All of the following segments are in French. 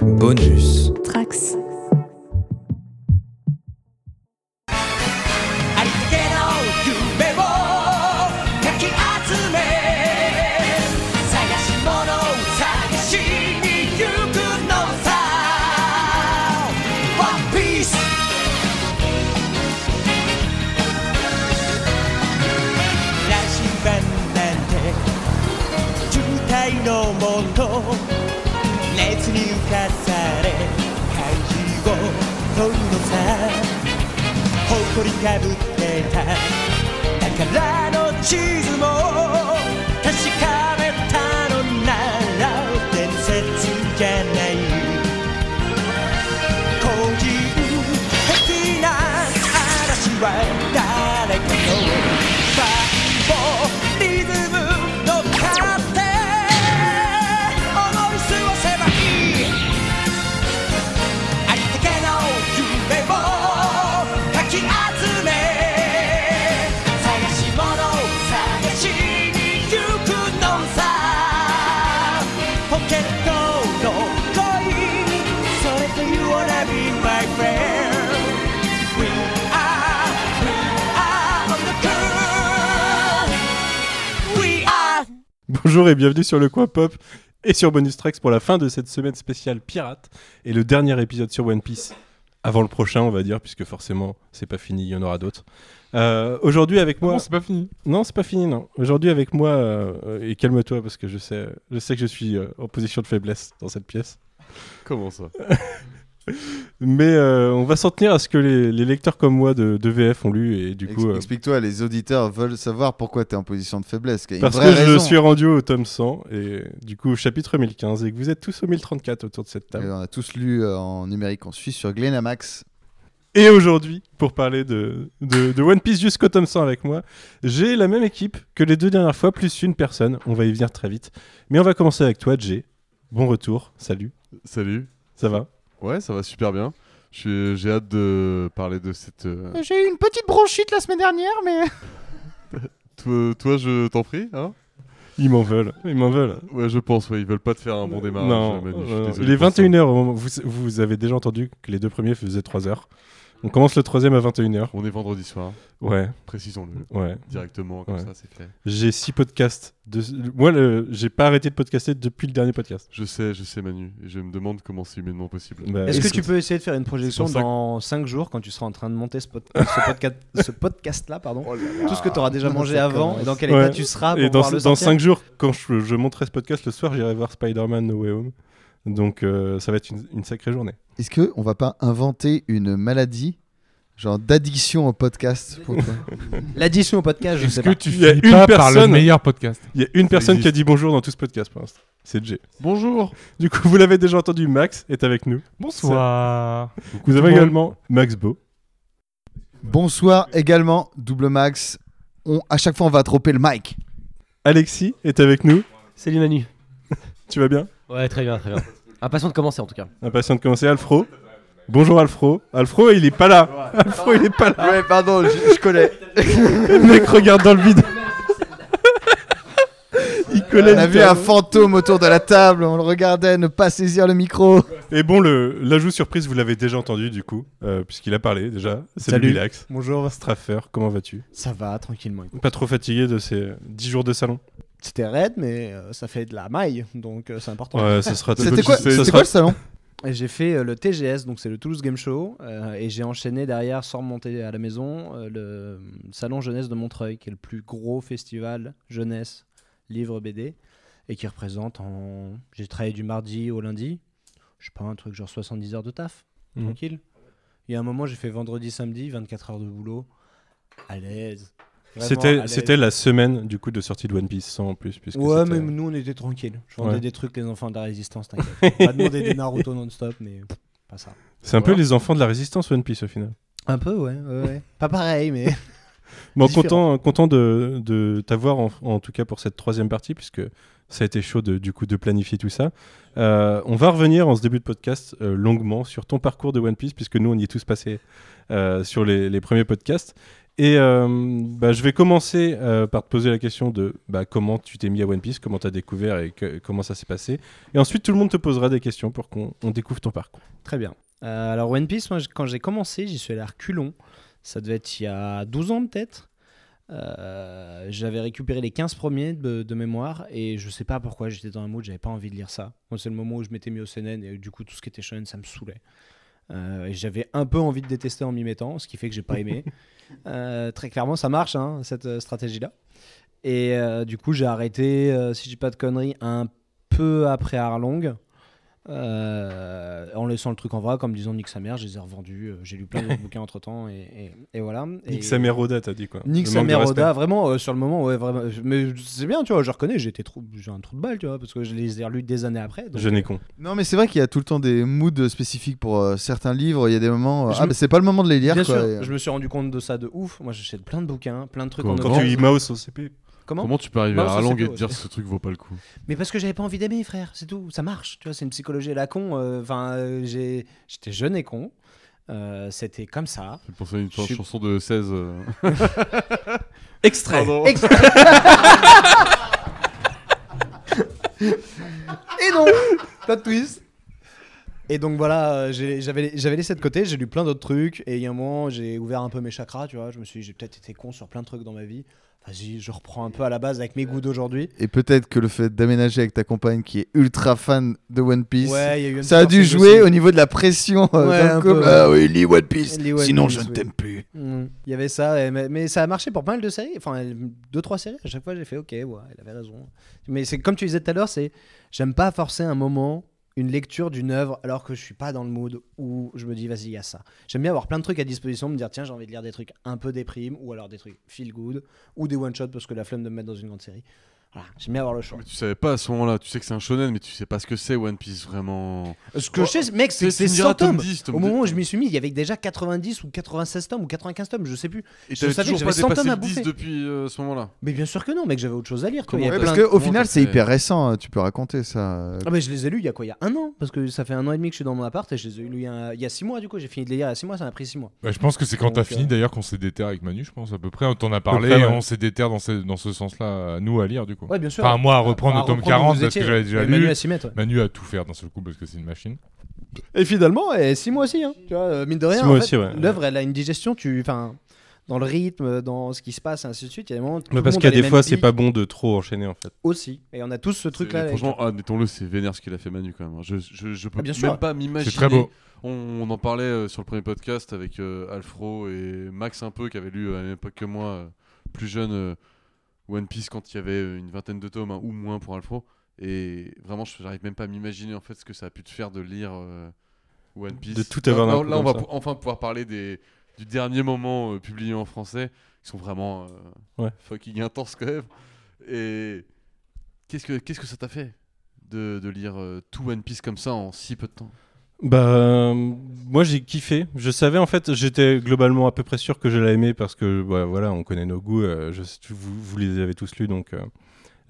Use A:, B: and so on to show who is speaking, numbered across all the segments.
A: Bonus.
B: Trax.
C: 「ありつけの夢をかき集め」「探し物を探しに行くのさ」「ワンピース」「羅針盤なんて渋滞のもの」「熱に浮かされ漢字を取るのさ」誇りかぶってた宝の地図も確かめたのなら伝説じゃない個人的な嵐は誰かのバイオリズムの勝手思い過ごせばいいありったけの夢をかき集め探し物を探しに行くのさポケットの恋それと You wanna be my friend We are, we are on the curve We are
D: Bonjour et bienvenue sur le coin pop et sur Bonus Tracks pour la fin de cette semaine spéciale pirate et le dernier épisode sur One Piece avant le prochain on va dire puisque forcément c'est pas fini il y en aura d'autres. Euh, Aujourd'hui avec moi
E: Non, c'est pas fini.
D: non c'est pas fini non. Aujourd'hui avec moi euh, euh, et calme-toi parce que je sais je sais que je suis euh, en position de faiblesse dans cette pièce.
E: Comment ça
D: Mais euh, on va s'en tenir à ce que les, les lecteurs comme moi de, de VF ont lu et du
F: Ex-
D: coup euh,
F: Explique-toi, les auditeurs veulent savoir pourquoi tu es en position de faiblesse. qu'il y a une
D: Parce que
F: vraie
D: je
F: raison.
D: suis rendu au tome 100 et du coup au chapitre 1015 et que vous êtes tous au 1034 autour de cette
F: Et
D: table.
F: on a tous lu euh, en numérique en Suisse sur Glenamax.
D: Et aujourd'hui, pour parler de, de, de One Piece jusqu'au tome 100 avec moi, j'ai la même équipe que les deux dernières fois, plus une personne. On va y venir très vite. Mais on va commencer avec toi, Jay. Bon retour, salut,
E: Salut.
D: ça va
E: Ouais, ça va super bien. Je suis- J'ai hâte de parler de cette. euh,
G: J'ai eu une petite bronchite la semaine dernière, mais
E: Toi, toi, je t'en prie, hein
D: Ils m'en veulent, ils m'en veulent.
E: Ouais, je pense, ouais, ils veulent pas te faire un bon démarrage.
D: non,
E: euh, Manu, je suis
D: non, non.
E: désolé
D: il est
E: pour ça.
D: 21h au moment. Vous, vous avez déjà entendu que les deux premiers faisaient 3 heures. On commence le troisième à 21h.
E: On est vendredi soir,
D: Ouais,
E: précisons-le
D: ouais.
E: directement, comme
D: Ouais.
E: ça c'est fait.
D: J'ai six podcasts. de- Moi, le- j'ai pas arrêté de podcaster depuis le dernier podcast.
E: Je sais, je sais, Manu, et je me demande comment c'est humainement possible.
D: Bah,
H: Est-ce que
D: c'est-
H: tu peux essayer de faire une projection
E: Euh, c'est pour ça que-
H: dans 5 jours quand tu seras en train de monter ce, pod- euh, ce podca- ce podcast-là pardon,
D: Oh
H: Tout ce que tu auras déjà mangé
F: ça
H: avant
F: commence.
H: et dans quel
D: Ouais.
H: état tu seras pour
D: Et dans,
H: pouvoir le
D: dans
H: sortir
D: 5 jours, quand je, je monterai ce podcast le soir, j'irai voir Spider-Man No Way Home. Donc euh, ça va être une, une sacrée journée.
F: Est-ce que on va pas inventer une maladie, genre d'addiction au podcast pour toi
H: L'addition au podcast, je
I: Est-ce
H: sais
I: que
H: pas.
I: tu
D: Il y a
I: finis
D: une
I: pas par le
D: personne-
I: meilleur podcast
D: Il y a une personne qui a
E: existe.
D: dit bonjour dans tout ce podcast pour l'instant. C'est Jay.
E: Bonjour
D: Du coup, vous l'avez déjà entendu, Max est avec nous.
I: Bonsoir.
D: Ah, Nous
I: tout le
D: avons
I: monde.
D: également Max Beau.
F: Bonsoir également, double max. On, à chaque fois, on va attroper le mic.
D: Alexis est avec nous.
J: Salut Manu.
D: Tu vas bien
J: Ouais, très bien, très bien. Impatient Ah, de commencer en tout cas.
D: Impatient de commencer. Alfro. Bonjour Alfro. Alfro, il est pas là. Alfro, il est pas là.
F: Ouais, pardon, je, connais.
D: Le mec regarde dans le vide. Il connaît
F: On a
D: du
F: vu
D: terrain.
F: un fantôme autour de la table, on le regardait ne pas saisir le micro.
D: Et bon, le- l'ajout surprise, vous l'avez déjà entendu du coup, euh, puisqu'il a parlé déjà. C'est
H: Salut.
D: Bilax.
H: Bonjour.
D: Straffer, comment vas-tu
H: Ça va, tranquillement.
D: Pas trop fatigué de ces 10 jours de salon
H: C'était raide, mais euh, ça fait de la maille, donc euh, c'est important.
D: Ouais, ça sera
F: C'était quoi,
D: ça
F: c'était
D: sera-
F: quoi le salon
H: Et J'ai fait euh, le TGS, donc c'est le Toulouse Game Show, euh, et j'ai enchaîné derrière, sans remonter à la maison, euh, le Salon Jeunesse de Montreuil, qui est le plus gros festival jeunesse, livre BD, et qui représente en. J'ai travaillé du mardi au lundi, je sais pas, un truc genre 70 heures de taf,
D: Mhm.
H: tranquille. Il y a un moment, j'ai fait vendredi, samedi, 24 heures de boulot, à l'aise. Vraiment à
D: C'était
H: l'aise.
D: c'était la semaine du coup de sortie de One Piece 100 en plus. Puisque
H: Ouais,
D: c'était-
H: mais nous on était tranquilles. Je vendais
D: Ouais.
H: des trucs, les enfants de la résistance, t'inquiète. On m'a demandé des Naruto non-stop, mais pff, pas ça.
D: C'est un peu les enfants de la résistance One Piece au final.
H: Un peu, ouais, ouais, ouais. Pas pareil, mais.
D: Bon,
H: Différent.
D: content, content de, de t'avoir en, en tout cas pour cette troisième partie, puisque ça a été chaud de, du coup de planifier tout ça. Euh, on va revenir en ce début de podcast euh, longuement sur ton parcours de One Piece, puisque nous on y est tous passés euh, sur les, les premiers podcasts. Et euh, bah, je vais commencer euh, par te poser la question de bah, comment tu t'es mis à One Piece, comment t'as découvert et que- comment ça s'est passé. Et ensuite, tout le monde te posera des questions pour qu'on on découvre ton parcours.
H: Très bien. Euh, alors One Piece, moi, j- quand j'ai commencé, j'y suis allé à reculons. Ça devait être il y a 12 ans peut-être. Euh, j'avais récupéré les 15 premiers de, de mémoire et je sais pas pourquoi j'étais dans un mood, j'avais pas envie de lire ça. Moi, c'est le moment où je m'étais mis au CNN et du coup tout ce qui était shonen ça me saoulait. Euh, et j'avais un peu envie de détester en m'y mettant, ce qui fait que j'ai pas aimé. Euh, très clairement, ça marche hein, cette euh, stratégie-là. Et euh, du coup, j'ai arrêté, euh, si je dis pas de conneries, un peu après Arlong. Euh, en laissant le truc en vrac, comme disant Nick sa mère, je les ai revendus. euh, J'ai lu plein d'autres bouquins entre temps et, et- et voilà.
D: Nick
H: Et- euh,
D: Samer Oda, t'as dit quoi
H: Nick
D: Le manque de
H: Samer
D: respect.
H: Oda, vraiment, euh, sur le moment, ouais, vraiment. je- Mais c'est bien, tu vois, je reconnais, j'ai été trop- j'ai un trou de balle, tu vois, parce que je les ai relus des années après. donc,
D: Je n'ai con.
F: Non, mais c'est vrai qu'il y a tout le temps des moods spécifiques pour euh, certains livres. Il y a des moments. euh,
H: Je
F: ah,
H: me-
F: bah, c'est pas le moment de les lire.
H: Bien
F: quoi,
H: sûr,
F: et- euh.
H: je me suis rendu compte de ça de ouf. Moi, j'achète plein de bouquins, plein de trucs en
E: Quand
D: Quand
H: avance.
D: tu y mouse au CP,
H: Comment
E: Comment tu peux arriver
H: Bah,
E: à
H: ça, c'est
E: Arlong et
H: plus,
E: te dire
H: ouais.
E: ce truc vaut pas le coup
H: Mais parce que j'avais pas envie d'aimer, frère, c'est tout. Ça marche, tu vois, c'est une psychologie à la con. euh, Enfin, euh, j'ai- j'étais jeune et con. euh, C'était comme ça.
E: C'est pour ça une
H: Je suis-
E: chanson de 16. euh,
D: Extrait
E: Pardon.
H: Et non Plot twist Et donc voilà, euh, j'ai- j'avais j'avais laissé de côté, j'ai lu plein d'autres trucs, et il y a un moment, j'ai ouvert un peu mes chakras, tu vois, je me suis dit, j'ai peut-être été con sur plein de trucs dans ma vie. Vas-y, je reprends un peu à la base avec mes goûts d'aujourd'hui.
F: Et peut-être que le fait d'aménager avec ta compagne qui est ultra fan de One Piece,
H: Ouais, il y a eu un
F: ça a
H: petit
F: dû
H: forcing
F: jouer
H: aussi.
F: au niveau de la pression. euh,
H: Ouais,
F: dans le
H: un
F: couple.
H: peu, ouais.
F: Ah oui, lis One Piece.
H: Lis One
F: sinon,
H: Piece,
F: je ne
H: oui.
F: t'aime plus.
H: Mm. Il y avait ça, et- mais, mais ça a marché pour pas mal de séries, enfin euh, deux trois séries. À chaque fois, j'ai fait OK, ouais, elle avait raison. Mais c'est comme tu disais tout à l'heure, c'est j'aime pas forcer un moment, une lecture d'une œuvre alors que je suis pas dans le mood où je me dis vas-y, il y a ça. J'aime bien avoir plein de trucs à disposition, me dire tiens, j'ai envie de lire des trucs un peu déprime ou alors des trucs feel good ou des one shot parce que la flemme de me mettre dans une grande série. Voilà, j'aime bien avoir le choix.
E: Mais tu savais pas à ce moment-là. Tu sais que c'est un shonen, mais tu sais pas ce que c'est One Piece vraiment.
H: Ce que je sais, mec, c'est
E: Tu
H: que
E: me
H: c'est
E: diras
H: 100
E: tome
H: tomes.
E: 10, tome
H: Au moment où
E: 10.
H: je m'y suis mis, il y avait déjà 90 ou 96 tomes ou 95 tomes, je sais plus.
E: Et
H: je
E: t'avais
H: savais
E: toujours
H: que
E: pas
H: j'avais 100
E: dépassé
H: tomes à
E: le 10
H: bouffer.
E: depuis euh, ce moment-là.
H: Mais bien sûr que non, mec, j'avais autre chose à lire. quoi. Il y
E: Comment-
H: avait
E: Ouais,
H: plein
F: Parce
H: de-
F: qu'au
E: Comment
F: final,
E: ça
F: c'est
E: fait
F: hyper récent. euh, Tu peux raconter ça. euh,
H: Ah bah je les ai lus il y a quoi Il y a un an Parce que ça fait un an et demi que je suis dans mon appart et je les ai lus il y a, il y a six mois du coup. J'ai fini de les lire il y a six mois, ça m'a pris six mois.
A: Bah, je pense que c'est quand t'as
H: Donc,
A: fini
H: euh,
A: d'ailleurs qu'on s'est déterré avec Manu, je pense à peu près. On t'en a parlé,
D: près,
A: et
D: ouais.
A: on s'est déterré dans ce, dans ce sens-là, à nous à lire du coup.
H: Ouais, bien sûr.
A: Enfin, moi à reprendre
H: Enfin,
A: au tome
H: reprendre où
A: 40
H: vous
A: parce que
H: étiez.
A: j'avais déjà
H: Et Manu
A: lu.
H: à s'y mettre. ouais.
A: Manu a tout faire d'un seul coup parce que c'est une machine.
H: euh, Et finalement, et six mois aussi. hein. Tu vois, euh, mine de rien,
D: Six mois
H: en fait,
D: aussi, ouais.
H: l'œuvre elle a une digestion. Tu, enfin, dans le rythme, dans ce qui se passe, ainsi de suite. Il y a des moments. tout le
D: parce
H: monde
D: qu'il y a
H: les
D: des
H: mêmes
D: fois, c'est
H: pics
D: pas bon de trop enchaîner en fait.
H: aussi. Et on a tous ce truc là.
E: C'est- Franchement, admettons-le, c'est vénère ce qu'il a fait Manu quand même. hein. Je, je, je peux
H: Ah, bien
E: même
H: sûr.
E: pas m'imaginer.
A: C'est très beau.
E: On, on en parlait euh, sur le premier podcast avec euh, Alfro et Max un peu, qui avait lu euh, à la même époque que moi, euh, plus jeune, euh, One Piece quand il y avait euh, une vingtaine de tomes hein, ou moins pour Alfro. Et vraiment, je j'arrive même pas à m'imaginer en fait ce que ça a pu te faire de lire euh, One Piece.
D: De tout avoir
E: Là, là,
D: d'un coup
E: on va
D: comme ça.
E: pou- enfin pouvoir parler des, du dernier moment euh, publié en français, qui sont vraiment euh,
D: Ouais.
E: fucking intenses quand même. Et qu'est-ce que qu'est-ce que ça t'a fait de, de lire euh, tout One Piece comme ça en si peu de temps
D: Bah, euh, moi j'ai kiffé. Je savais en fait, j'étais globalement à peu près sûr que je l'ai aimé parce que bah, voilà, on connaît nos goûts. euh, je, vous, vous les avez tous lus donc euh,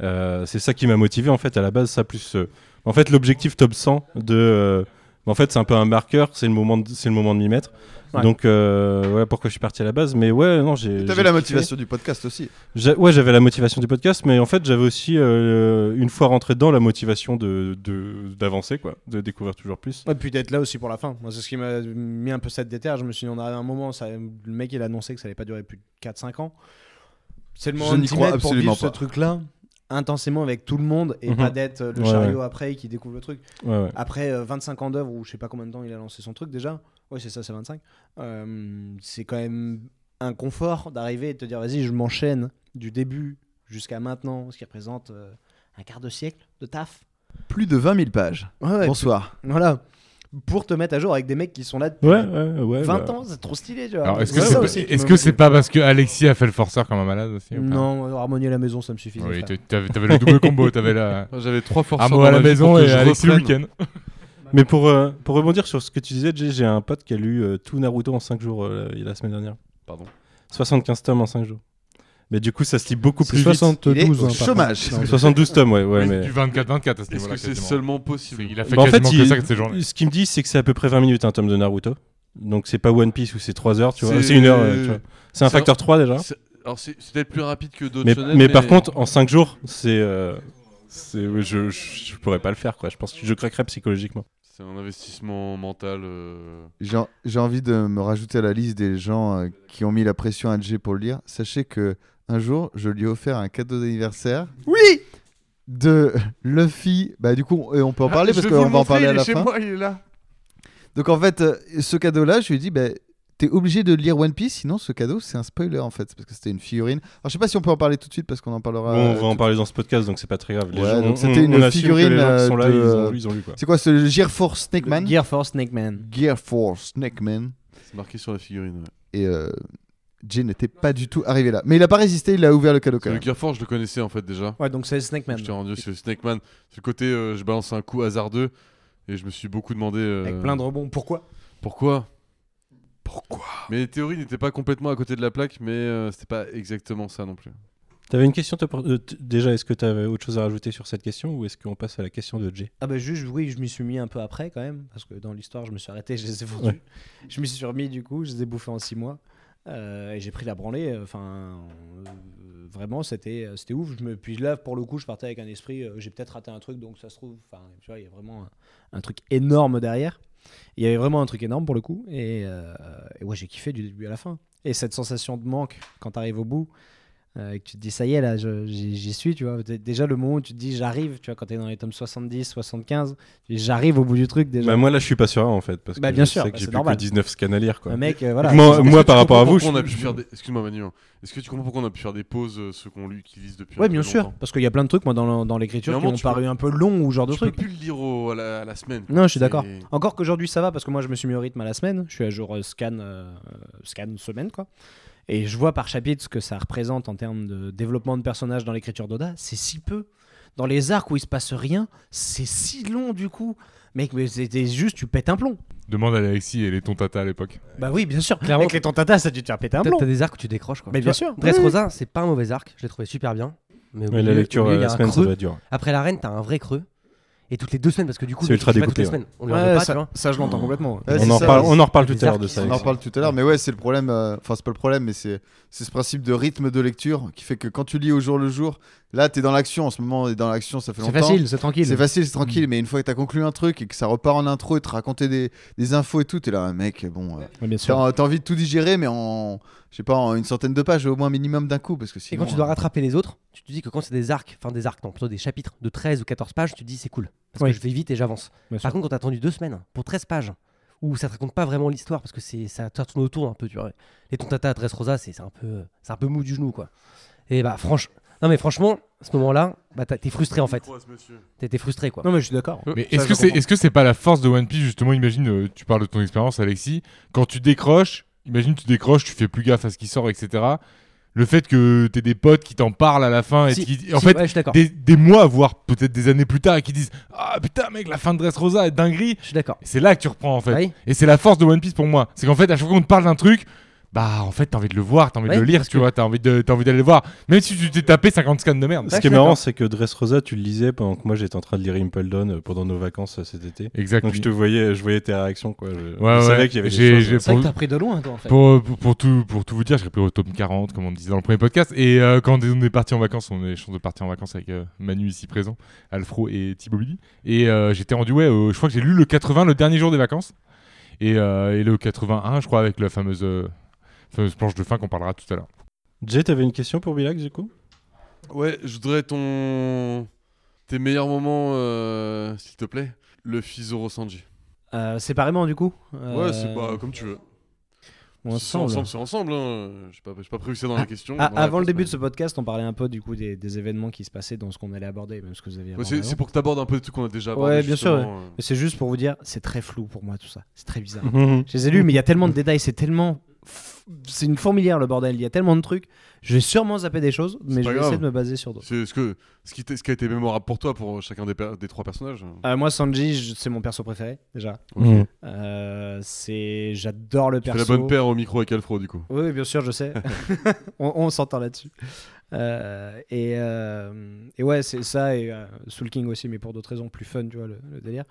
D: euh, c'est ça qui m'a motivé en fait à la base. Ça plus euh, en fait l'objectif top 100 de euh, en fait c'est un peu un marqueur. C'est le moment, de- c'est le moment de m'y mettre.
H: Ouais.
D: Donc euh, ouais, pourquoi je suis parti à la base, mais ouais non j'ai.
F: Tu
D: j'ai
F: avais la
D: kiffé.
F: motivation du podcast aussi.
D: J'a- Ouais, j'avais la motivation du podcast, mais en fait, j'avais aussi, euh, une fois rentré dedans, la motivation de de- d'avancer, quoi, de découvrir toujours plus.
H: Et puis d'être là aussi pour la fin. Moi, c'est ce qui m'a mis un peu cette déterre. Je me suis dit, on arrive à un moment, ça, le mec, il a annoncé que ça allait pas durer plus de 4-5 ans. C'est le moment
F: Je
H: de
F: n'y
H: s'y
F: crois
H: mettre pour
F: absolument
H: vivre ce
F: pas.
H: truc-là intensément avec tout le monde et
D: Mhm.
H: pas d'être euh, le
D: Ouais,
H: chariot après qui découvre le truc.
D: Ouais, ouais.
H: Après euh, 25 ans d'œuvre ou je sais pas combien de temps il a lancé son truc déjà. Ouais, c'est ça, c'est 25. Euh, c'est quand même un confort d'arriver et de te dire, vas-y, je m'enchaîne du début jusqu'à maintenant, ce qui représente euh, un quart de siècle de taf.
F: Plus de 20 000 pages.
H: Ouais, ouais,
F: Bonsoir.
H: voilà. Pour te mettre à jour avec des mecs qui sont là depuis
D: Ouais, ouais, ouais.
H: 20
D: bah.
H: ans, c'est trop stylé, tu vois.
A: Alors est-ce que
H: Euh, Ouais,
A: c'est
H: ça
A: pas,
H: aussi qui
A: est-ce
H: me-
A: que c'est pas parce que Alexis a fait le forceur comme un malade aussi ou pas
H: Non, harmonie à la maison, ça me suffit.
A: Oui, t'a- t'avais t'avais le double combo, t'avais la.
E: J'avais trois forces
A: Un mot à la maison et Alexis le week-end.
D: Mais pour, euh, pour rebondir sur ce que tu disais, Jay, j'ai un pote qui a lu euh, tout Naruto en 5 jours euh, la semaine dernière.
E: Pardon.
D: 75 tomes en 5 jours. Mais du coup, ça se lit beaucoup plus
F: Il est
G: 72
F: au
G: hein, par
F: chômage.
G: contre.
D: vite. 72 tomes, ouais, ouais, mais...
A: Du 24-24 à ce
E: Est-ce
A: niveau-là.
E: que c'est
A: quasiment.
E: seulement possible
A: Il a fait
D: Bah, en fait,
A: quasiment que
D: il-
A: ça cette journée.
D: Ce qu'il me dit, c'est que c'est à peu près 20 minutes un tome de Naruto. Donc c'est pas One Piece où c'est 3 heures, tu vois.
E: C'est-
D: C'est une heure. euh, tu vois. C'est un
E: c'est un-
D: facteur 3 déjà.
E: C'est- Alors c'est c'est peut-être plus rapide que d'autres
D: Mais, mais,
E: shonen,
D: par contre, en 5 jours, c'est. euh, c'est- je, je, je pourrais pas le faire, quoi. Je pense que je craquerais psychologiquement.
E: c'est un investissement mental. euh,
F: J'ai j'ai envie de me rajouter à la liste des gens euh, qui ont mis la pression à Jay pour le lire. Sachez que un jour, je lui ai offert un cadeau d'anniversaire. Oui De Luffy. Bah, du coup, on- on
D: Ah,
F: peut en
E: Ah,
F: parler parce qu'on va en parler à la fin.
B: il est là.
F: Donc en fait, euh, ce cadeau-là, je lui ai dit, bah, t'es obligé de lire One Piece, sinon ce cadeau, c'est un spoiler en fait, parce que c'était une figurine. Alors je sais pas si on peut en parler tout de suite parce qu'on en parlera.
D: Bon, on
F: euh,
D: va en
F: tout-
D: parler dans ce podcast, donc c'est pas très grave. Les
F: Ouais,
D: gens-
F: donc
D: on-
F: c'était
D: on-
F: une
D: on assume que
F: figurine,
D: Les gens qui sont là,
F: euh,
D: ils,
F: de-
D: ont, lu, ils ont lu, quoi.
F: C'est quoi ce Gear Force Snake Man
H: Gear Force Snake Man.
F: Gear Force Snake Man.
E: C'est marqué sur la figurine. ouais.
F: Et euh, Jay n'était pas du tout arrivé là. Mais il a pas résisté, il a ouvert le cadeau
E: C'est
F: quand
E: Le
F: même.
E: Gear Force, je le connaissais en fait déjà.
H: Ouais, donc c'est Snake Man.
E: Je t'ai rendu sur le Snake Man. C'est le côté euh, je balance un coup hasardeux et je me suis beaucoup demandé euh,
H: Avec plein de rebonds. Pourquoi
E: pourquoi. Pourquoi Mais les théories n'étaient pas complètement à côté de la plaque, mais euh, c'était pas exactement ça non plus.
D: T'avais une question toi, pour- euh, t- déjà Est-ce que t'avais autre chose à rajouter sur cette question ou est-ce qu'on passe à la question de Jay
H: Ah bah juste, oui, je m'y suis mis un peu après quand même, parce que dans l'histoire, je me suis arrêté, je les ai vendus.
D: Ouais.
H: Je m'y suis remis du coup, je les ai bouffés en six mois. Euh, et j'ai pris la branlée, enfin, euh, vraiment, c'était euh, c'était ouf. Je me, puis là, pour le coup, je partais avec un esprit, euh, j'ai peut-être raté un truc, donc ça se trouve, enfin, tu vois, il y a vraiment un, un truc énorme derrière. Il y avait vraiment un truc énorme pour le coup, et, euh, et ouais, j'ai kiffé du début à la fin. Et cette sensation de manque quand t'arrives au bout, euh, et que tu te dis ça y est là je- j'y j'y suis tu vois Dé- déjà le moment où tu te dis j'arrive tu vois quand t'es dans les tomes 70 75 tu dis, j'arrive au bout du truc déjà
D: Bah, Moi là, je suis pas sûr en fait, parce que
H: Bah, bien
D: je
H: sûr,
D: sais
H: bah,
D: que
H: c'est
D: j'ai plus que
H: normal.
D: 19 scans à lire, quoi.
H: un mec euh, voilà
D: Moi,
E: Est-ce que
D: moi,
E: tu
D: par rapport à
E: comprends
D: vous,
E: pourquoi on a
D: je-
E: pu
D: je-
E: faire des... Excuse-moi Manu, hein. est-ce que tu comprends pourquoi on a pu faire des pauses, euh, ceux qu'on lui qui lisent depuis
H: ouais
E: un peu
H: bien sûr
E: longtemps
H: parce qu'il y a plein de trucs moi dans, le- dans
E: Il y a
H: l'écriture
E: un
H: qui
E: moment,
H: m'ont
E: tu peux-
H: paru un peu long ou ce genre de
E: Je peux
H: truc
E: plus le lire au- à, la, à la semaine.
H: Non, je suis
E: C'est-
H: d'accord. Encore qu'aujourd'hui ça va parce que moi je me suis mis au rythme à la semaine, je suis à jour euh, scan, euh, scan semaine quoi. Et je vois par chapitre ce que ça représente en termes de développement de personnages dans l'écriture d'Oda, c'est si peu. Dans les arcs où il se passe rien, c'est si long du coup. Mec, mais c'était juste, tu pètes un plomb.
A: Demande à Alexis et les tons tata à l'époque.
H: Bah oui, bien sûr.
J: Clairement,
H: Avec les tantatas, ça a dû te faire péter un
J: T'as
H: plomb.
J: t'as des arcs où tu décroches quoi.
H: Mais bien sûr.
J: Dressrosa, c'est pas un mauvais arc, je l'ai trouvé super bien. Mais au
D: Ouais,
J: milieu-
D: la
J: au
D: lecture
J: milieu,
D: à
J: il y a
D: la
J: un
D: semaine, ça
J: creux.
D: doit être dur.
J: Après l'arène, t'as un vrai creux. Et toutes les deux semaines, parce que du coup,
D: C'est
J: le
D: ultra
J: truc, pas toutes les
D: découpé,
J: semaines. On lui en veut
H: Ouais,
J: pas, tu
H: ça,
J: vois.
H: ça, je l'entends complètement. ouais.
F: Ouais,
D: on,
F: c'est
D: en
F: ça,
D: parle,
F: c'est-
D: on en reparle
J: c'est
D: tout à
J: bizarre
D: l'heure de
J: qu'ils
D: ça.
J: sont
F: On en
D: Alexis.
F: parle tout à l'heure, mais ouais, c'est le problème. euh, Enfin, c'est pas le problème, mais c'est c'est ce principe de rythme de lecture qui fait que quand tu lis au jour le jour, là, t'es dans l'action. En ce moment, t'es dans l'action, ça fait
H: C'est
F: longtemps.
H: facile, c'est tranquille.
F: C'est facile, c'est tranquille, mais une fois que t'as conclu un truc et que ça repart en intro et te raconter des, des infos et tout, t'es là, mec, bon, euh,
H: Ouais, bien
F: t'as
H: sûr.
F: t'as envie de tout digérer, mais en, je sais pas, en une centaine de pages au moins minimum d'un coup, parce que
J: Et
F: sinon.
J: quand tu dois
F: euh,
J: rattraper les autres, tu te dis que quand c'est des arcs, enfin des arcs, non, plutôt des chapitres de 13 ou 14 pages, tu te dis c'est cool. Parce
H: Oui.
J: que je vais vite et j'avance.
H: Bien
J: Par
H: sûr.
J: contre, quand t'as attendu deux semaines pour 13 pages, où ça te raconte pas vraiment l'histoire, parce que c'est ça ça tourne autour un peu, tu vois. Les tontata à Dressrosa, c'est c'est un, peu- c'est un peu mou du genou, quoi. Et bah, franchement. Non, mais franchement, à ce moment-là, bah, t'as- t'es frustré en fait. T'es t'es frustré, quoi.
H: Non mais je suis d'accord.
A: Mais est-ce que c'est est-ce que c'est pas la force de One Piece justement Imagine, euh, tu parles de ton expérience, Alexis. Quand tu décroches, imagine tu décroches, tu fais plus gaffe à ce qui sort, etc. Le fait que t'aies des potes qui t'en parlent à la fin et
J: Si,
A: qui, en
J: si,
A: fait,
J: ouais, je suis d'accord.
A: des, des mois, voire peut-être des années plus tard, et qui disent Ah putain, mec, la fin de Dressrosa est dinguerie.
J: Je suis d'accord.
A: Et C'est là que tu reprends en fait.
J: Oui.
A: Et c'est la force de One Piece pour moi. C'est qu'en fait, à chaque fois qu'on te parle d'un truc, bah en fait, t'as envie de le voir, t'as envie
J: Oui,
A: de le lire,
J: parce
A: tu
J: que-
A: vois, t'as envie de- t'as envie d'aller le voir. Même si tu t'es tapé 50 scans de merde.
D: Ce
J: Ouais,
D: qui est
J: je suis
D: marrant,
J: d'accord.
D: c'est que Dressrosa, tu le lisais pendant que moi j'étais en train de lire Impel Down euh, pendant nos vacances euh, cet été.
A: Exactement.
D: Donc je te voyais, je voyais tes réactions quoi. Je, je
A: Ouais,
D: savais
A: ouais.
D: qu'il y avait
A: J'ai-
D: des choses. hein.
A: j'ai-
H: C'est vrai que t'as pris de loin toi en fait.
A: Pour, pour, pour tout, pour tout vous dire, j'ai repris au tome 40, comme on disait dans le premier podcast. Et euh, quand on est parti en vacances, on a eu la chance de partir en vacances avec euh, Manu ici présent, Alfro et Thibaut Billy. Et euh, j'étais rendu, ouais, au- je crois que j'ai lu le 80 le dernier jour des vacances. Et, euh, et le 81, je crois, avec la fameuse, euh, fameuse planche de fin qu'on parlera tout à l'heure.
D: Jay, t'avais une question pour Bilax du coup
E: Ouais, je voudrais ton... tes meilleurs moments, euh, s'il te plaît. Le Fizoro Sanji.
H: Euh, séparément du coup.
E: Ouais,
H: Euh,
E: c'est pas comme tu veux.
H: ou
E: Si c'est
H: ensemble.
E: ensemble, c'est ensemble. Hein. J'ai pas, j'ai pas prévu ça dans la question.
H: Ah,
E: dans la
H: avant le
E: réponse,
H: début de
E: mais-
H: ce podcast, on parlait un peu du coup des, des événements qui se passaient dans ce qu'on allait aborder, même ce que vous avez.
E: Ouais,
H: abordé
E: c'est,
H: avant.
E: c'est pour que t'abordes un peu des trucs qu'on a déjà abordés.
H: Ouais, bien sûr,
E: justement, euh.
H: Mais c'est juste pour vous dire, c'est très flou pour moi tout ça. C'est très bizarre.
D: Mhm.
H: Je les ai lus, mais il y a tellement de détails, c'est tellement. f- C'est une fourmilière le bordel, il y a tellement de trucs. Je vais sûrement zapper des choses, mais je
E: pas
H: vais
E: grave.
H: essayer de me baser sur d'autres.
E: C'est ce, que, ce, qui t'est- ce qui a été mémorable pour toi, pour chacun des, per- des trois personnages.
H: Euh, moi, Sanji, je- c'est mon perso préféré, déjà.
D: Mhm.
H: Euh, c'est... J'adore le
E: Tu
H: perso.
E: fais la bonne paire au micro avec Alfro, du coup.
H: Oui, oui, bien sûr, je sais. on on s'entend là-dessus. Euh, et, euh, et ouais, c'est ça. Et euh, Soul King aussi, mais pour d'autres raisons, plus fun, tu vois, le, le délire.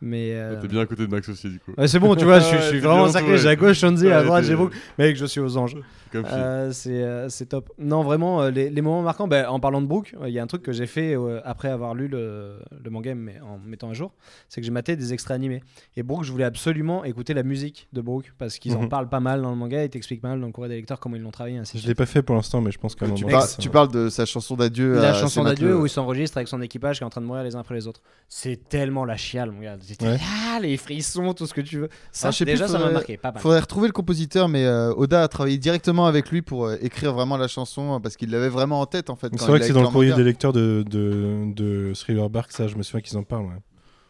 H: Mais euh,
E: Ah, T'es bien à côté de Max aussi, du coup.
H: ouais, c'est bon, tu vois, je suis,
E: Ouais,
H: je suis
E: t'es
H: vraiment
E: bien
H: sacré.
E: entouré.
H: J'ai à gauche Shonzi, à
E: Ouais,
H: droite
E: t'es-
H: j'ai beaucoup. Mec, je suis aux anges.
E: Comme Phil.
H: Euh, c'est euh, c'est top. Non, vraiment, euh, les, les moments marquants, bah, en parlant de Brooke, euh, il y a un truc que j'ai fait euh, après avoir lu le, le manga mais en me mettant à jour, c'est que j'ai maté des extraits animés. Et Brooke, je voulais absolument écouter la musique de Brooke parce qu'ils en
D: Mhm.
H: parlent pas mal dans le manga, ils t'expliquent pas mal dans le courrier des lecteurs comment ils l'ont travaillé. Ainsi de
D: Je
H: suite.
D: l'ai pas fait pour l'instant, mais je pense qu'à un
F: tu,
D: moment.
F: par-
D: ça-
F: tu parles de sa chanson d'adieu.
H: la
F: à
H: chanson
F: Sema
H: d'adieu
F: Tle.
H: où il s'enregistre avec son équipage qui est en train de mourir les uns après les autres. C'est tellement la chiale, mon gars. C'était
D: Ouais.
H: ah, les frissons, tout ce que tu veux. Ça,
F: Ah, je sais
H: déjà,
F: plus,
H: ça m'a
F: faudrait-
H: marqué. Pas mal.
F: Faudrait retrouver le compositeur, mais euh, Oda a travaillé directement avec lui pour euh, écrire vraiment la chanson euh, parce qu'il l'avait vraiment en tête en fait. quand
D: C'est vrai
F: il
D: que
F: a
D: c'est dans
F: écrit
D: le
F: en
D: courrier
F: manga.
D: des lecteurs de, de, de Thriller Bark, ça, je me souviens qu'ils en parlent. ouais.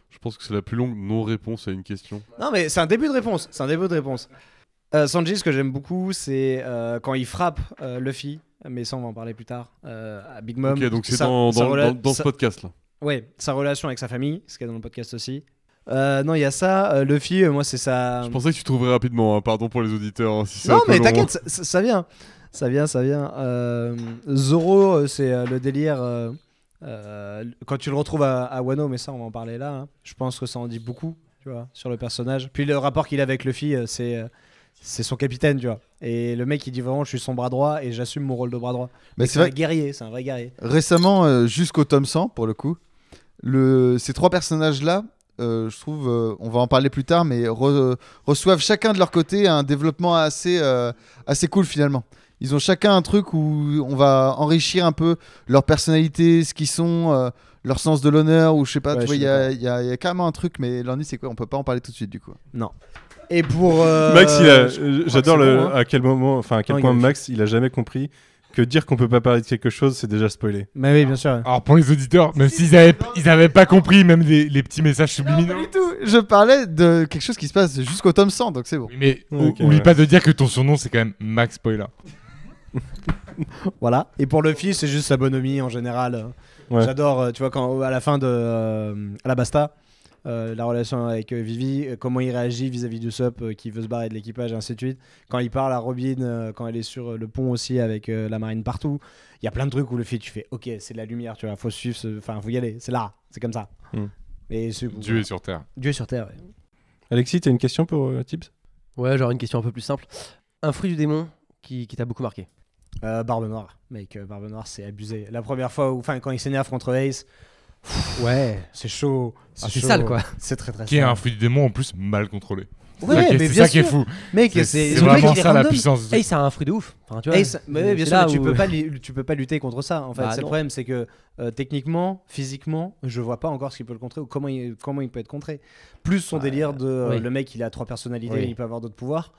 E: Je pense que c'est la plus longue non-réponse à une question.
A: Ah
H: Non, mais c'est un début de réponse. C'est un début de réponse. Euh, Sanji, ce que j'aime beaucoup, c'est euh, quand il frappe euh, Luffy, mais ça, on va en parler plus tard, euh, à Big Mom.
E: Ok, donc c'est
H: Sa-
E: dans,
H: sa
E: dans-
H: rela-
E: dans- dans ce
H: sa-
E: podcast là.
H: Ouais, sa relation avec sa famille, ce qu'il y a dans le podcast aussi. Euh, non, il y a ça. euh, Luffy, euh, moi, c'est sa.
E: Je pensais que tu trouverais rapidement, hein. pardon pour les auditeurs. hein, si c'est
H: Non,
E: un peu
H: mais
E: long.
H: t'inquiète, ça, ça- ça vient. Ça vient, ça vient. Euh, Zoro, euh, c'est euh, le délire. euh, euh, quand tu le retrouves à, à Wano, mais ça, on va en parler là. hein. Je pense que ça en dit beaucoup, tu vois, sur le personnage. Puis le rapport qu'il a avec Luffy, euh, c'est. euh, c'est son capitaine, tu vois. Et le mec, il dit vraiment, je suis son bras droit et j'assume mon rôle de bras droit.
F: Mais
H: C'est
F: c'est
H: un
F: vrai.
H: guerrier, c'est un vrai guerrier.
F: Récemment, euh, jusqu'au tome 100 pour le coup, le... ces trois personnages là. je trouve, euh, on va en parler plus tard, mais re- reçoivent chacun de leur côté un développement assez, euh, assez cool finalement. Ils ont chacun un truc où on va enrichir un peu leur personnalité, ce qu'ils sont, euh, leur sens de l'honneur, ou je sais pas,
H: Ouais,
F: tu vois,
H: je
F: il y,
H: suis
F: a- il y a il y a carrément un truc, mais l'ennui c'est quoi On peut pas en parler tout de suite du coup.
H: Et pour. euh,
D: Max, il a-
H: je-
D: j'adore
H: c'est
D: le-
H: bon, hein.
D: à quel moment, enfin à quel
H: Non, il
D: point
H: gueule.
D: Max, il a jamais compris que dire qu'on peut pas parler de quelque chose, c'est déjà spoilé.
H: Mais oui, bien sûr.
A: Alors pour les auditeurs, même s'ils avaient, ils avaient pas compris, même les, les petits messages
F: Non,
A: subliminaux.
F: pas du tout. Je parlais de quelque chose qui se passe jusqu'au tome 100, donc c'est bon.
A: Oui, mais
D: Ouais,
A: ou-
D: ok,
A: oublie
D: ouais.
A: pas de dire que ton surnom c'est quand même Max Spoiler.
H: Voilà. Et pour Luffy, c'est juste sa bonhomie en général.
D: Ouais.
H: J'adore, euh, tu vois, quand à la fin de euh, à la Basta, euh, la relation avec euh, Vivi, euh, comment il réagit vis-à-vis du SUP euh, qui veut se barrer de l'équipage, et ainsi de suite. Quand il parle à Robin, euh, quand elle est sur euh, le pont aussi avec euh, la marine partout, il y a plein de trucs où Luffy, tu fais, ok, c'est de la lumière, tu vois, faut suivre, ce- enfin, faut y aller, c'est là, c'est comme ça.
D: Hmm.
H: Et c'est-
A: Dieu est sur terre.
H: Dieu est sur terre. ouais.
D: Alexis, t'as une question pour euh, Tibbs
J: Ouais, genre une question un peu plus simple. Un fruit du démon qui, qui t'a beaucoup marqué.
H: Euh, Barbe Noire, mec, euh, Barbe Noire, c'est abusé. La première fois, où- enfin, quand il s'énerve contre Ace,
J: Ouais.
H: c'est chaud.
A: Ah,
J: Ah, c'est
H: chaud.
J: sale quoi.
H: C'est très très
A: Qui est
H: sale.
A: un fruit du démon en plus mal contrôlé. C'est
H: Ouais,
A: ça qui est-
H: mais
A: c'est
H: bien
A: ça qui est
H: sûr.
A: fou.
H: Mec,
A: C'est-
H: c'est
A: C'est
J: le mec,
A: vraiment
J: il est
A: ça la
J: random.
A: puissance. de-
J: Hey, c'est un fruit de ouf. Enfin, tu vois,
H: Ace, mais oui, bien
J: c'est
H: sûr,
J: là
H: mais tu
J: où-
H: peux pas li- tu peux pas lutter contre ça. En fait,
J: Bah,
H: c'est le
J: non.
H: problème, c'est que euh, techniquement, physiquement, je vois pas encore ce qui peut le contrer ou comment il, comment il peut être contré. Plus son
J: Bah,
H: délire de euh,
J: oui.
H: le mec, il a trois personnalités,
J: Oui.
H: il peut avoir d'autres pouvoirs.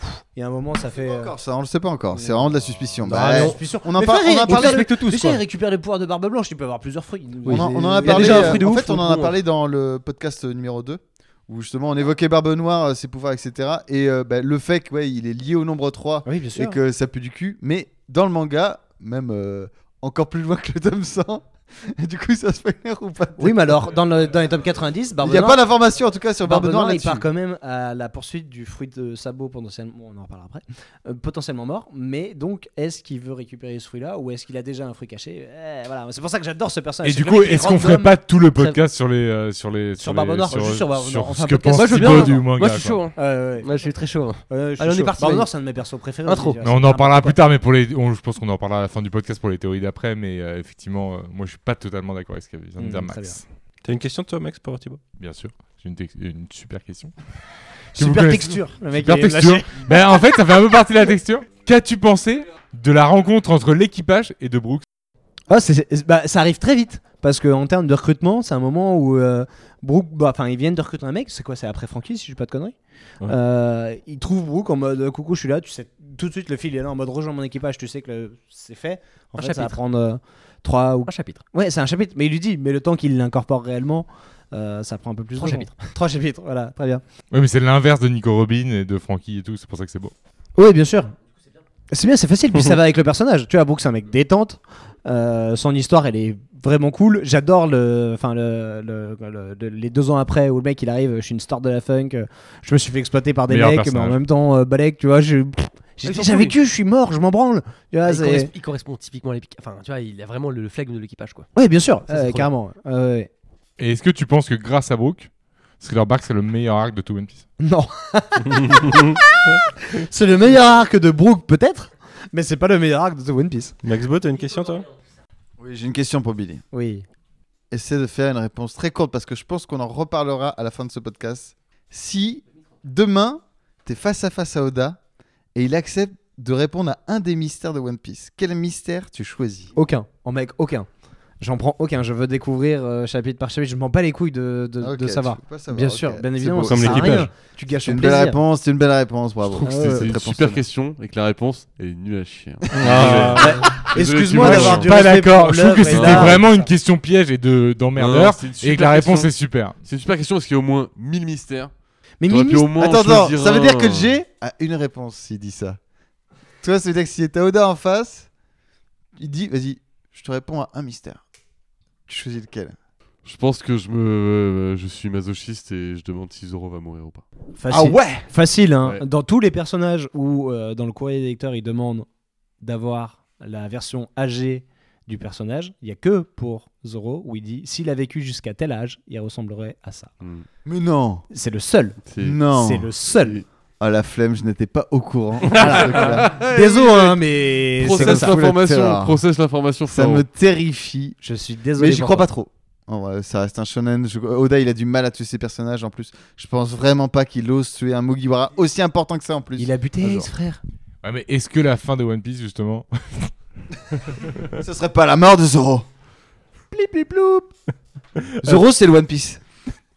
H: Pff, Il y a un moment, ça fait.
F: Pas
H: euh,
F: encore, ça, on le sait pas encore. C'est vraiment de la suspicion.
H: bah,
F: Bah,
H: non,
F: ouais.
H: je suis sûr.
F: on en
H: Mais
F: par-
H: frère,
F: on en
H: il-
F: parle-
H: déjà,
F: respecte
H: il-
F: tous,
H: déjà,
F: quoi.
H: il récupère les pouvoirs de Barbe Blanche, il peut avoir plusieurs fruits.
J: Oui,
F: on, en,
J: j'ai-
F: on en
J: il y
F: a
J: a
F: parlé.
J: déjà un
F: euh,
J: fruit de
F: en
J: ouf,
F: fait, on en a
J: franchement.
F: parlé dans le podcast numéro 2 où justement on évoquait Barbe Noire, euh, ses pouvoirs, etc. Et euh, bah, le fait que, ouais, il est lié au nombre 3
H: Oui, bien sûr.
F: et que ça pue du cul. Mais dans le manga, même euh, encore plus loin que le tome 100, du coup, ça se fait ou pas
H: Oui, mais alors, dans, le, dans les tomes 90,
F: Il
H: Barbe
F: n'y a
H: Noire,
F: pas d'information en tout cas sur Barbe,
H: Barbe
F: Noire
H: Noire, il
F: là-dessus.
H: part quand même à la poursuite du fruit de sabot potentiellement, bon, on en reparlera après, euh, potentiellement mort. Mais donc, est-ce qu'il veut récupérer ce fruit-là ou est-ce qu'il a déjà un fruit caché Eh, Voilà, c'est pour ça que j'adore ce personnage.
A: Et
H: C'est
A: du
H: que
A: coup,
H: le mec, il
A: est-ce qu'on
H: rentre
A: ferait
H: dans-
A: pas tout le podcast sur les euh, sur les
H: Sur Barbe
A: les-
H: Noire, juste sur Barbe Noire.
A: sur
H: bah, On fait
A: ce
H: un
A: que
H: podcast.
A: pense
J: Moi, je veux bien,
A: Thibaut
J: hein.
A: du manga.
J: Moi, je suis
A: quoi.
J: chaud. hein.
H: Ouais, ouais, ouais.
J: Moi, je suis très chaud. hein.
H: Ouais, ouais, je suis
J: Allez, on est
H: chaud.
J: parti,
H: Barbe
J: vas-y.
H: Noire, c'est un de mes persos préférés.
J: Intro.
H: aussi, tu
A: Mais
H: vois,
A: on
H: c'est
A: en
H: vraiment
A: parlera
H: top.
A: plus tard, mais pour les, on- je pense qu'on en parlera à la fin du podcast pour les théories d'après. Mais euh, effectivement, euh, moi, je suis pas totalement d'accord avec ce que vient de
H: Mm,
A: dire
H: très
A: Max.
D: T'as une question toi, Max, pour Thibaut
A: Bien sûr, j'ai une, tex- une super question. Que vous
H: Super
A: connaissez.
H: texture. Le mec,
A: Super
H: il est
A: texture.
H: lâché.
A: Ben, en fait, ça fait un peu partie de la texture. Qu'as-tu pensé de la rencontre entre l'équipage et de Brooks
H: Ah, c'est- c'est- bah, ça arrive très vite. Parce qu'en termes de recrutement, c'est un moment où euh, Brooke, bah, enfin, ils viennent de recruter un mec. C'est quoi C'est après Frankie, si je dis pas de conneries.
D: Ouais.
H: Euh, ils trouvent Brooke en mode euh, coucou, je suis là. Tu sais tout de suite le fil il est là en mode rejoins mon équipage. Tu sais que le- c'est fait. En
J: Un
H: fait, ça va
J: chapitre.
H: prendre euh, trois ou
J: Un chapitre.
H: ouais, c'est un chapitre. Mais il lui dit, mais le temps qu'il l'incorpore réellement, euh, ça prend un peu plus
J: Trois
H: de temps.
J: chapitres.
H: Trois chapitres. Voilà, très bien.
A: Oui, mais c'est l'inverse de Nico Robin et de Frankie et tout. C'est pour ça que c'est beau.
H: Oui, bien sûr. C'est bien, c'est facile, puis ça va avec le personnage. Tu vois, Brooke, c'est un mec détente. Euh, son histoire, elle est vraiment cool. J'adore le, enfin le, le- le- le- les deux ans après où le mec il arrive, je suis une star de la funk. euh, Je me suis fait exploiter par des
A: Meilleur
H: mecs, mais
A: personnage.
H: en même temps, euh, Balek, tu vois, je- pff, j'ai
J: Ils s'en
H: déjà
J: foutent.
H: vécu, je suis mort, je m'en branle. Tu vois,
J: il,
H: c'est-
J: correspond, il correspond typiquement à l'épique. Enfin, tu vois, il a vraiment le, le flegme de l'équipage quoi.
H: Ouais, bien sûr,
J: Ça, c'est
H: euh,
J: trop
H: carrément. ouais, ouais.
A: Et est-ce que tu penses que grâce à Brooke, Thriller Bark, c'est le meilleur arc de tout One Piece.
H: Non. Ah, c'est le meilleur arc de Brook, peut-être, mais c'est pas le meilleur arc de The One Piece.
D: Max Bo, t'as une question toi
F: Oui, j'ai une question pour Billy.
H: Oui.
F: Essaie de faire une réponse très courte parce que je pense qu'on en reparlera à la fin de ce podcast. Si demain, t'es face à face à Oda et il accepte de répondre à un des mystères de One Piece, quel mystère tu choisis
H: Aucun. En mec, aucun. J'en prends aucun. Je veux découvrir euh, chapitre par chapitre. Je m'en bats les couilles de, de,
F: Ok,
H: de
F: tu
H: savoir.
F: peux pas savoir,
H: Bien
F: ok.
H: sûr, bien
F: C'est
H: évidemment.
F: beau.
D: Comme
H: ça sert à
D: l'équipage.
H: rien. Tu gâches
F: C'est
H: ton
F: une belle
H: plaisir.
F: réponse, c'est une belle réponse, bravo.
A: trouve que
H: Ah ouais.
A: c'est
F: Cette
E: C'est une
F: réponse,
E: super
F: là.
E: question et que la réponse elle est nulle à chier. hein. Ah,
F: Bah,
E: Désolé,
H: Excuse-moi
E: tu vois,
H: d'avoir
E: je
H: du
E: suis
A: Ah. Pas
H: respect pour
A: d'accord. Je trouve
H: l'œuvre
A: que
H: et
A: c'était
H: l'art.
A: vraiment une question piège et de
F: euh,
E: Non, non,
A: d'emmerdeur.
E: c'est une super
A: Et que la réponse
E: question.
A: est super.
E: C'est une super question parce qu'il y a au moins 1000 mystères.
H: Mais
E: T'aurais pu
H: Mimi,
E: au moins en
F: Attends, attends,
E: choisir
F: ça veut dire que
E: un.
F: G a une réponse s'il dit ça. Toi, ça veut dire que si t'as Oda en face, il dit vas-y, je te réponds à un mystère. Tu choisis lequel
E: Je pense que je me, je suis masochiste et je demande si Zoro va mourir ou pas.
H: facile.
F: Ah ouais
H: Facile, hein.
E: Ouais.
H: Dans tous les personnages où, euh, dans le courrier des lecteurs, ils demandent d'avoir la version âgée du personnage, il n'y a que pour Zoro où il dit s'il a vécu jusqu'à tel âge, il ressemblerait à ça.
F: Mais non
H: C'est le seul.
E: C'est-
F: Non
H: C'est le seul.
F: Ah la flemme, je n'étais pas au courant.
H: Désolé, hein, mais c'est comme
E: Processe
F: ça.
H: ça.
F: Faut la
E: l'information,
F: terre.
E: processe l'information.
F: ça
E: frérot.
F: me terrifie.
H: Je suis désolé.
F: Mais j'y
H: pour
F: crois
H: toi.
F: pas trop. En vrai, ça reste un shonen. Je- Oda, il a du mal à tuer ses personnages en plus. Je pense vraiment pas qu'il ose tuer un Mugiwara aussi important que ça en plus.
H: Il a buté
F: Un
H: Ace,
F: jour.
H: frère.
A: Ouais, mais est-ce que la fin de One Piece, justement.
F: Ce serait pas la mort de Zoro. Plip, plip, ploup. Zoro, c'est le One Piece.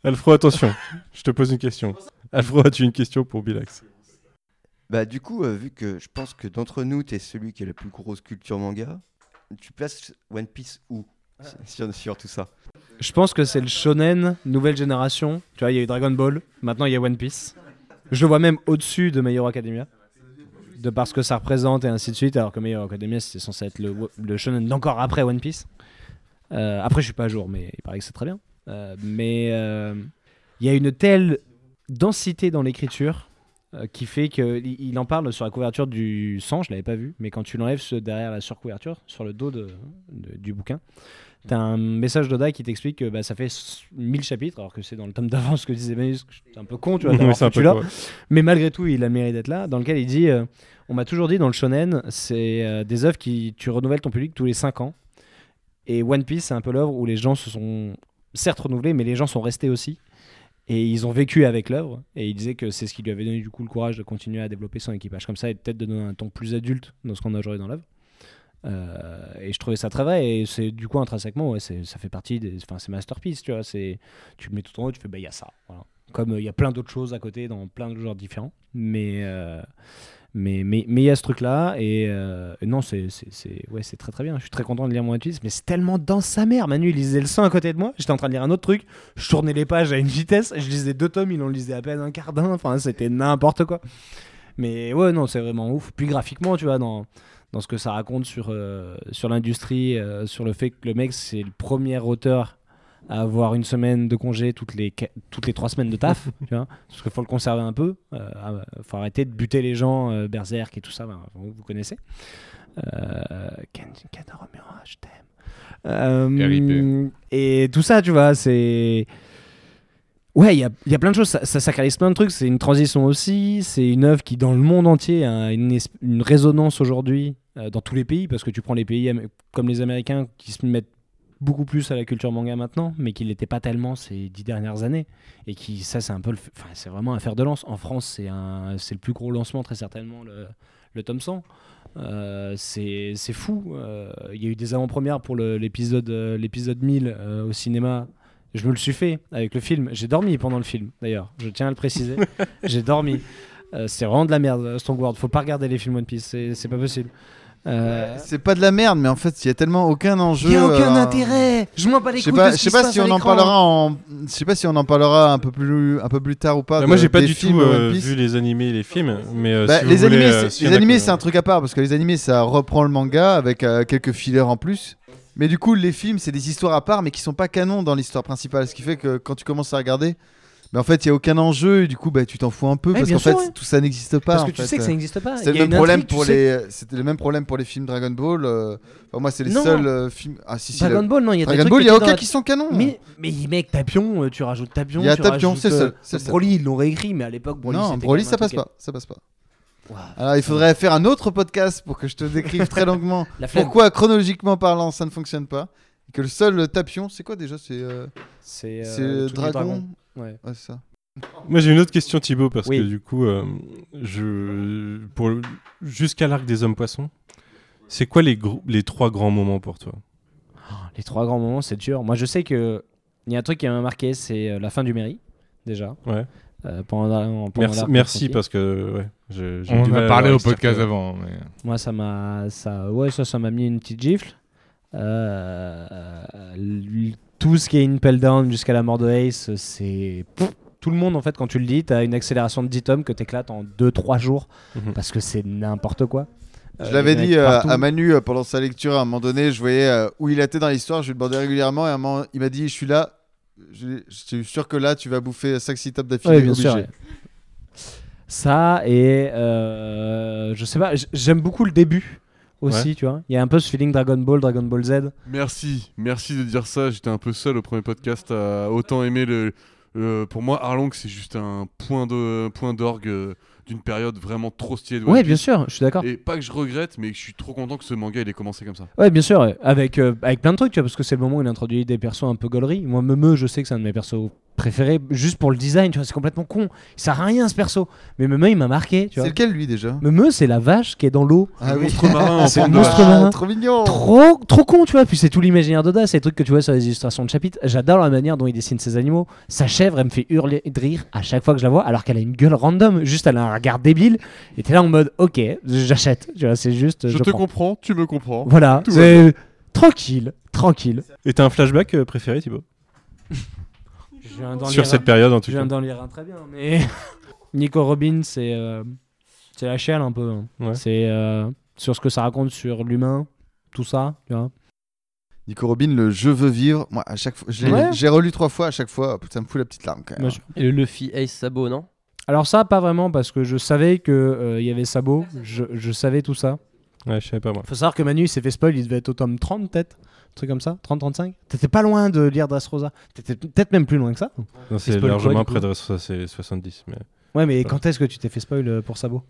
D: Euh, Alfro, attention, je te pose une question. Alfro, as-tu une question pour Bilax
B: Bah du coup, euh, vu que je pense que d'entre nous, t'es celui qui a la plus grosse culture manga, tu places One Piece où
H: Ah.
B: sur, sur tout ça
H: Je pense que c'est le shonen nouvelle génération. Tu vois, il y a eu Dragon Ball, maintenant il y a One Piece. Je le vois même au-dessus de Meilleur Academia. De parce que ça représente et ainsi de suite, alors que Meilleur Academia c'était censé être le, le shonen d'encore après One Piece. Euh, après, je suis pas à jour, mais il paraît que c'est très bien. Euh, mais euh, il y a une telle densité dans l'écriture euh, qui fait qu'il il en parle sur la couverture du sang, je l'avais pas vu, mais quand tu l'enlèves ce- derrière la surcouverture, sur le dos de- de- du bouquin. T'as un message d'Oda qui t'explique que bah, ça fait s- 1000 chapitres, alors que c'est dans le tome d'avant ce que disait Manus. que C'est un peu con, tu vois. d'avoir foutu là. Mais malgré tout, il a le mérite d'être là, dans lequel il dit euh, On m'a toujours dit dans le shonen, c'est euh, des œuvres qui tu renouvelles ton public tous les 5 ans. Et One Piece, c'est un peu l'œuvre où les gens se sont certes renouvelés, mais les gens sont restés aussi. Et ils ont vécu avec l'œuvre. Et il disait que c'est ce qui lui avait donné du coup le courage de continuer à développer son équipage comme ça et peut-être de donner un ton plus adulte dans ce qu'on a aujourd'hui dans l'œuvre. Euh, et je trouvais ça très vrai. Et c'est du coup intrinsèquement, ouais, c'est- ça fait partie des. Enfin, c'est masterpiece, tu vois. c'est- Tu mets tout en haut, tu fais, bah, il y a ça. Voilà. Comme euh, il y a plein d'autres choses à côté dans plein de genres différents. Mais. euh, mais mais mais il y a ce truc là et euh, non c'est c'est- c'est ouais c'est très très bien je suis très content de lire mon One Piece mais c'est tellement dans sa mère Manu il lisait le sang à côté de moi j'étais en train de lire un autre truc je tournais les pages à une vitesse je lisais deux tomes il en lisait à peine un quart d'un enfin c'était n'importe quoi mais ouais non c'est vraiment ouf puis graphiquement tu vois dans dans ce que ça raconte sur, euh, sur l'industrie, euh, sur le fait que le mec, c'est le premier auteur à avoir une semaine de congé toutes les, qua- toutes les trois semaines de taf, tu vois, parce qu'il faut le conserver un peu, il faut arrêter de buter les gens, euh, Berserk et tout ça, ben, vous, vous connaissez. Euh, Kenji Kanaro Miura, ah, je t'aime. Euh,
A: RIP.
H: et tout ça, tu vois, c'est... Ouais, il y a, il y a plein de choses, ça, ça sacralise plein de trucs, c'est une transition aussi, c'est une œuvre qui dans le monde entier a une, es- une résonance aujourd'hui euh, dans tous les pays, parce que tu prends les pays am- comme les Américains qui se mettent beaucoup plus à la culture manga maintenant, mais qui l'étaient pas tellement ces dix dernières années, et qui ça c'est un peu, le f- enfin c'est vraiment un fer de lance. En France c'est un, c'est le plus gros lancement très certainement le, le tome 100. Euh, c'est c'est fou. Euh, Il y a eu des avant-premières pour le- l'épisode euh, l'épisode 1000 euh, au cinéma. Je me le suis fait avec le film. J'ai dormi pendant le film, d'ailleurs. Je tiens à le préciser. J'ai dormi. Euh, c'est vraiment de la merde, Strongward. Faut pas regarder les films One Piece. C'est c'est pas possible. Euh,
F: C'est pas de la merde, mais en fait, il y a tellement aucun enjeu.
H: il y a aucun
F: euh,
H: intérêt. Je m'en bats les
F: Je sais
H: couilles.
F: pas,
H: de
F: je sais
H: ce qui se
F: pas
H: passe
F: si
H: à
F: on en
H: l'écran.
F: parlera en, je sais pas si on en parlera un peu plus, un peu plus tard ou pas.
D: Bah,
F: de-
D: moi, j'ai pas
F: Ah, des
D: du
F: films
D: tout euh,
F: One Piece.
D: vu les animés et les films, mais euh,
F: Bah,
D: si vous
F: les
D: voulez,
F: animés,
D: euh,
F: c'est-
D: s'il y en
F: les
D: a
F: animés,
D: que-
F: c'est un truc à part parce que les animés, ça reprend le manga avec euh, quelques fillers en plus. Mais du coup, les films, c'est des histoires à part, mais qui sont pas canon dans l'histoire principale. Ce qui fait que quand tu commences à regarder, Mais en fait, il n'y a aucun enjeu, et du coup, bah, tu t'en fous un peu,
J: Ouais,
F: parce
J: bien
F: qu'en fait,
J: sûr, ouais.
F: tout ça n'existe pas.
J: Parce
F: en
J: que tu
F: fait.
J: sais que ça n'existe pas.
F: C'était
J: Il y
F: le
J: a
F: même
J: une
F: problème
J: intrigue, tu
F: pour
J: sais.
F: les. euh, C'était le même problème pour les films Dragon Ball. euh, Enfin, moi, c'est les
J: Non.
F: seuls euh, films. Ah si si.
J: Dragon
F: là-
J: Ball, non, il y a des
F: Dragon
J: trucs
F: Ball, il y a
J: étaient dans
F: aucun
J: la-
F: qui sont canons.
J: Mais, mais mec, Tapion, euh, tu rajoutes Tapion.
F: Il y a
J: tu
F: Tapion,
J: rajoutes,
F: c'est le
J: euh,
F: seul, c'est le seul.
J: Broly, ils l'ont réécrit, mais à l'époque, Broly.
F: non,
J: c'était
F: Broly,
J: quand même
F: ça
J: un
F: passe
J: truc-
F: pas, ça passe pas.
J: Ouah.
F: Alors, il faudrait faire un autre podcast pour que je te décrive très longuement
J: La flemme.
F: pourquoi, chronologiquement parlant, ça ne fonctionne pas. Et Que le seul Tapion, c'est quoi déjà C'est euh,
H: C'est
F: c'est
H: euh, le
F: euh,
H: truc du
F: dragon.
H: Ouais.
F: Ouais, c'est ça.
D: Moi, j'ai une autre question, Thibaut, parce
H: Oui.
D: que du coup, euh, je, pour le- jusqu'à l'arc des hommes poissons, c'est quoi les, gros- les trois grands moments pour toi
H: Les trois grands moments, c'est dur. Moi, je sais que il y a un truc qui m'a marqué, c'est euh, la fin du mairie, déjà.
D: Ouais.
H: Euh, pendant, pendant
D: Merci,
H: l'arc
D: merci
H: confrontier.
D: parce que ouais, j'ai- j'ai
A: On
D: du
A: en
D: mal
A: a
D: à
A: parlé au
D: extirper.
A: podcast avant. mais-
H: Moi, ça m'a, ça, ouais, ça, ça m'a mis une petite gifle. Euh, euh, l- tout ce qui est Impel Down jusqu'à la mort de Ace, c'est pff, tout le monde en fait. Quand tu le dis, t'as une accélération de 10 tomes que t'éclates en 2-3 jours
D: Mhm.
H: parce que c'est n'importe quoi. Euh,
F: Je l'avais
H: il y en a
F: dit euh,
H: partout.
F: à Manu euh, pendant sa lecture, à un moment donné, je voyais euh, où il était dans l'histoire, je lui demandais régulièrement, et à un moment, il m'a dit, je suis là, je, je suis sûr que là, tu vas bouffer 5-6 tables d'affilée,
H: Ouais, bien
F: obligé.
H: sûr, ouais. Ça et euh, je sais pas, j- j'aime beaucoup le début aussi, tu vois. Il y a un peu ce feeling Dragon Ball, Dragon Ball Z.
E: Merci, merci de dire ça. J'étais un peu seul au premier podcast à autant aimer le. le- pour moi, Arlong, c'est juste un point de point d'orgue euh, d'une période vraiment trop stylée. de One
H: Ouais, bien
E: Piece.
H: sûr, je suis d'accord.
E: Et pas que je regrette, mais que je suis trop content que ce manga il ait commencé comme ça.
H: Ouais, bien sûr, ouais. avec, euh, avec plein de trucs, tu vois, parce que c'est le moment où il introduit des persos un peu gaulerie. Moi, Memeux, je sais que c'est un de mes persos préférés, juste pour le design, tu vois, c'est complètement con. Il sert à rien ce perso. Mais Memeux, il m'a marqué, tu
F: C'est
H: vois.
F: lequel lui déjà
H: Memeux, c'est la vache qui est dans l'eau.
F: Ah oui.
E: Monstre marin en
H: C'est
E: forme de
H: le monstre
E: vache.
F: Ah,
H: marin.
F: Trop mignon.
H: Trop, trop con, tu vois. Puis c'est tout l'imaginaire d'Oda, c'est les trucs que tu vois sur les illustrations de chapitres. J'adore la manière dont il dessine ses animaux. Sa chèvre, elle me fait hurler de rire à chaque fois que je la vois, alors qu'elle a une gueule random. Juste, elle a un regard débile. Et t'es là en mode, ok, j'achète. Tu vois, c'est juste. Je,
E: Je, te
H: prends.
E: comprends, tu me comprends.
H: Voilà,
E: Tout va
H: c'est tranquille, tranquille.
D: Et t'as un flashback euh, préféré, Thibaut
H: Je viens d'en
D: Sur
H: lire
D: cette
H: un-
D: période, en tout
H: Je viens
D: cas.
H: d'en lire un très bien, mais Nico Robin, c'est euh, c'est la chiale un peu. hein.
D: Ouais.
H: C'est euh, sur ce que ça raconte sur l'humain, tout ça, tu vois.
F: Nico Robin, le Je veux vivre. Moi, à chaque fois, je l'ai-
H: Ouais.
F: j'ai relu trois fois. À chaque fois, ça me fout la petite larme quand même.
H: Moi, je-
J: Et le Luffy Ace Sabo, non
H: Alors ça, pas vraiment, parce que je savais que euh, il y avait Sabot, je, je savais tout ça.
D: Ouais, je savais pas moi.
H: Faut savoir que Manu il s'est fait spoil, il devait être au tome 30 peut-être, un truc comme ça, 30-35. T'étais pas loin de lire Dressrosa, t'étais peut-être même plus loin que ça.
D: Non,
H: se
D: c'est
H: spoil quoi,
D: largement
H: du coup
D: près de ça, c'est 70. Mais...
H: Ouais, mais
D: Voilà.
H: quand est-ce que tu t'es fait spoil euh, pour Sabot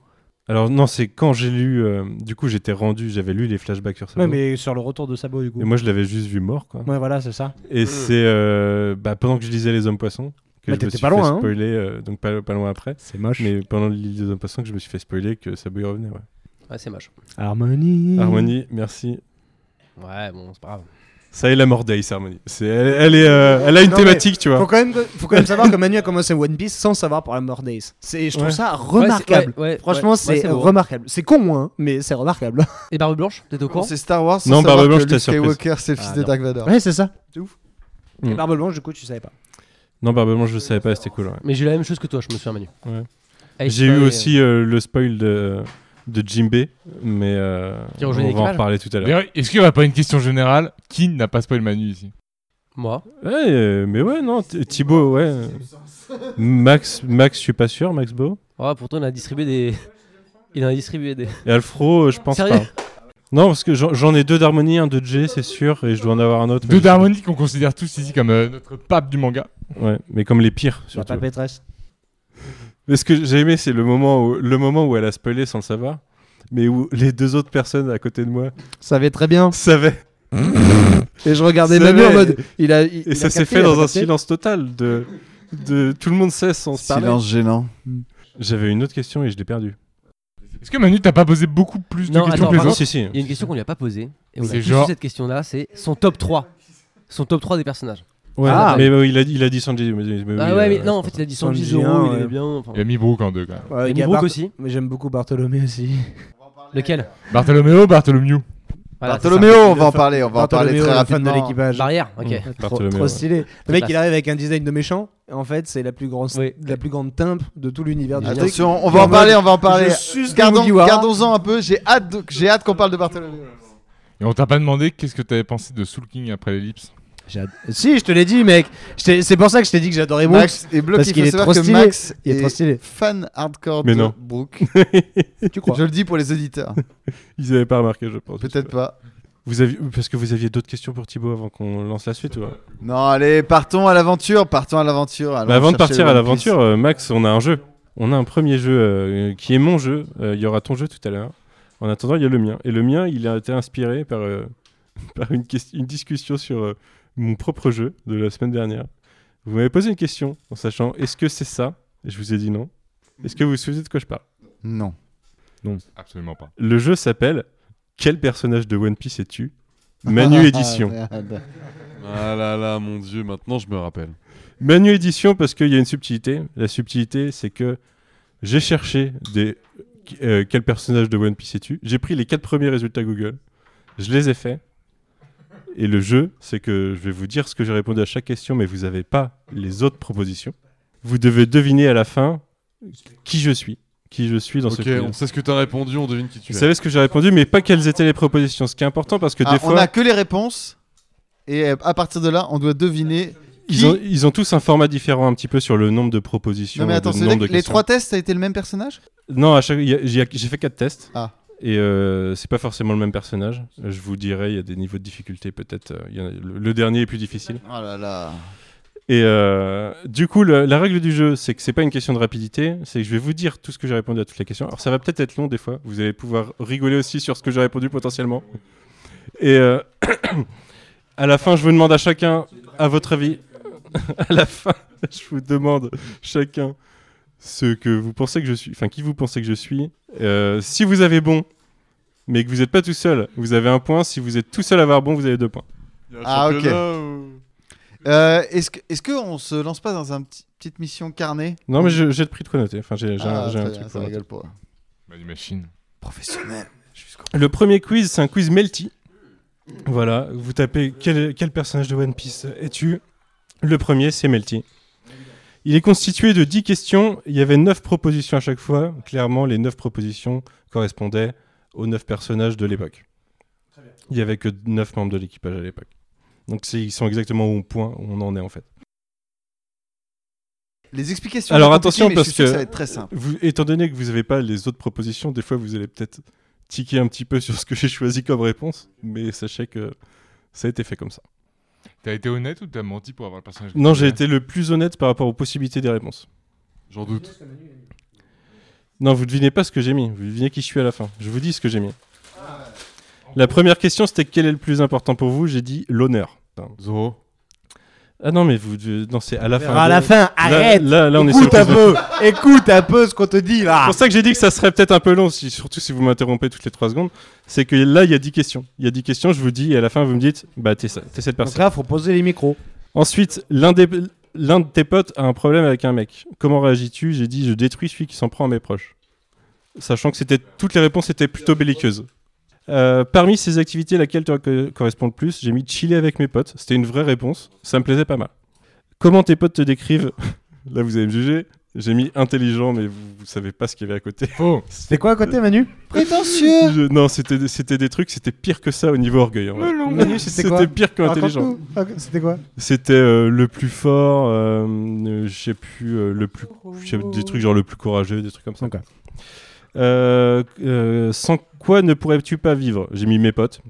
D: Alors, non, c'est quand j'ai lu. euh, du coup, j'étais rendu, j'avais lu les flashbacks sur ça.
H: Ouais, mais sur le retour de Sabot du coup.
D: Et moi, je l'avais juste vu mort, quoi.
H: Ouais, voilà, c'est ça.
J: Hmm.
D: Et c'est euh, bah, pendant que je lisais Les Hommes Poissons
H: Bah,
D: que je me
H: t'étais
D: suis
H: pas
D: fait
H: loin, hein.
D: spoiler, euh, donc pas, pas loin après.
H: C'est moche.
D: Mais pendant le livre des Hommes Poissons que je me suis fait spoiler que Sabo y revenait. Ouais.
J: Ouais, c'est moche.
H: Harmonie.
D: Harmonie, merci.
J: Ouais, bon, c'est pas grave.
D: Ça est la mort d'Ace Harmonie. C'est, elle, elle est, euh, elle a une
H: Non, mais-
D: thématique, tu vois.
H: Faut quand, même, faut quand même savoir que Manu a commencé One Piece sans savoir pour la mort d'Ace. C'est, je trouve
D: Ouais.
H: ça remarquable. Franchement, c'est, remarquable. C'est con, hein, mais c'est remarquable.
J: Et Barbe Blanche, t'es au courant
F: C'est Star Wars. sans
D: Non, bah,
F: savoir
D: Barbe
F: que
D: Blanche,
F: Luke
D: t'as surprise.
F: Skywalker, c'est le fils
H: Ah,
F: de
H: non.
F: Dark Vador.
H: Ouais, c'est ça.
F: C'est ouf.
D: Mm.
H: Et Barbe Blanche, du coup, tu savais pas.
D: Non, Barbe Blanche, je savais pas, c'était cool. ouais.
J: Mais j'ai eu la même chose que toi, je me souviens, Manu.
D: Ouais.
J: Ace
D: J'ai eu
J: Boy, euh,
D: aussi euh, le spoil de, de Jimbe, mais euh,
J: Qui
D: on
J: rejoignait
D: va en
J: l'équipage.
D: reparler tout à l'heure.
A: D'ailleurs, est-ce qu'il n'y aurait pas une question générale Qui n'a pas spoil Manu ici
J: Moi.
D: Ouais, euh, mais ouais, non, Th- Thibaut, ouais. euh, Max, Max, je suis pas sûr, Max Beau.
J: Ouais, Oh, pourtant, il a distribué des. Il en a distribué des.
D: Et Alfro, euh, je pense
J: Sérieux
D: pas. Non, parce que j'en- j'en ai deux d'harmonie, un de J, c'est sûr, et je dois en avoir un autre. mais
A: Deux
D: je-
A: d'harmonie qu'on considère tous ici comme euh, notre pape du manga.
D: Ouais, mais comme les pires,
H: La
D: surtout.
H: papétresse.
D: Mais ce que j'ai aimé, c'est le moment où le moment où elle a spoilé sans le savoir, mais où les deux autres personnes à côté de moi
H: Savait très bien.
D: savaient.
H: Et je regardais
D: C'est
H: Manu en
D: vrai.
H: mode. Il a, il-
D: Et
H: il
D: ça
H: a
D: s'est
H: capté,
D: fait
H: il a
D: dans un
H: capté.
D: silence total de, de tout le monde sait sans se parler.
F: Silence gênant.
D: J'avais une autre question et je l'ai perdue.
A: Est-ce que Manu, t'as pas posé beaucoup plus de
J: Non,
A: questions
J: attends,
A: que les
J: par
A: autres
D: si, si.
J: Il y a une question qu'on lui a pas posée. Et on a
A: C'est
J: tous eu
A: genre-
J: cette question-là, c'est son top 3. Son top 3 des personnages.
D: Ouais,
H: Ah.
D: mais euh, il, a, il a dit Sanji. mais- mais- mais
J: ah
D: oui,
J: ouais,
D: euh,
J: mais non, en fait, il a dit Sanji
H: Sanji,
J: Zoro,
H: hein,
J: il
H: ouais.
J: est bien. Enfin,
A: Il y a mis Brooke en deux quand même.
H: Ouais,
J: et
H: il y a
J: Mibrook
H: Bar-
J: aussi.
H: Mais j'aime beaucoup Bartholomé aussi.
J: Lequel
A: Bartholoméo, Bartholomew.
J: Voilà, c'est ça.
F: Bartholoméo, on va en parler. On va en parler
H: Bartholoméo,
F: très
H: le fan de
F: rapidement.
H: l'équipage.
J: Barrière, ok.
D: Mm.
H: Trop,
D: Bartholoméo,
H: trop
D: ouais.
H: stylé. Le mec,
J: classe.
H: il arrive avec un design de méchant. Et en fait, c'est la plus grande,
J: Oui.
H: la plus grande teinte de tout l'univers du truc.
F: Ah, Attention, on va en parler, on va en parler.
H: Je suce des
F: Gardons-
H: Mugiwara.
F: Gardons-en un peu. J'ai hâte, de- j'ai hâte qu'on parle de Bartholomew.
A: Et on t'a pas demandé qu'est-ce que t'avais pensé de Soul King après l'ellipse
H: J'ad- Si, je te l'ai dit, mec. Je t'ai- C'est pour ça que je t'ai dit que j'adorais Brooks.
F: Max est bloqué.
H: parce qu'il
F: il
H: est
F: faut
H: trop
F: savoir que
H: stylé.
F: Max
H: Il est trop stylé.
F: fan hardcore
D: Mais
F: de
D: non.
F: Brooke.
H: Tu crois
F: Je le dis pour les auditeurs.
D: Ils n'avaient pas remarqué, je pense.
F: Peut-être pas.
D: Vous aviez... Parce que vous aviez d'autres questions pour Thibaut avant qu'on lance la suite. ou pas
F: Non, allez, partons à l'aventure. Partons à l'aventure. allons
D: Mais Bah, avant de
F: chercher
D: partir à
F: le One Piece.
D: l'aventure, euh, Max, on a un jeu. On a un premier jeu euh, qui est mon jeu. Euh, Il y aura ton jeu tout à l'heure. En attendant, il y a le mien. Et le mien, il a été inspiré par, euh, par une, ques- une discussion sur euh, mon propre jeu de la semaine dernière. Vous m'avez posé une question en sachant est-ce que c'est ça Et je vous ai dit non. Est-ce que vous vous souvenez de quoi je parle
F: Non.
A: Absolument pas.
D: Le jeu s'appelle Quel personnage de One Piece es-tu Manu Édition.
F: Merde.
E: Ah là là, mon dieu, maintenant je me rappelle.
D: Manu Édition, parce qu'il y a une subtilité. La subtilité, c'est que j'ai cherché des... euh, quel personnage de One Piece es-tu. J'ai pris les quatre premiers résultats Google, je les ai faits. Et le jeu, c'est que je vais vous dire ce que j'ai répondu à chaque question, mais vous n'avez pas les autres propositions. Vous devez deviner à la fin qui je suis. Qui je suis dans
E: ok,
D: ce pays.
E: on sait ce que t'as répondu, on devine qui tu
D: Vous
E: es.
D: savez ce que j'ai répondu, mais pas quelles étaient les propositions. Ce qui est important parce que
F: Ah,
D: des
F: On
D: fois,
F: a que les réponses. Et euh, à partir de là, on doit deviner. qui-
D: ils, ont, ils ont tous un format différent un petit peu sur le nombre de propositions.
F: Non mais
D: et
F: attends,
D: le
F: c'est
D: nombre de
F: les
D: questions.
F: trois tests, ça a été le même personnage
D: Non, à chaque... il y a- j'y ai- j'ai fait quatre tests.
F: Ah.
D: Et euh, c'est pas forcément le même personnage. Je vous dirai, il y a des niveaux de difficulté peut-être. euh, il y en a- le, le dernier est plus difficile.
F: Oh là là.
D: Et euh, du coup, le- la règle du jeu, c'est que c'est pas une question de rapidité. C'est que je vais vous dire tout ce que j'ai répondu à toutes les questions. Alors ça va peut-être être long des fois. Vous allez pouvoir rigoler aussi sur ce que j'ai répondu potentiellement. Et euh, à la fin, je vous demande à chacun, à votre avis, à la fin, je vous demande chacun ce que vous pensez que je suis, enfin qui vous pensez que je suis. Euh, si vous avez bon, mais que vous n'êtes pas tout seul, vous avez un point. Si vous êtes tout seul à avoir bon, vous avez deux points.
E: Il y a un
F: Ah, ok.
E: championnat ou-
F: Euh, Est-ce que- est-ce qu'on se lance pas dans un petit petite mission carnet
D: Non, mais je- j'ai le prix de quoi noter. Enfin, j'ai j'ai un,
F: Ah,
D: j'ai un
F: très
D: truc
F: bien,
D: pour
F: ça
D: noter.
F: rigole pas.
A: Manu Machine.
F: Professionnel. Jusqu'au
D: Le premier quiz, c'est un quiz Melty. Voilà, vous tapez quel, quel personnage de One Piece es-tu Le premier, c'est Melty. Il est constitué de 10 questions. Il y avait 9 propositions à chaque fois. Clairement, les 9 propositions correspondaient aux 9 personnages de l'époque. Il n'y avait que 9 membres de l'équipage à l'époque. Donc, c'est- ils sont exactement au point où on en est en fait.
F: Les explications.
D: Alors,
F: sont compliquées,
D: attention,
F: mais
D: parce
F: je suis sûr
D: que-
F: ça va être très simple.
D: Vous- étant donné que vous n'avez pas les autres propositions, des fois vous allez peut-être tiquer un petit peu sur ce que j'ai choisi comme réponse, mais sachez que ça a été fait comme ça.
A: T'as été honnête ou t'as menti pour avoir le personnage que
D: Non,
A: tu
D: j'ai
A: voulais
D: été le plus honnête par rapport aux possibilités des réponses.
E: J'en doute.
D: Non, vous devinez pas ce que j'ai mis, vous devinez qui je suis à la fin. Je vous dis ce que j'ai mis. La première question, c'était quel est le plus important pour vous J'ai dit l'honneur.
E: Zoro.
D: Ah non, mais vous, devez- non, c'est à la fin.
H: À la fin, arrête
D: Là, là, là, on est sur
H: Écoute
D: le
H: un
D: quiz de-
H: peu Écoute un peu ce qu'on te dit
D: C'est
H: là
D: pour ça que j'ai dit que ça serait peut-être un peu long, si- surtout si vous m'interrompez toutes les 3 secondes. C'est que là, il y a 10 questions. Il y a 10 questions, je vous dis, et à la fin, vous me dites, bah, t'es ça- t'es cette
H: Donc
D: personne.
H: là, faut poser les micros.
D: Ensuite, l'un des- l'un de tes potes a un problème avec un mec. Comment réagis-tu J'ai dit, je détruis celui qui s'en prend à mes proches. Sachant que c'était toutes les réponses étaient plutôt belliqueuses. Euh, parmi ces activités, laquelle te co- correspond le plus J'ai mis chiller avec mes potes. C'était une vraie réponse. Ça me plaisait pas mal. Comment tes potes te décrivent Là, vous allez me juger. J'ai mis intelligent, mais vous, vous savez pas ce qu'il y avait à côté.
A: Faux.
H: C'est Oh. quoi à côté, Manu
F: Prétentieux.
D: Je- non, c'était des- c'était des trucs, c'était pire que ça au niveau orgueil. en vrai.
H: Manu, c'était quoi
D: C'était pire que intelligent.
H: Raconte-nous. Ah, C'était quoi
D: C'était euh, le plus fort, euh, euh, je sais plus, euh, le plus, je sais- des trucs genre le plus courageux, des trucs comme ça.
H: Ok.
D: Euh, euh, sans quoi ne pourrais-tu pas vivre J'ai mis mes potes.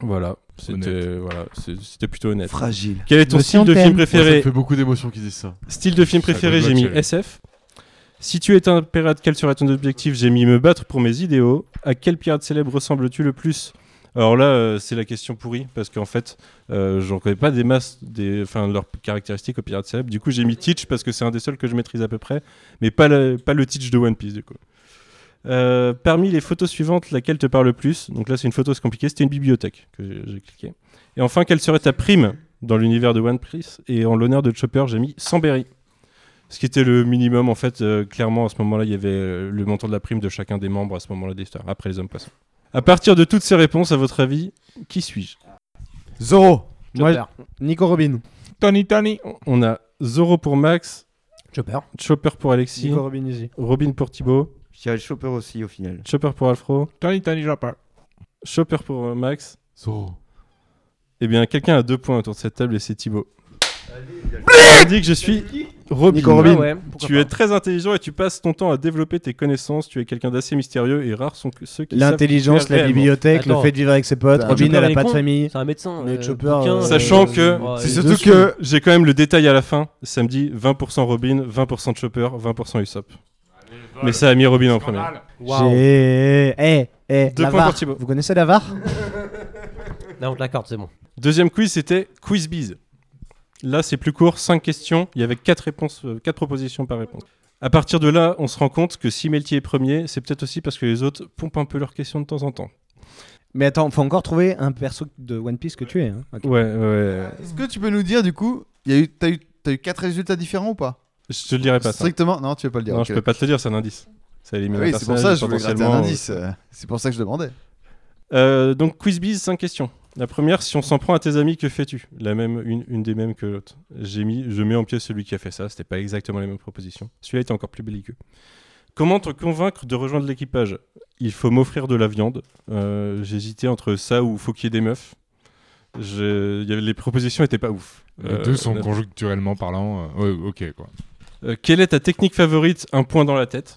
D: Voilà, c'était voilà, c'est- c'était plutôt honnête.
B: Fragile.
D: Quel est ton
G: Notion
D: style de
G: thème.
D: film
E: Moi, ça me
D: préféré
E: fait beaucoup d'émotions qu'ils disent ça.
D: Style de film
A: Ça
D: préféré,
A: doit
D: j'ai mis
A: challenger.
D: SF. Si tu es un pirate, quel serait ton objectif J'ai mis me battre pour mes idéaux. À quel pirate célèbre ressembles-tu le plus Alors là, euh, c'est la question pourrie, parce qu'en fait, euh, j'en connais pas des masses, des, enfin, de leurs caractéristiques aux pirates célèbres. Du coup, j'ai mis Teach, parce que c'est un des seuls que je maîtrise à peu près, mais pas le, pas le Teach de One Piece, du coup. Euh, parmi les photos suivantes, laquelle te parle le plus Donc là, c'est une photo, c'est compliqué. C'était une bibliothèque que j'ai- j'ai cliqué. Et enfin, quelle serait ta prime dans l'univers de One Piece Et en l'honneur de Chopper, j'ai mis Sanberry. Ce qui était le minimum, en fait, euh, clairement, à ce moment-là, il y avait euh, le montant de la prime de chacun des membres à ce moment-là des stars, après les hommes poissons. À partir de toutes ces réponses, à votre avis, qui suis-je
H: Zoro
D: Moi,
H: Moi, Nico Robin.
A: Tony, Tony.
D: On a Zoro pour Max,
J: Chopper.
D: Chopper pour Alexis,
H: Nico Robin ici.
D: Robin pour Thibaut,
B: Je dirais le chopper aussi au final.
D: Chopper pour Alfro,
A: Tony, Tony, Japper.
D: Chopper pour euh, Max,
E: Zoro.
D: Eh bien, quelqu'un a deux points autour de cette table et c'est Thibaut. On dit que je suis Robin.
F: Nico
J: Ah
F: Robin.
J: ouais, pourquoi
D: Tu
J: pas.
D: es très intelligent et tu passes ton temps à développer tes connaissances. Tu es quelqu'un d'assez mystérieux et rares sont que- ceux qui savent
G: L'intelligence,
D: faire
G: la
D: réellement.
G: bibliothèque,
J: Attends.
G: le fait de vivre avec ses potes.
F: Putain,
G: Robin,
J: Chopper,
G: elle
J: il
G: a
J: est
G: pas de
J: con.
G: famille.
J: C'est un médecin.
G: Mais
J: euh,
G: Chopper,
J: bouquin,
G: euh,
D: Sachant que-
J: ouais,
F: C'est
J: il-
F: surtout
G: dessus.
F: que
D: J'ai quand même le détail à la fin. Samedi, 20% Robin, 20% Chopper, 20% Usopp. Mais ça a mis Robin en premier.
J: Waouh.
G: J'ai. Eh, eh,
D: Deux points
G: l'avare.
D: pour Thibaut.
G: Vous connaissez l'avare
J: Là, on te l'accorde, c'est bon.
D: Deuxième quiz, c'était Quiz Biz. Là, c'est plus court, 5 questions. Il y avait 4 réponses, euh, quatre propositions par réponse. À partir de là, on se rend compte que si Melty est premier, c'est peut-être aussi parce que les autres pompent un peu leurs questions de temps en temps.
G: Mais attends, faut encore trouver un perso de One Piece que tu es. hein. Ok.
D: Ouais, ouais.
F: Est-ce que tu peux nous dire du coup, il y a eu, t'as eu, t'as eu quatre résultats différents ou pas
D: Je te le dirai pas. ça.
F: Strictement, non, tu veux pas le dire.
D: Non,
F: ok.
D: je peux pas te le dire, c'est un indice. Ça élimine
F: Ah
D: un
F: oui, c'est pour
D: personnage,
F: ça je voulais gratter un
D: potentiellement, euh,
F: indice. euh, C'est pour ça que je demandais.
D: Euh, donc, Quizbiz, 5 questions. La première, si on s'en prend à tes amis, que fais-tu La même, une, une des mêmes que l'autre. J'ai mis, je mets en pied celui qui a fait ça. C'était pas exactement les mêmes propositions. Celui-là était encore plus belliqueux. Comment te convaincre de rejoindre l'équipage Il faut m'offrir de la viande. Euh, J'hésitais entre ça ou faut qu'il y ait des meufs. Je- il y avait- les propositions étaient pas ouf.
A: Les
D: Euh,
A: deux sont
D: la-
A: conjoncturellement parlant. euh, ouais, ok, quoi.
D: euh, quelle est ta technique favorite Un point dans la tête.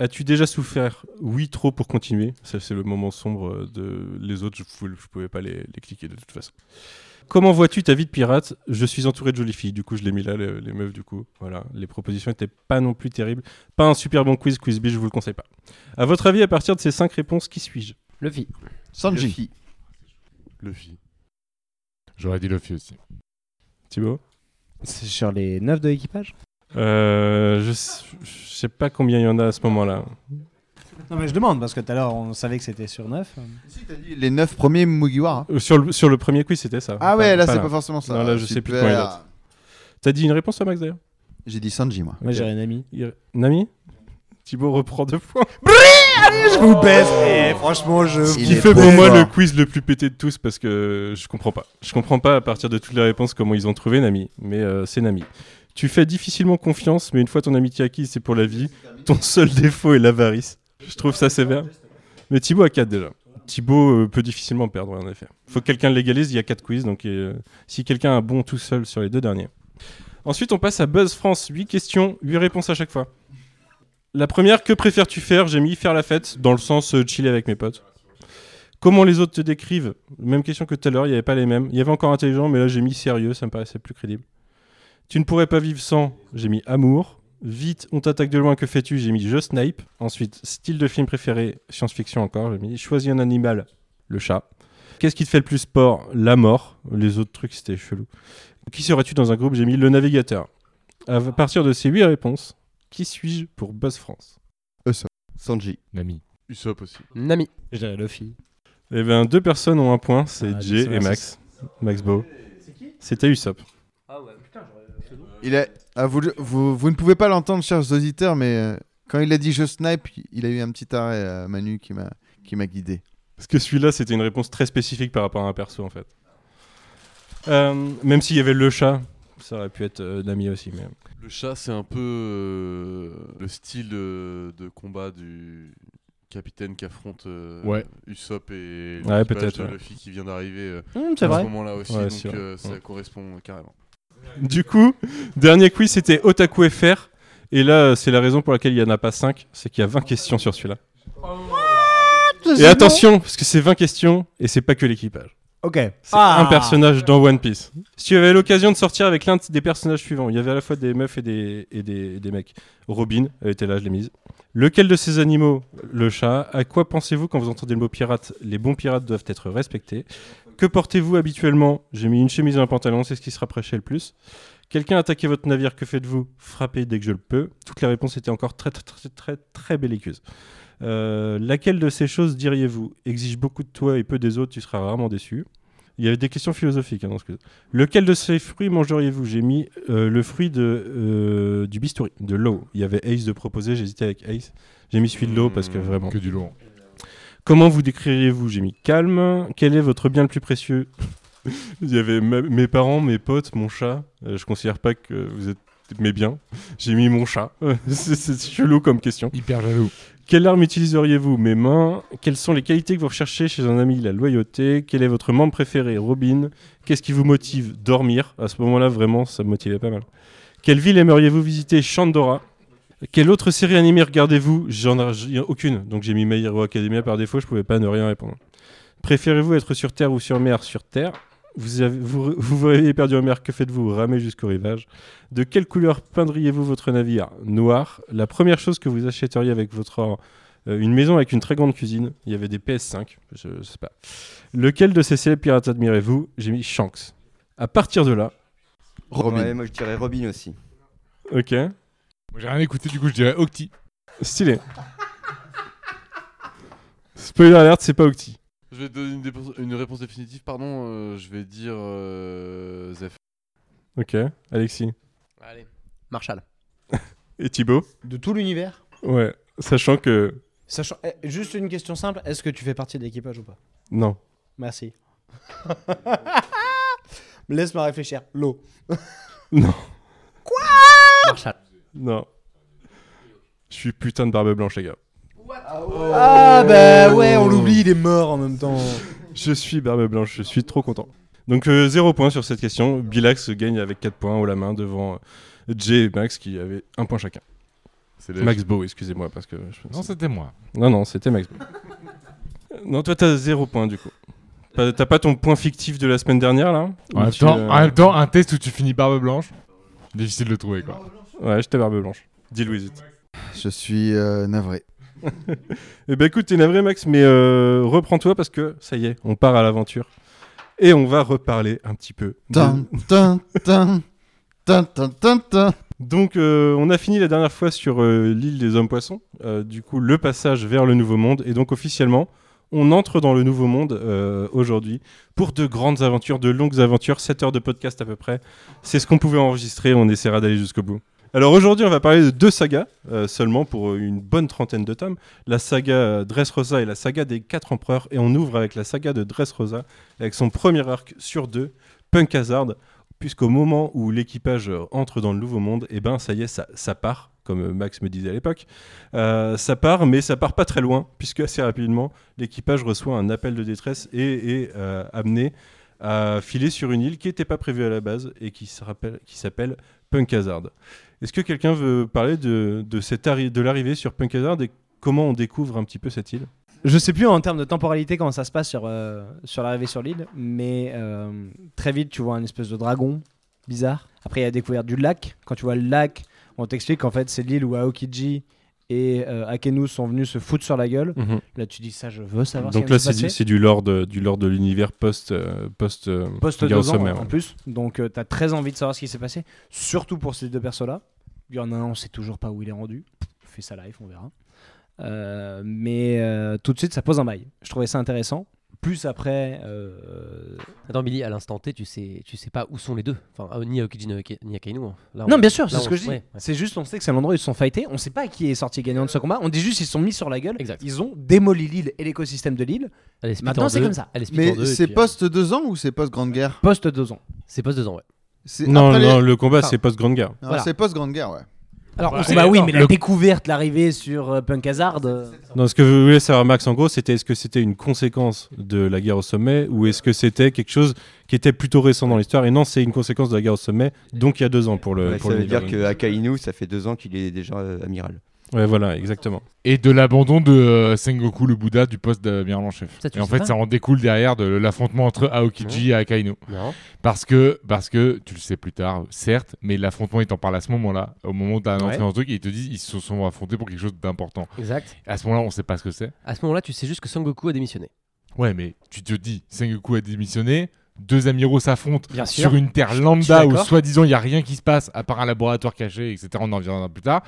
D: As-tu déjà souffert Oui, trop pour continuer. Ça, c'est le moment sombre euh, de les autres. Je pouvais, je pouvais pas les, les cliquer de toute façon. Comment vois-tu ta vie de pirate Je suis entouré de jolies filles. Du coup, je l'ai mis là, les, les meufs. Du coup, voilà. Les propositions étaient pas non plus terribles. Pas un super bon quiz, Quizby, je vous le conseille pas. À votre avis, à partir de ces cinq réponses, qui suis-je
J: Luffy.
F: Sanji.
E: Luffy.
A: J'aurais dit Luffy aussi.
D: Thibaut
G: C'est sur les 9 de l'équipage
D: Euh, Je s- je sais pas combien il y en a à ce moment-là.
G: Non, mais je demande, parce que tout à l'heure, on savait que c'était sur 9.
F: Si, t'as dit les 9 premiers Mugiwara. hein.
D: Euh, Sur le, sur le premier quiz, c'était ça.
F: Ah
D: Pas-
F: ouais, là
D: pas
F: c'est pas forcément ça.
D: Non, là, je sais plus comment il date. T'as dit une réponse à Max d'ailleurs
F: J'ai dit Sanji moi.
G: Moi, j'ai un ami.
D: Il- Nami Thibaut reprend deux points.
G: Je vous baisse
F: Oh.
G: Eh, franchement, je.
F: Ce
D: Ce
F: Il
D: qui
F: est
D: fait
F: trop
D: pour moi
F: fort.
D: le quiz le plus pété de tous parce que je comprends pas. Je comprends pas à partir de toutes les réponses comment ils ont trouvé Nami, mais euh, c'est Nami. Tu fais difficilement confiance, mais une fois ton amitié acquise, c'est pour la vie. Ton seul défaut est l'avarice. Je trouve ça sévère. Mais Thibaut a 4 déjà. Thibaut euh, peut difficilement perdre, en effet. Faut que quelqu'un le légalise, il y a 4 quiz, donc euh, si quelqu'un a bon tout seul sur les deux derniers. Ensuite, on passe à Buzz France. 8 questions, 8 réponses à chaque fois. La première, que préfères-tu faire J'ai mis faire la fête, dans le sens euh, chiller avec mes potes. Comment les autres te décrivent Même question que tout à l'heure, il n'y avait pas les mêmes. Il y avait encore intelligent, mais là j'ai mis sérieux, ça me paraissait plus crédible. Tu ne pourrais pas vivre sans, j'ai mis amour. Vite, on t'attaque de loin, que fais-tu J'ai mis je snipe. Ensuite, style de film préféré, science-fiction encore, j'ai mis choisis un animal, le chat. Qu'est-ce qui te fait le plus sport La mort. Les autres trucs, c'était chelou. Qui serais-tu dans un groupe J'ai mis le navigateur. À partir de ces 8 réponses, qui suis-je pour Buzz France
B: Sanji.
A: Nami.
E: Usopp aussi.
J: Nami.
H: Je dirais Luffy.
D: Eh bien, deux personnes ont un point, c'est
H: Ah,
D: Jay
H: désolé,
D: et
H: c'est-
D: Max. Max Beau. C'était Usopp.
J: Ah ouais, putain, j'aurais.
F: Il a... ah, vous, vous, vous ne pouvez pas l'entendre, chers auditeurs, mais euh, quand il a dit je snipe, il a eu un petit arrêt euh, Manu qui m'a qui m'a guidé.
D: Parce que celui-là, c'était une réponse très spécifique par rapport à un perso, en fait. Euh, même s'il y avait le chat, ça aurait pu être euh, Nami aussi. Mais...
E: Le chat, c'est un peu euh, le style euh, de combat du capitaine qui affronte euh,
A: Ouais.
E: Usopp et
D: Ouais,
E: l'équipage
D: peut-être,
E: de
D: ouais.
E: Luffy qui vient d'arriver euh,
G: Mmh, c'est
E: à ce
G: vrai.
E: moment-là aussi.
D: Ouais,
E: donc
D: sûr.
E: euh, ça
D: Ouais.
E: correspond carrément.
D: Du coup, dernier quiz, c'était Otaku FR. Et là, c'est la raison pour laquelle il n'y en a pas 5, c'est qu'il y a 20 questions sur celui-là. Et attention, parce que c'est 20 questions, et c'est pas que l'équipage.
G: Ok. Ah.
D: C'est
E: Ah.
D: un personnage dans One Piece. Si tu avais l'occasion de sortir avec l'un des personnages suivants, il y avait à la fois des meufs et des, et des, et des mecs. Robin, elle était là, je l'ai mise. Lequel de ces animaux Le chat. À quoi pensez-vous quand vous entendez le mot pirate Les bons pirates doivent être respectés. Que portez-vous habituellement J'ai mis une chemise et un pantalon, c'est ce qui se rapprochait le plus. Quelqu'un a attaqué votre navire, que faites-vous Frappez dès que je le peux. Toutes les réponses étaient encore très très très très très belliqueuses. Euh, laquelle de ces choses diriez-vous Exige beaucoup de toi et peu des autres, tu seras rarement déçu. Il y avait des questions philosophiques. hein, dans ce que- Lequel de ces fruits mangeriez-vous J'ai mis euh, le fruit de, euh, du bistouri, de l'eau. Il y avait Ace de proposer, j'hésitais avec Ace. J'ai mis celui de l'eau parce Hmm, que
E: Mmh,
D: vraiment.
A: Que du lourd.
D: Comment vous décririez-vous J'ai mis calme. Quel est votre bien le plus précieux Il y avait ma- mes parents, mes potes, mon chat. Euh, je considère pas que vous êtes mes biens. J'ai mis mon chat. C'est- c'est chelou comme question.
A: Hyper jaloux.
D: Quelle arme utiliseriez-vous Mes mains. Quelles sont les qualités que vous recherchez chez un ami La loyauté. Quel est votre membre préféré Robin. Qu'est-ce qui vous motive Dormir. À ce moment-là, vraiment, ça me motivait pas mal. Quelle ville aimeriez-vous visiter Chandora. Quelle autre série animée regardez-vous J'en ai j'ai aucune. Donc j'ai mis My Hero Academia par défaut, je pouvais pas ne rien répondre. Préférez-vous être sur terre ou sur mer Sur terre. Vous avez, vous, vous vous réveillez perdu en mer, que faites-vous Ramez jusqu'au rivage. De quelle couleur peindriez-vous votre navire Noir. La première chose que vous achèteriez avec votre or euh, une maison avec une très grande cuisine. Il y avait des PS5, je, je sais pas. Lequel de ces célèbres pirates admirez-vous J'ai mis Shanks. À partir de là,
F: Robin.
B: Ouais, moi je dirais Robin aussi.
D: ok,
A: Moi, J'ai rien écouté, du coup, je dirais Octi.
D: stylé. Spoiler alert, c'est pas Octi.
E: Je vais te donner une, dépense- une réponse définitive, pardon. euh, je vais dire euh, Zef.
D: Ok, Alexis.
J: Allez. Marshall.
D: Et Thibaut
H: De tout l'univers
D: Ouais, sachant que.
H: Sachant, eh, Juste une question simple, est-ce que tu fais partie de l'équipage ou pas
D: Non.
H: Merci. Laisse-moi réfléchir. L'eau.
J: Marshall.
D: Non. Je suis putain de barbe blanche, les gars.
H: Ah bah ouais, on l'oublie, il est mort en même temps.
D: Je suis barbe blanche, je suis trop content. Donc, 0 point sur cette question. Bilax gagne avec 4 points haut la main devant euh, Jay et Max qui avaient un point chacun.
E: C'est les-
D: Max Beau, excusez-moi, parce que. je-
A: Non, c'était moi.
D: non, non, c'était Max Beau. Euh, non, toi, t'as 0 point du coup. Pas- T'as pas ton point fictif de la semaine dernière là
A: En
D: Où
A: même,
D: tu,
A: temps,
D: euh,
A: en même temps, un test où tu finis barbe blanche, difficile de le trouver quoi.
D: Ouais, j'étais barbe blanche. Dis-le, it.
F: Je suis euh, navré.
D: Eh ben écoute, t'es navré Max, mais euh, reprends-toi parce que ça y est, on part à l'aventure. Et on va reparler un petit peu. de-
F: Tin, tin, tin. Tin, tin, tin, tin.
D: Donc euh, on a fini la dernière fois sur euh, l'île des hommes-poissons, Euh, du coup le passage vers le Nouveau Monde, et donc officiellement on entre dans le Nouveau Monde euh, aujourd'hui pour de grandes aventures, de longues aventures, 7 heures de podcast à peu près. C'est ce qu'on pouvait enregistrer, on essaiera d'aller jusqu'au bout. Alors aujourd'hui on va parler de deux sagas euh, seulement pour une bonne trentaine de tomes, la saga euh, Dressrosa et la saga des quatre empereurs, et on ouvre avec la saga de Dressrosa, avec son premier arc sur deux, Punk Hazard, puisqu'au moment où l'équipage euh, entre dans le nouveau monde, et ben ça y est, ça, ça part, comme euh, Max me disait à l'époque. Euh, ça part, mais ça part pas très loin, puisque assez rapidement, l'équipage reçoit un appel de détresse et est euh, amené à filer sur une île qui n'était pas prévue à la base et qui se rappelle- qui s'appelle Punk Hazard. Est-ce que quelqu'un veut parler de, de, cette arri- de l'arrivée sur Punk Hazard et comment on découvre un petit peu cette île
H: Je sais plus en termes de temporalité comment ça se passe sur, euh, sur l'arrivée sur l'île, mais euh, très vite tu vois un espèce de dragon bizarre. Après il y a la découverte du lac. Quand tu vois le lac, on t'explique qu'en fait c'est l'île où Aokiji et euh, Akenu sont venus se foutre sur la gueule. Là tu dis ça je veux savoir ce
D: Mhm. Donc
H: qui
D: là,
H: va se
D: c'est du,
H: passer.
D: c'est du lore de, du lore de l'univers post, euh, post, euh,
H: post
D: Guerre au
H: deux ans
D: sommet,
H: en
D: ouais.
H: plus. Donc euh, t'as très envie de savoir ce qui s'est passé, surtout pour ces deux persos-là. Il y en a un, on sait toujours pas où il est rendu. Fais ça live, on verra. Euh, mais euh, tout de suite, ça pose un bail. Je trouvais ça intéressant. Plus après, euh,
J: Attends, Billy, à l'instant T, tu sais, tu sais pas où sont les deux. Enfin, euh, ni Aokiji ni Ake- ni Akainu. hein. Là, on-
H: Non, bien sûr,
J: là,
H: c'est ce
J: on-
H: que je dis.
J: ouais, ouais.
H: C'est juste, on sait que c'est l'endroit où ils se sont fightés. On sait pas qui est sorti gagnant de ce combat. On dit juste ils se sont mis sur la gueule.
J: Exact.
H: Ils ont démoli l'île et l'écosystème de l'île.
J: Elle est split
H: Maintenant,
J: en
H: c'est
J: deux,
H: comme ça.
J: Elle est split en deux,
F: Mais
J: et
F: c'est
J: puis, euh,
F: post deux ans ou c'est post Grande Guerre
H: Post deux ans.
J: C'est post dedans, ouais.
F: C'est
D: Non,
F: après les-
D: non, le combat,
F: Enfin,
D: c'est post-grande guerre.
F: non,
J: voilà.
F: c'est post Grande Guerre, ouais.
J: Alors,
A: Bah,
J: on
A: c'est-
J: sait
H: bah
J: pas.
H: oui,
A: non,
H: mais la
A: le-
H: découverte, l'arrivée sur euh, Punk Hazard. euh,
D: Non, ce que vous voulez savoir, Max, en gros, c'était est-ce que c'était une conséquence de la guerre au sommet ou est-ce que c'était quelque chose qui était plutôt récent dans l'histoire Et non, c'est une conséquence de la guerre au sommet, donc il y a deux ans pour
H: Euh,
D: le.
B: Ouais,
D: pour
B: ça veut
D: l'univers.
B: dire que Akainu, ça fait deux ans qu'il est déjà euh, amiral.
D: Ouais, voilà, exactement.
A: Et de l'abandon de euh, Sengoku le Bouddha du poste d'amiral en chef.
J: Ça, tu
A: et en
J: sais
A: fait,
J: pas.
A: ça en découle derrière de l'affrontement entre
D: Mmh.
A: Aokiji et Akainu.
J: Non.
A: Parce que, parce que, tu le sais plus tard, certes, mais l'affrontement, ils t'en parlent à ce moment-là, au moment où t'as annoncé
J: Ouais.
A: dans le truc, et ils te disent ils se sont affrontés pour quelque chose d'important.
J: Exact.
A: À ce moment-là, on sait pas ce que c'est.
J: À ce moment-là, tu sais juste que Sangoku a démissionné.
A: Ouais, mais tu te dis, Sengoku a démissionné, deux amiraux s'affrontent
J: Bien
A: sur une terre
J: suis
A: lambda où
J: d'accord.
A: soi-disant il n'y a rien qui se passe à part un laboratoire caché, etc. On en reviendra plus tard.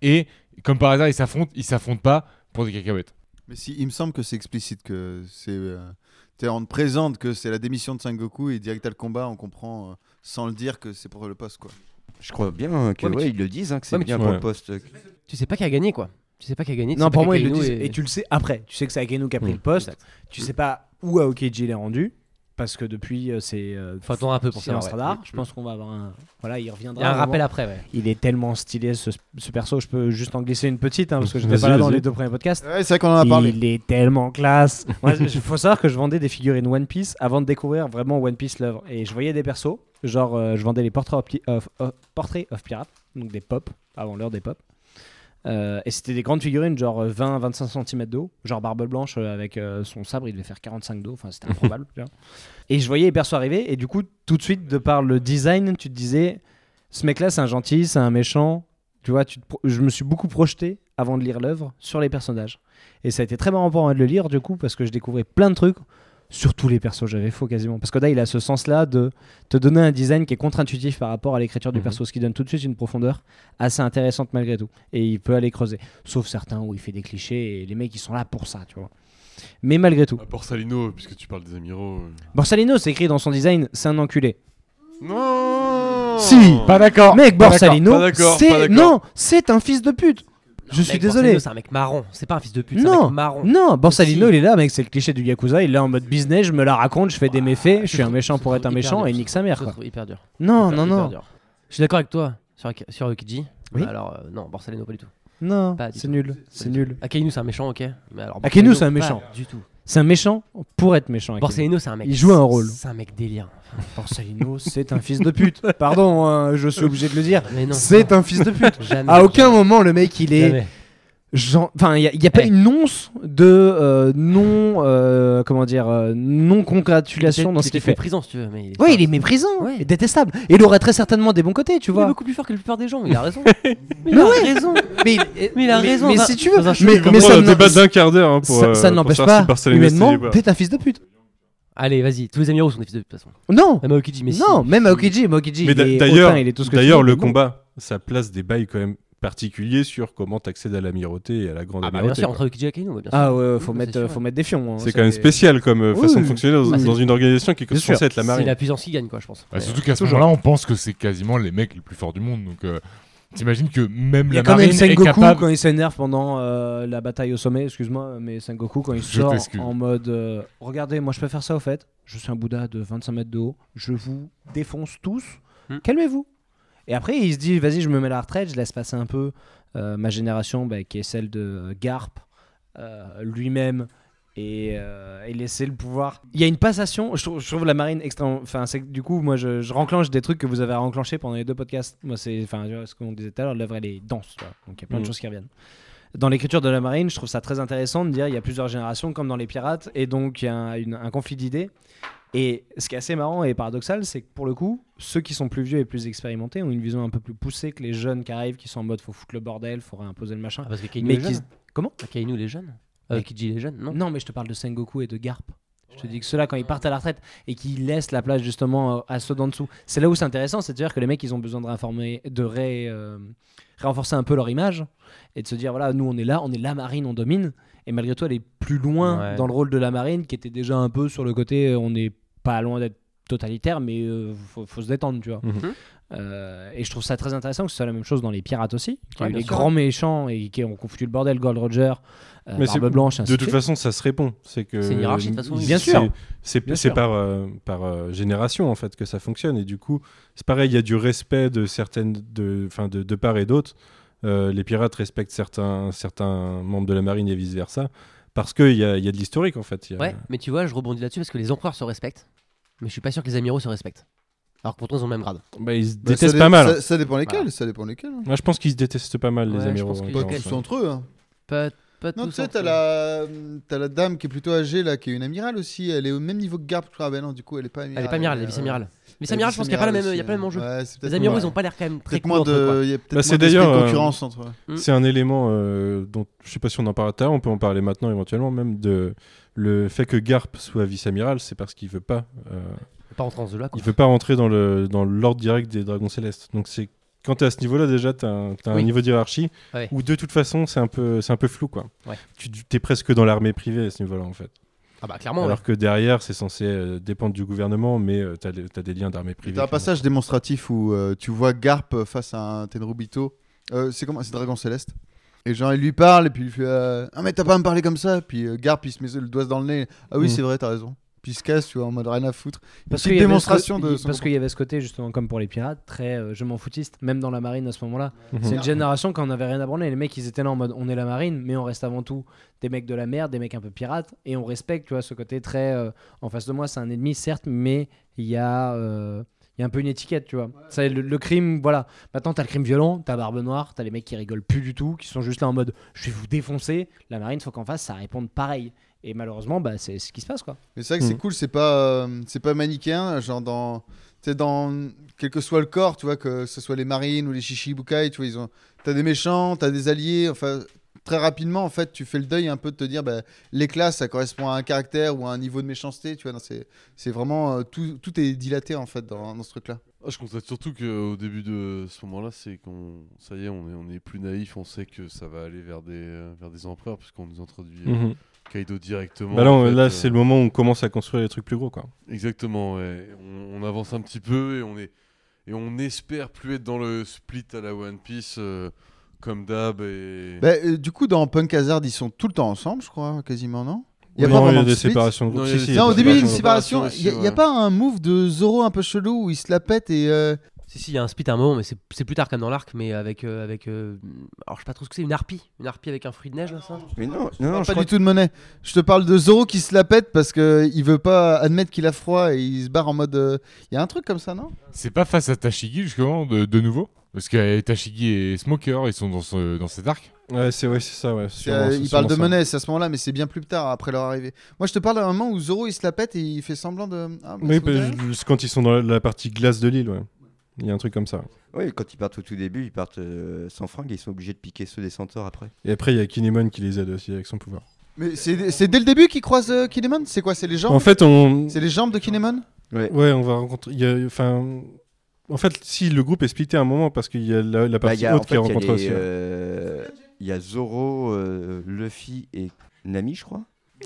A: Et comme par hasard, ils s'affrontent, ils s'affrontent pas pour des cacahuètes.
F: Mais si, il me semble que c'est explicite, que c'est. euh, t'es- on te présente que c'est la démission de Sengoku et direct à le combat, on comprend euh, sans le dire que c'est pour le poste, quoi.
B: Je crois bien qu'ils
J: Ouais, mais tu-
B: le disent, hein, que c'est
J: Ouais, mais
B: bien
D: tu-
B: pour
D: Ouais.
B: le poste.
J: Tu sais pas qui a gagné, quoi. Tu sais pas qui a gagné. Mm. tu
H: Non,
J: sais pas
H: pour moi, ils le
J: qu'Akainu
H: disent.
J: est-
H: Et tu le sais après. Tu sais que c'est Akenu qui a pris
J: Oui,
H: le poste.
J: exact.
H: Tu sais pas où Aokiji est rendu. Parce que depuis, euh, c'est. euh,
J: Faut attendre un peu pour
H: c'est un
J: savoir. ouais.
H: radar. Je pense qu'on va avoir un. Voilà, il
J: Il
H: reviendra.
J: y a un
H: au moment-
J: rappel après, ouais.
H: Il est tellement stylé ce, ce perso. Je peux juste en glisser une petite, hein, parce que je n'étais
D: Vas-y,
H: pas là dans
D: vas-y.
H: les deux premiers podcasts.
F: Ouais, c'est vrai qu'on en a parlé.
H: Il est tellement classe. Il faut savoir que je vendais des figurines One Piece avant de découvrir vraiment One Piece l'œuvre. Et je voyais des persos, genre euh, je vendais les portraits of, pi- of- of- portraits of pirates, donc des pop, avant l'heure des pop. Euh, et c'était des grandes figurines, genre euh, 20-25 cm d'eau, genre Barbe Blanche euh, avec euh, son sabre, il devait faire 45 d'eau, enfin c'était improbable. tu vois. et je voyais les persos arriver, et du coup, tout de suite, de par le design, tu te disais, ce mec-là c'est un gentil, c'est un méchant. Tu vois, tu te pro- je me suis beaucoup projeté avant de lire l'œuvre sur les personnages. Et ça a été très marrant pour moi de le lire, du coup, parce que je découvrais plein de trucs sur tous les persos. J'avais faux quasiment. Parce que là, il a ce sens-là de te donner un design qui est contre-intuitif par rapport à l'écriture du
D: Mhm.
H: perso, ce qui donne tout de suite une profondeur assez intéressante malgré tout. Et il peut aller creuser. Sauf certains où il fait des clichés et les mecs, ils sont là pour ça, tu vois. Mais malgré tout.
E: À Borsalino, puisque tu parles des amiraux.
H: Borsalino, c'est écrit dans son design, c'est un enculé.
E: Non
A: Pas d'accord.
H: Mec,
A: pas d'accord,
H: Borsalino,
E: pas d'accord, pas
H: c'est.
E: d'accord.
H: Non, c'est un fils de pute. Je suis
J: Mec,
H: désolé.
J: Borsalino, C'est un mec marron, c'est pas un fils de pute, c'est un
H: Non,
J: mec marron.
H: Non, Borsalino,
J: Si.
H: il est là, mec, c'est le cliché du Yakuza. Il est là en mode business, je me la raconte, je fais des méfaits, Ah, je suis un méchant pour être un méchant et nique sa mère,
J: Je
H: quoi.
J: trouve hyper dur.
H: Non,
J: Hyper-
H: non,
J: hyper
H: non.
J: dur. Je suis d'accord avec toi sur, Ak- sur Okiji.
H: Oui.
J: Mais alors, euh, non, Borsalino, pas du tout.
H: Non,
J: Pas du
H: c'est
J: tout.
H: nul, c'est nul.
J: Akainu, c'est un méchant, ok. Mais alors,
H: Akainu,
J: Borsalino,
H: c'est un
J: pas
H: méchant.
J: Du tout.
H: C'est un méchant pour être méchant. Akainu.
J: Borsalino, c'est un mec.
H: Il joue un rôle.
J: C'est un mec délire.
H: Borsalino, c'est un fils de pute. Pardon, hein, je suis obligé de le dire.
J: Mais non.
H: C'est un fils de pute.
J: Jamais.
H: À aucun moment, le mec, il est.
J: Jamais.
H: gen- Enfin, il n'y a, pas
J: Eh.
H: une once de euh, non. euh, comment dire euh, Non-congratulation
J: Il
H: dans ce
J: était
H: qu'il fait.
J: méprisant, si tu veux. Mais il
H: Oui, il est méprisant,
J: Ouais.
H: et détestable. Et il aurait très certainement des bons côtés, tu
J: Il est
H: vois.
J: beaucoup plus fort que la plupart des gens, il a raison.
H: Mais ouais. Mais,
J: mais il a raison,
H: Mais
J: dans-
H: si tu veux,
J: dans un show,
H: mais,
D: Il va
H: mais
D: prendre
H: ça
D: un
H: n'en-
D: débat d'un quart d'heure hein, pour,
H: ça-
D: euh,
H: ça
D: pour
H: n'empêche
D: savoir
H: pas,
D: si Barcelone
H: humainement,
D: est célèbre.
H: t'es un fils de pute.
J: Allez, vas-y, tous les amiraux sont des fils de pute, de toute façon.
H: Non,
J: Même Aokiji, mais si.
H: non, même Aokiji, mais Aokiji,
D: Mais
H: il
D: d'a-
H: est
D: d'ailleurs-
H: hautain, il est tout ce que tu
D: D'ailleurs,
H: veux,
D: le
H: mais bon.
D: combat, ça place des bails quand même particuliers sur comment t'accèdes à l'amirauté et à la grande
J: Ah bah, bien
D: amirauté.
J: sûr,
D: quoi.
J: entre Aokiji et Akainu, ouais, bien sûr.
H: Ah ouais, faut
J: C'est
H: mettre,
J: sûr.
H: euh, faut mettre des fions. hein,
D: c'est
H: ça,
D: quand même spécial comme euh,
H: Oui,
D: façon
H: oui.
D: de fonctionner dans,
J: Bah, c'est-
D: dans une organisation qui est
H: Bien sûr.
D: censée être la
J: C'est
D: marine.
J: la puissance qui gagne, quoi, je pense.
A: Bah,
J: Mais-
A: surtout qu'à ce
J: toujours.
A: moment-là, on pense que c'est quasiment les mecs les plus forts du monde. Donc, euh, t'imagines que même
H: Il y a
A: la
H: quand même
A: marine est
H: Sengoku
A: capable.
H: quand il s'énerve pendant euh, la bataille au sommet, excuse-moi, mais Sengoku quand il
A: Je
H: sort
A: t'excuse.
H: en mode euh, Regardez, moi je peux faire ça au fait, je suis un Bouddha de 25 mètres de haut, je vous défonce tous,
J: Hmm.
H: calmez-vous. Et après il se dit Vas-y, je me mets à la retraite, je laisse passer un peu euh, ma génération bah, qui est celle de Garp euh, lui-même. Et, euh, et laisser le pouvoir. Il y a une passation. Je trouve, je trouve la marine extrêmement. Enfin, c'est que du coup, moi, je, je renclenche des trucs que vous avez renclenchés pendant les deux podcasts. Moi, c'est. Enfin, tu vois, ce qu'on disait tout à l'heure, l'œuvre, elle est dense. tu vois. Donc, il y a plein
D: Mhm.
H: de choses qui reviennent dans l'écriture de la marine, je trouve ça très intéressant de dire il y a plusieurs générations comme dans les pirates, et donc il y a un, une- un conflit d'idées. Et ce qui est assez marrant et paradoxal, c'est que pour le coup, ceux qui sont plus vieux et plus expérimentés ont une vision un peu plus poussée que les jeunes qui arrivent, qui sont en mode faut foutre le bordel, faut réimposer le machin.
J: Ah, parce que Akainu
H: Mais
J: est
H: qui-
J: jeune. Ah,
H: Comment
J: Akainu, les jeunes.
H: Mais-
J: Aokiji, les jeunes, non
H: Non, mais je te parle de Sengoku et de Garp. Je te dis que ceux-là, quand ils partent à la retraite et qu'ils laissent la place justement euh, à ceux d'en dessous, c'est là où c'est intéressant, c'est-à-dire que les mecs, ils ont besoin de, réinformer, de ré- euh, renforcer un peu leur image et de se dire, voilà, nous on est là, on est la marine, on domine, et malgré tout, elle est plus loin
J: Ouais.
H: dans le rôle de la marine qui était déjà un peu sur le côté, euh, on n'est pas loin d'être totalitaire, mais euh, faut, faut se détendre, tu vois.
D: Mhm.
H: Euh, et je trouve ça très intéressant que ce soit la même chose dans les pirates aussi, qui
J: Ouais,
H: ont eu
J: bien
H: les
J: sûr.
H: grands méchants et qui ont confus le bordel, Gold Roger, euh,
D: Mais c'est-
H: Barbe Blanche, ainsi
D: De
H: de
D: toute
H: suite.
D: façon, ça se répond. C'est que
J: C'est une hiérarchie, de toute façon, oui.
H: Bien
D: c'est-
H: sûr.
D: C'est
H: Bien
D: c'est
H: sûr.
D: par euh, par euh, génération en fait que ça fonctionne et du coup, c'est pareil. Il y a du respect de certaines de enfin de, de part et d'autre. Euh, les pirates respectent certains certains membres de la marine et vice versa parce que il y a, il y a de l'historique en fait. Il y a-
J: Ouais, mais tu vois, je rebondis là-dessus parce que les empereurs se respectent, mais je suis pas sûr que les amiraux se respectent. Alors que pourtant, ils ont le même grade.
D: Bah, ils se
F: Bah, ça
D: détestent
F: dé-
D: pas mal.
F: Ça, ça dépend lesquels. Ça dépend lesquels. hein.
D: Moi, je pense qu'ils se détestent pas mal
J: Ouais,
D: les
J: je
D: amiraux.
J: pense
D: en
J: que-
F: Pas
J: Ok.
F: tous
D: l'occurrence.
F: entre eux. hein.
J: Pas, pas
F: Non,
J: tous
F: tu sais,
J: entre
F: t'as
J: eux.
F: la... t'as la dame qui est plutôt âgée, là, qui est une amirale aussi. Elle est au même niveau que Garp, je crois. Ah, bah non, du coup, elle est pas amirale.
J: Elle est pas amirale, elle
F: euh,
J: est vice-amirale.
F: elle est
J: Vice-amirale, je pense qu'il y a pas la même,
F: vice-amirale
J: il y a pas le même
F: aussi,
J: enjeu.
F: ouais. Ouais, c'est peut-être
J: Les amiraux,
D: Ouais.
J: ils ont pas l'air quand même très
F: Peut-être
J: cool
F: moins
J: entre eux, quoi.
F: de. Il y a peut-être
D: Bah, c'est
F: moins d'esprit
D: d'ailleurs,
F: de
D: euh,
F: concurrence entre eux.
J: Mm.
D: C'est un élément euh, dont je sais pas si on en parle tout à l'heure, on peut en parler maintenant éventuellement même de le fait que Garp soit vice-amiral, c'est parce qu'il veut pas euh,
J: Pas rentrer dans ce jeu-là, quoi.
D: il veut pas rentrer dans le dans l'ordre direct des dragons célestes. Donc c'est quand t'es à ce niveau-là déjà t'as un, t'as un
J: Oui.
D: niveau d'hierarchie
J: Ouais.
D: où de toute façon c'est un peu c'est un peu flou quoi.
J: Ouais.
D: Tu t'es presque dans l'armée privée à ce niveau-là en fait.
J: Ah bah clairement, ouais.
D: Alors que derrière c'est censé euh, dépendre du gouvernement mais euh, t'as les- t'as des liens d'armée privée.
F: T'as un
D: clairement.
F: passage démonstratif où euh, tu vois Garp face à un Tenrubito. Euh, c'est comment C'est Dragon Céleste. Et genre, il lui parle, et puis il lui fait euh, Ah, mais t'as pas à me parler comme ça. Puis euh, Garp, il se met le doigt dans le nez. Ah oui,
D: Mm.
F: c'est vrai, t'as raison. puis il se casse, tu vois, en mode rien à foutre. Une
G: Parce
F: petite
G: qu'il y avait
F: démonstration
G: ce-
F: de. son
G: Parce qu'il y avait ce côté, justement, comme pour les pirates, très euh, je m'en foutiste, même dans la marine à ce moment-là. C'est une génération quand on avait rien à branler. Les mecs, ils étaient là en mode on est la marine, mais on reste avant tout des mecs de la mer, des mecs un peu pirates, et on respecte, tu vois, ce côté très. euh, en face de moi, c'est un ennemi, certes, mais il y a. euh, il y a un peu une étiquette, tu vois. Ça, le, le crime, voilà. Maintenant, t'as le crime violent, t'as Barbe Noire, t'as les mecs qui rigolent plus du tout, qui sont juste là en mode je vais vous défoncer. La marine, faut qu'en face, ça réponde pareil. Et malheureusement, bah, c'est ce qui se passe, quoi.
F: Mais c'est vrai que
D: Hmm.
F: c'est cool, c'est pas, euh, c'est pas manichéen, genre dans, tu sais, dans quel que soit le corps, tu vois, que ce soit les marines ou les shichibukai, tu vois, ils ont, t'as des méchants, t'as des alliés, enfin, très rapidement, en fait, tu fais le deuil un peu de te dire, bah, les classes, ça correspond à un caractère ou à un niveau de méchanceté, tu vois, non, c'est, c'est vraiment, euh, tout, tout est dilaté, en fait, dans, dans ce truc-là.
E: Ah, je constate surtout qu'au début de ce moment-là, c'est qu'on, ça y est, on est, on est plus naïf, on sait que ça va aller vers des, euh, vers des empereurs, puisqu'on nous introduit euh,
D: Mhm.
E: Kaido directement.
D: Bah non,
E: en fait,
D: là,
E: euh,
D: c'est le moment où on commence à construire les trucs plus gros, quoi.
E: Exactement, ouais. on, on avance un petit peu et on est et on espère plus être dans le split à la One Piece euh, comme d'hab et
F: Bah, euh, du coup, dans Punk Hazard, ils sont tout le temps ensemble, je crois, quasiment, non y
D: Non, il y a
F: de
D: des
F: split
D: séparations de
E: Non, il
D: groupes.
E: y a des
D: Si, si, il y a
F: Non, au
D: des
F: début, il y a une
D: séparations.
F: séparation.
E: aussi,
F: Il n'y a,
E: ouais.
F: pas un move de Zoro un peu chelou où il se la pète et. euh,
J: Si, si, il y a un split à un moment, mais c'est c'est plus tard quand même dans l'arc, mais avec. euh, avec euh, alors, je sais pas trop ce que c'est, une harpie. Une harpie avec un fruit de neige, là, ça
B: Mais non, non,
F: parle
B: non, je
F: pas
B: crois
F: du tout de monnaie. Je te parle de Zoro qui se la pète parce que il veut pas admettre qu'il a froid et il se barre en mode. euh, Il y a un truc comme ça, non
A: C'est pas face à Tashigi, justement, de, de nouveau Parce que euh, Tashigi et Smoker, ils sont dans, ce, dans cet arc.
D: Ouais, c'est ouais, c'est ça, ouais. sûrement,
F: Euh,
D: c'est
F: Il
D: sûrement
F: parle de
D: ça.
F: monnaie, c'est à ce moment-là, mais c'est bien plus tard après leur arrivée. Moi, je te parle d'un moment où Zoro il se la pète et il fait semblant de. Ah, bah,
D: Oui,
F: c'est
D: bah,
F: vrai.
D: je- quand ils sont dans la- la partie glace de l'île, ouais. Il y a un truc comme ça.
B: Oui, quand ils partent au tout début, ils partent euh, sans fringues et ils sont obligés de piquer ceux des centaures après.
D: Et après, il y a Kinemon qui les aide aussi avec son pouvoir.
F: Mais c'est c'est dès le début qu'il croise euh, Kinemon C'est quoi C'est les jambes
D: En fait, on.
F: C'est les jambes de Kinemon
D: Ouais, on va rencontrer. il y a- Enfin. En fait, si le groupe est splitté à un moment parce qu'il y a la, la
B: Bah,
D: partie
B: y a-
D: haute
B: en fait,
D: qui
B: y a
D: rencontre
B: les,
D: aussi. hein. ouais.
B: euh, Il y a Zoro, euh, Luffy et Nami, je crois.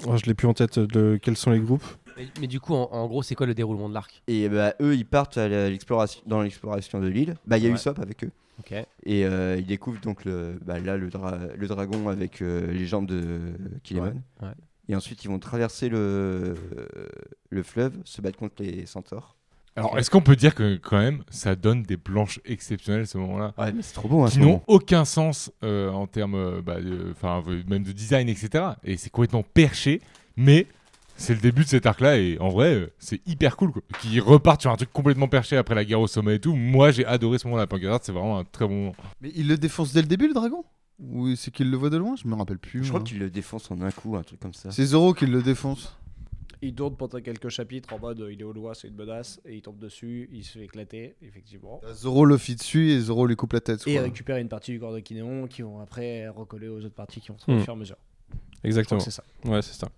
D: Oh, je l'ai plus en tête euh, de quels sont les groupes.
J: mais, mais du coup, en, en gros, c'est quoi le déroulement de l'arc
B: Et bah, eux, ils partent à la- l'exploration, dans l'exploration de l'île. Bah, il y a
J: Ouais.
B: Usopp avec eux.
J: Ok.
B: Et euh, ils découvrent donc le, bah, là le, dra- le dragon avec euh, les jambes de Kinemon.
J: Ouais, ouais.
B: Et ensuite, ils vont traverser le, euh, le fleuve, se battre contre les centaures.
A: Alors, est-ce qu'on peut dire que, quand même, ça donne des planches exceptionnelles à ce moment-là
B: Ouais, mais c'est trop hein, bon à
A: qui n'ont aucun sens euh, en termes euh, bah, de- enfin, euh, même de design, etc. Et c'est complètement perché, mais c'est le début de cet arc-là, et en vrai, euh, c'est hyper cool. quoi. Qu'ils repartent sur un truc complètement perché après la guerre au sommet et tout. Moi, j'ai adoré ce moment-là, Pancadart, c'est vraiment un très bon moment.
F: Mais il le défonce dès le début, le dragon Ou c'est qu'il le voit de loin Je me rappelle plus.
B: Je crois
F: moi.
B: qu'ils le défoncent en un coup, un truc comme ça.
F: C'est Zoro qui le défonce.
H: Il tourne pendant quelques chapitres en mode euh, il est au loin, c'est une menace, et il tombe dessus, il se fait éclater, effectivement.
F: Zoro le fit dessus et Zoro lui coupe la tête.
H: Et il
F: quoi.
H: récupère une partie du corps de Kinéon qui vont après recoller aux autres parties qui vont se trouver
D: Hmm.
H: au fur et à mesure. Je crois
D: Exactement.
H: que c'est ça.
D: Ouais, c'est ça.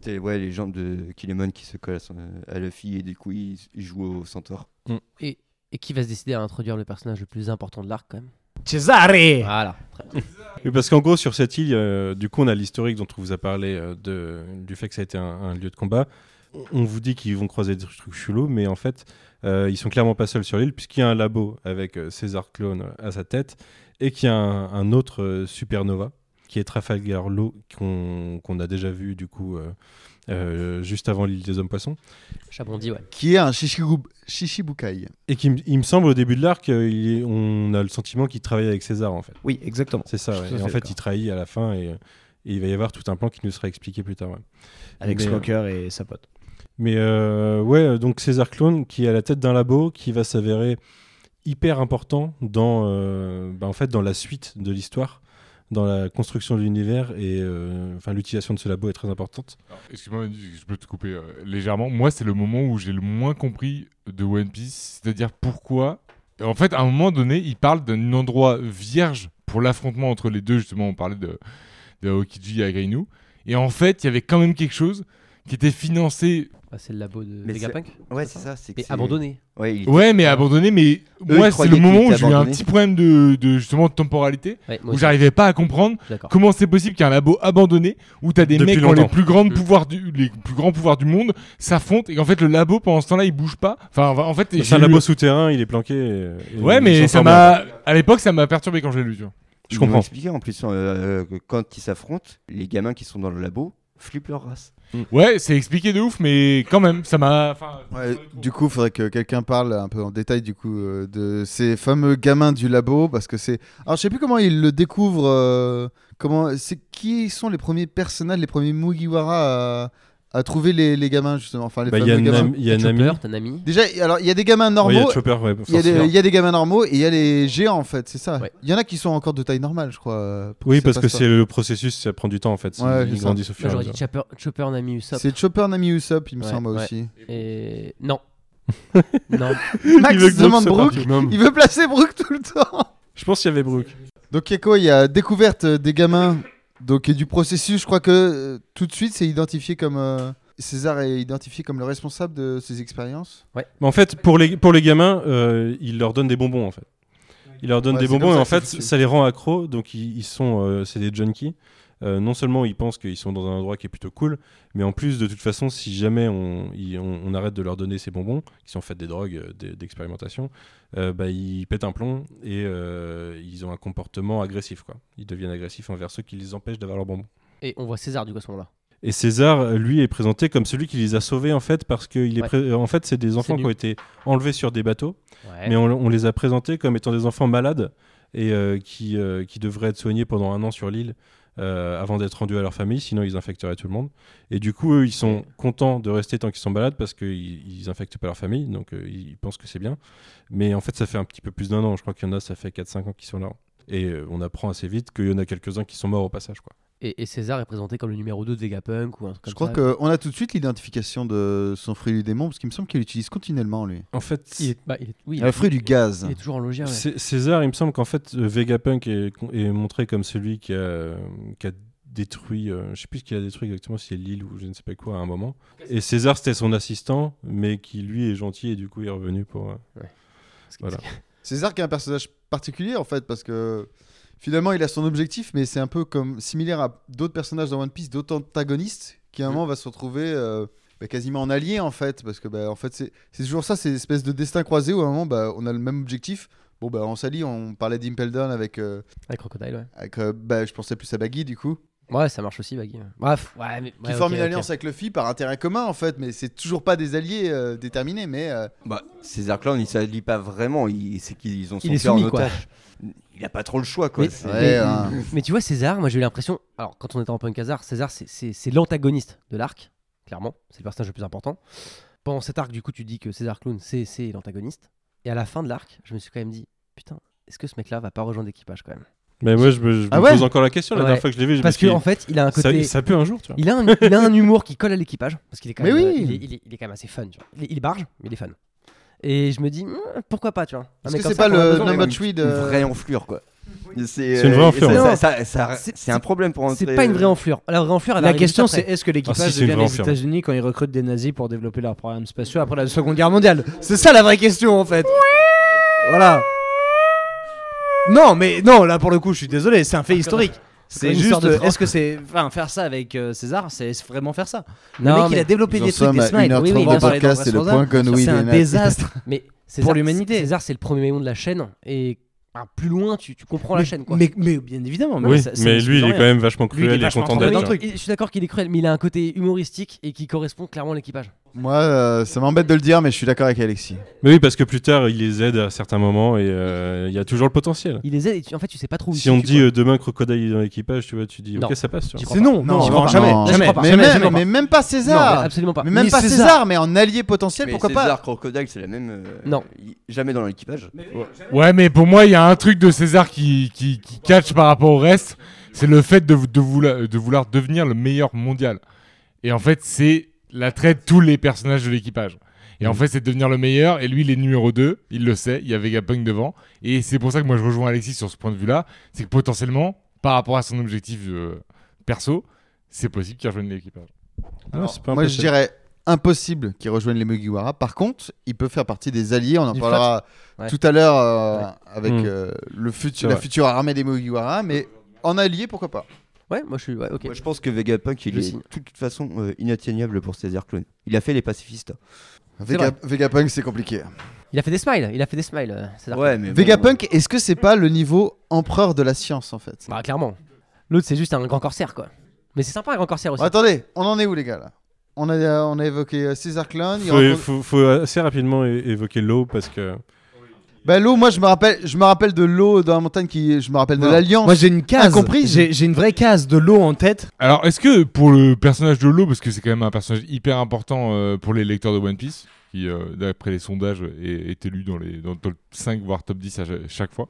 B: C'est ouais, les jambes de Kinemon qui se collent à, son- à Luffy et du coup, ils, ils jouent au centaure.
D: Mm.
J: Et, et qui va se décider à introduire le personnage le plus important de l'arc, quand même
H: Cesare
J: Voilà.
D: Oui, parce qu'en gros, sur cette île, euh, du coup, on a l'historique dont on vous a parlé euh, de, du fait que ça a été un, un lieu de combat. On- On vous dit qu'ils vont croiser des trucs chelous, mais en fait, euh, ils sont clairement pas seuls sur l'île, puisqu'il y a un labo avec euh, César Clone à sa tête, et qu'il y a un, un autre euh, supernova, qui est Trafalgar Law, qu'on qu'on a déjà vu, du coup, euh, euh, juste avant l'île des Hommes-Poissons.
J: Chabondi, ouais.
F: Qui est un shishigu- shishibukai.
D: Et qui, m- il me semble, au début de l'arc, euh, il est- on a le sentiment qu'il travaille avec César, en fait.
H: Oui, exactement.
D: C'est ça, ouais.
H: tout à
D: Et en
H: fait
D: fait,
H: d'accord.
D: il trahit à la fin et, et il va y avoir tout un plan qui nous sera expliqué plus tard. ouais.
H: Avec
D: Mais, euh,
H: Smoker et sa pote.
D: Mais euh, ouais, donc César Clone qui est à la tête d'un labo qui va s'avérer hyper important dans, euh, bah, en fait, dans la suite de l'histoire, dans la construction de l'univers et euh, enfin l'utilisation de ce labo est très importante.
A: Alors, Excuse-moi, Manu, je peux te couper euh, légèrement. Moi, c'est le moment où j'ai le moins compris de One Piece, c'est-à-dire pourquoi. En fait, à un moment donné, il parle d'un endroit vierge pour l'affrontement entre les deux. Justement, on parlait de, de Aokiji et Akainu. Et en fait, il y avait quand même quelque chose qui était financé.
J: Bah, c'est le labo de
B: Mais c'est-
J: Vegapunk.
B: Ouais, c'est ça. c'est que
J: Mais
B: c'est-
J: abandonné.
B: Ouais, il-
A: Ouais, mais abandonné. Mais
B: ils
A: moi, c'est
B: croyaient
A: le
B: qu'il
A: moment où
B: était
A: j'ai eu un
B: abandonné.
A: petit problème de, de justement de temporalité
J: Ouais, moi
A: où
J: aussi,
A: j'arrivais pas à comprendre
J: je suis D'accord.
A: Comment c'est possible qu'il y ait un labo abandonné où t'as des
D: Depuis
A: mecs qui ont les
D: longtemps.
A: plus,
J: Mm.
A: grandes pouvoirs du, les plus grands pouvoirs du monde s'affrontent et qu'en fait le labo pendant ce temps-là il bouge pas Enfin en fait.
D: C'est
A: j'ai
D: un labo
A: eu-
D: souterrain, il est planqué. et- et
A: Ouais,
D: ils sont
A: mais ça
D: formés.
A: m'a. À l'époque ça m'a perturbé quand je l'ai lu, tu vois.
D: Je
B: Ils m'ont
D: comprends.
B: euh, expliqué en plus euh, que quand ils s'affrontent, les gamins qui sont dans le labo flippent leur race.
A: Ouais, c'est expliqué de ouf, mais quand même, ça m'a. enfin,
F: Ouais, du coup, il faudrait que quelqu'un parle un peu en détail du coup euh, de ces fameux gamins du labo parce que c'est. Alors, je sais plus comment ils le découvrent. euh, comment c'est qui sont les premiers personnages, les premiers Mugiwara à, à trouver les, les gamins justement. Enfin, les
D: Bah, Il y a
F: fameux
D: un
F: gamins.
D: ami- il y a un ami.
J: Chopper, t'as un ami.
F: Déjà, alors il y a des gamins
D: Ouais, Il y a
F: normaux.
D: Chopper, ouais,
F: Il y, a
D: forcément.
F: des, il y a des gamins normaux et il y a les géants en fait, c'est ça. Il
J: Ouais.
F: y en a qui sont encore de taille normale, je crois. euh, pour
D: Oui,
F: ça
D: parce
F: passe
D: que
F: pas.
D: c'est le processus, ça prend du temps en fait.
F: Ouais, c'est
D: Ils
F: ça.
D: grandissent au fur
J: Moi,
D: et à
J: J'aurais
D: mesure.
J: dit Chopper, Chopper Nami Usopp.
F: C'est Chopper Nami Usopp, il me
J: Ouais,
F: semble
J: ouais.
F: aussi.
J: Et... Non. non.
F: Max
D: veut que Brooke
F: demande
D: se
F: Brooke,
D: parle.
F: il veut placer Brooke tout le temps.
D: Je pense qu'il y avait Brooke.
F: Donc il y a quoi Il y a découverte euh, des gamins donc, et du processus. Je crois que euh, tout de suite, c'est identifié comme. euh, César est identifié comme le responsable de ces expériences.
D: Mais en fait, pour les, pour les gamins, euh, il leur donne des bonbons en fait. Il leur donne
F: Ouais,
D: des
F: c'est
D: bonbons
F: comme
D: et
F: ça
D: en
F: que ça
D: fait,
F: fonctionne.
D: ça les rend accros. Donc ils, ils sont, euh, c'est des junkies. Euh, non seulement ils pensent qu'ils sont dans un endroit qui est plutôt cool, mais en plus de toute façon, si jamais on, ils- on- on arrête de leur donner ces bonbons, qui sont en fait des drogues euh, des- d'expérimentation, euh, bah, ils pètent un plomb et euh, ils ont un comportement agressif. Quoi. Ils deviennent agressifs envers ceux qui les empêchent d'avoir leurs bonbons.
J: Et on voit César du coup à ce moment-là.
D: Et César, lui, est présenté comme celui qui les a sauvés en fait parce que il est
J: Ouais.
D: pré- en fait c'est des enfants qui
J: lui.
D: ont été enlevés sur des bateaux,
J: Ouais.
D: mais on, on les a présentés comme étant des enfants malades et euh, qui euh, qui devraient être soignés pendant un an sur l'île euh, avant d'être rendus à leur famille, sinon ils infecteraient tout le monde. Et du coup, eux, ils sont contents de rester tant qu'ils sont malades parce qu'ils ils infectent pas leur famille, donc euh, ils pensent que c'est bien. Mais en fait, ça fait un petit peu plus d'un an. Je crois qu'il y en a, ça fait 4-5 ans qu'ils sont là. Et euh, on apprend assez vite qu'il y en a quelques-uns qui sont morts au passage. Quoi.
J: Et, et César est présenté comme le numéro 2 de Vegapunk ou un truc comme
F: je crois
J: ça.
F: qu'on a tout de suite l'identification de son fruit du démon, parce qu'il me semble qu'il l'utilise continuellement, lui.
D: En fait,
J: Il est, bah, il est- oui, il
F: Le
J: est-
F: fruit du gaz.
J: il est toujours en logia. ouais.
D: Cé- César, il me semble qu'en fait, euh, Vegapunk est, est montré comme celui qui a, euh, qui a détruit, euh, je sais plus ce qu'il a détruit exactement, si c'est l'île ou je ne sais pas quoi à un moment. Et César, c'était son assistant, mais qui lui est gentil et du coup il est revenu pour. euh,
J: Parce que-
D: voilà.
F: César qui est un personnage particulier en fait parce que finalement il a son objectif mais c'est un peu comme similaire à d'autres personnages dans One Piece, d'autres antagonistes qui à un
J: Mm.
F: moment va se retrouver euh, bah, quasiment en allié en fait parce que bah, en fait c'est c'est toujours ça, c'est une espèce de destin croisé où à un moment bah, on a le même objectif. Bon bah on s'allie, on parlait d'Impel Down avec, euh,
J: Avec Crocodile, ouais.
F: avec, euh, bah, je pensais plus à Baggy du coup,
J: Ouais, ça marche aussi, Baggy. ouais. Bref, ouais, mais.
F: qui forme une alliance avec Luffy par intérêt commun en fait mais c'est toujours pas des alliés euh, déterminés mais euh,
B: Bah, ces arcs-là, on ne s'allie pas vraiment. Ils- C'est qu'ils ont son
J: Il est
B: cœur en
J: soumis, quoi.
B: otage. Il a pas trop le choix, quoi.
J: Mais-
B: C'est-
F: ouais, hein.
J: Mais tu vois, César, moi j'ai eu l'impression. Alors, quand on était en punk hasard, César, c'est- c'est c'est l'antagoniste de l'arc, clairement. C'est le personnage le plus important. Pendant cet arc, du coup, tu dis que César Clown, c'est c'est l'antagoniste. Et à la fin de l'arc, je me suis quand même dit, putain, est-ce que ce mec-là va pas rejoindre l'équipage quand même
D: Mais moi, je me, je
F: Ah
D: me
F: ouais
D: pose encore la question. La
J: Ouais.
D: dernière fois que je l'ai vu, je
J: Parce
D: me suis
J: qu'en
D: dit,
J: en fait, il a un
D: ça-
J: côté.
D: ça, peut un jour, tu vois.
J: Il a, un, il a un humour qui colle à l'équipage parce qu'il est quand
F: Mais
J: même,
F: oui.
J: euh, il, est, il est- il est quand même assez fun. Tu vois. Il, est, il est barge, mais il est fun. Et je me dis hmm, pourquoi pas, tu
B: Ah,
J: vois. Un
F: est-ce
J: mec
F: que
J: comme
F: c'est
J: ça,
F: pas
J: qu'on a
F: le euh,
J: besoin.
F: number
B: une-
F: 3 de...
B: Une vraie enflure, quoi.
D: C'est une vraie
B: euh,
D: enflure.
B: ça-
J: Non.
B: ça- ça-
J: C'est-
B: C'est un euh, Ah, problème pour entrer.
J: C'est pas une vraie enflure. La vraie enflure, elle
G: La
J: arrive
G: question,
J: juste
G: c'est
J: après.
G: est-ce que l'équipage
D: Ah, si, c'est une
G: devient
D: vraie
G: les
D: infirme.
G: États-Unis quand ils recrutent des nazis pour développer leurs programmes spatiaux après la Seconde Guerre mondiale C'est ça la vraie question en fait. Voilà. Non, mais non, là pour le coup, je suis désolé, c'est un fait historique. C'est
J: une histoire
G: juste,
J: de
G: euh,
J: train.
G: est-ce que c'est. Enfin, faire ça avec euh, César, c'est vraiment faire ça. Le
J: Non,
G: mec, il
J: mais-
G: a développé
F: Nous en
G: des trucs,
F: sommes
G: des
F: à
G: smiles.
F: 1h30
G: Oui, oui, on
F: de
G: va parler dans
F: podcast, c'est le
G: Restaurant
F: point connerie
G: C'est un
F: des nazis.
G: désastre.
J: Mais César-
G: l'humanité.
J: César, c'est le premier élément de la chaîne et ah, plus loin, tu, tu comprends la
G: Mais-
J: chaîne. Quoi.
G: Mais, mais bien évidemment. Mais,
D: Oui,
G: ça- ça
D: mais
G: n'excuse
D: lui, il est
G: rien.
D: quand même vachement
G: Lui, il est
D: cruel et
G: vachement
D: content
J: Ouais,
G: trempé
D: d'être.
G: dans le
D: tu vois.
G: truc.
J: il- je suis d'accord qu'il est cruel, mais il a un côté humoristique et qui correspond clairement à l'équipage.
F: Moi, euh, ça m'embête de le dire, mais je suis d'accord avec Alexis.
D: Mais oui, parce que plus tard, il les aide à certains moments et euh, il y a toujours le potentiel.
J: Il les aide et tu- en fait, tu sais pas trop où
D: Si
J: ils
D: on
J: se
D: te dit
J: situent,
D: euh, demain crocodile est dans l'équipage, tu vois, tu dis
J: Non.
D: ok, ça passe. Tu
J: J'y
D: vois.
J: crois pas.
G: non,
F: Non,
G: non,
F: je
G: non,
F: crois
G: jamais,
F: pas.
G: jamais,
J: Je crois pas.
F: Mais,
G: jamais,
F: même,
G: jamais.
F: mais même pas
J: quoi. Non,
F: César
J: absolument pas.
F: Mais même
G: Mais
F: pas César,
G: César.
F: mais en allié potentiel,
B: Mais
F: pourquoi
B: César Crocodile, c'est la même. euh,
J: Non.
B: il- Jamais dans l'équipage.
A: Ouais, mais pour moi, il y a un truc de César qui, qui, qui catch par rapport au reste. C'est le fait de, de, vouloir, de vouloir devenir le meilleur mondial. Et en fait, c'est l'attrait de tous les personnages de l'équipage. Et
D: Mm.
A: en fait, c'est de devenir le meilleur. Et lui, il est numéro 2. Il le sait. Il y a Vegapunk devant. Et c'est pour ça que moi, je rejoins Alexis sur ce point de vue-là. C'est que potentiellement, par rapport à son objectif euh, perso, c'est possible qu'il rejoigne l'équipage.
D: Ouais, c'est pas
F: pas Moi, je
D: impossible.
F: dirais impossible qu'il rejoigne les Mugiwara. Par contre, il peut faire partie des alliés. On en
J: Du
F: parlera
J: Ouais.
F: tout à l'heure euh, avec
D: Mm.
F: euh, le
D: C'est
F: futur, la
D: vrai.
F: future armée des Mugiwara, mais en allié, pourquoi pas
J: Ouais, moi je suis. Ouais, ok.
B: Moi, je pense que Vegapunk, il
J: Je
B: est
J: signe.
B: de toute façon euh, inatteignable pour César Clone. Il a fait les pacifistes.
F: Vega- Vegapunk, c'est compliqué.
B: Ah,
J: Il a fait des smiles. Il a fait des smiles. euh, César.
B: mais. bon,
F: Vegapunk, est-ce que c'est pas le niveau empereur de la science en fait
J: Bah clairement. L'autre c'est juste un grand corsaire quoi. Mais c'est sympa, Grand Corsair aussi.
F: attendez, on en est où, les gars là on a, euh, on a évoqué euh, César Klein. il
D: Faut,
F: raconte-
D: faut- faut assez rapidement é- évoquer l'eau parce que.
F: Bah, l'eau, moi, je me rappelle, je me rappelle de l'eau dans la montagne qui, je me rappelle de
H: Voilà.
F: l'Alliance.
H: Moi j'ai une case.
F: Incomprise.
H: J'ai j'ai une vraie case de l'eau en tête.
A: Alors, est-ce que pour le personnage de Lo, parce que c'est quand même un personnage hyper important euh, pour les lecteurs de One Piece, qui, euh, d'après les sondages, est, est élu dans les dans le top 5, voire top 10 à cha- chaque fois,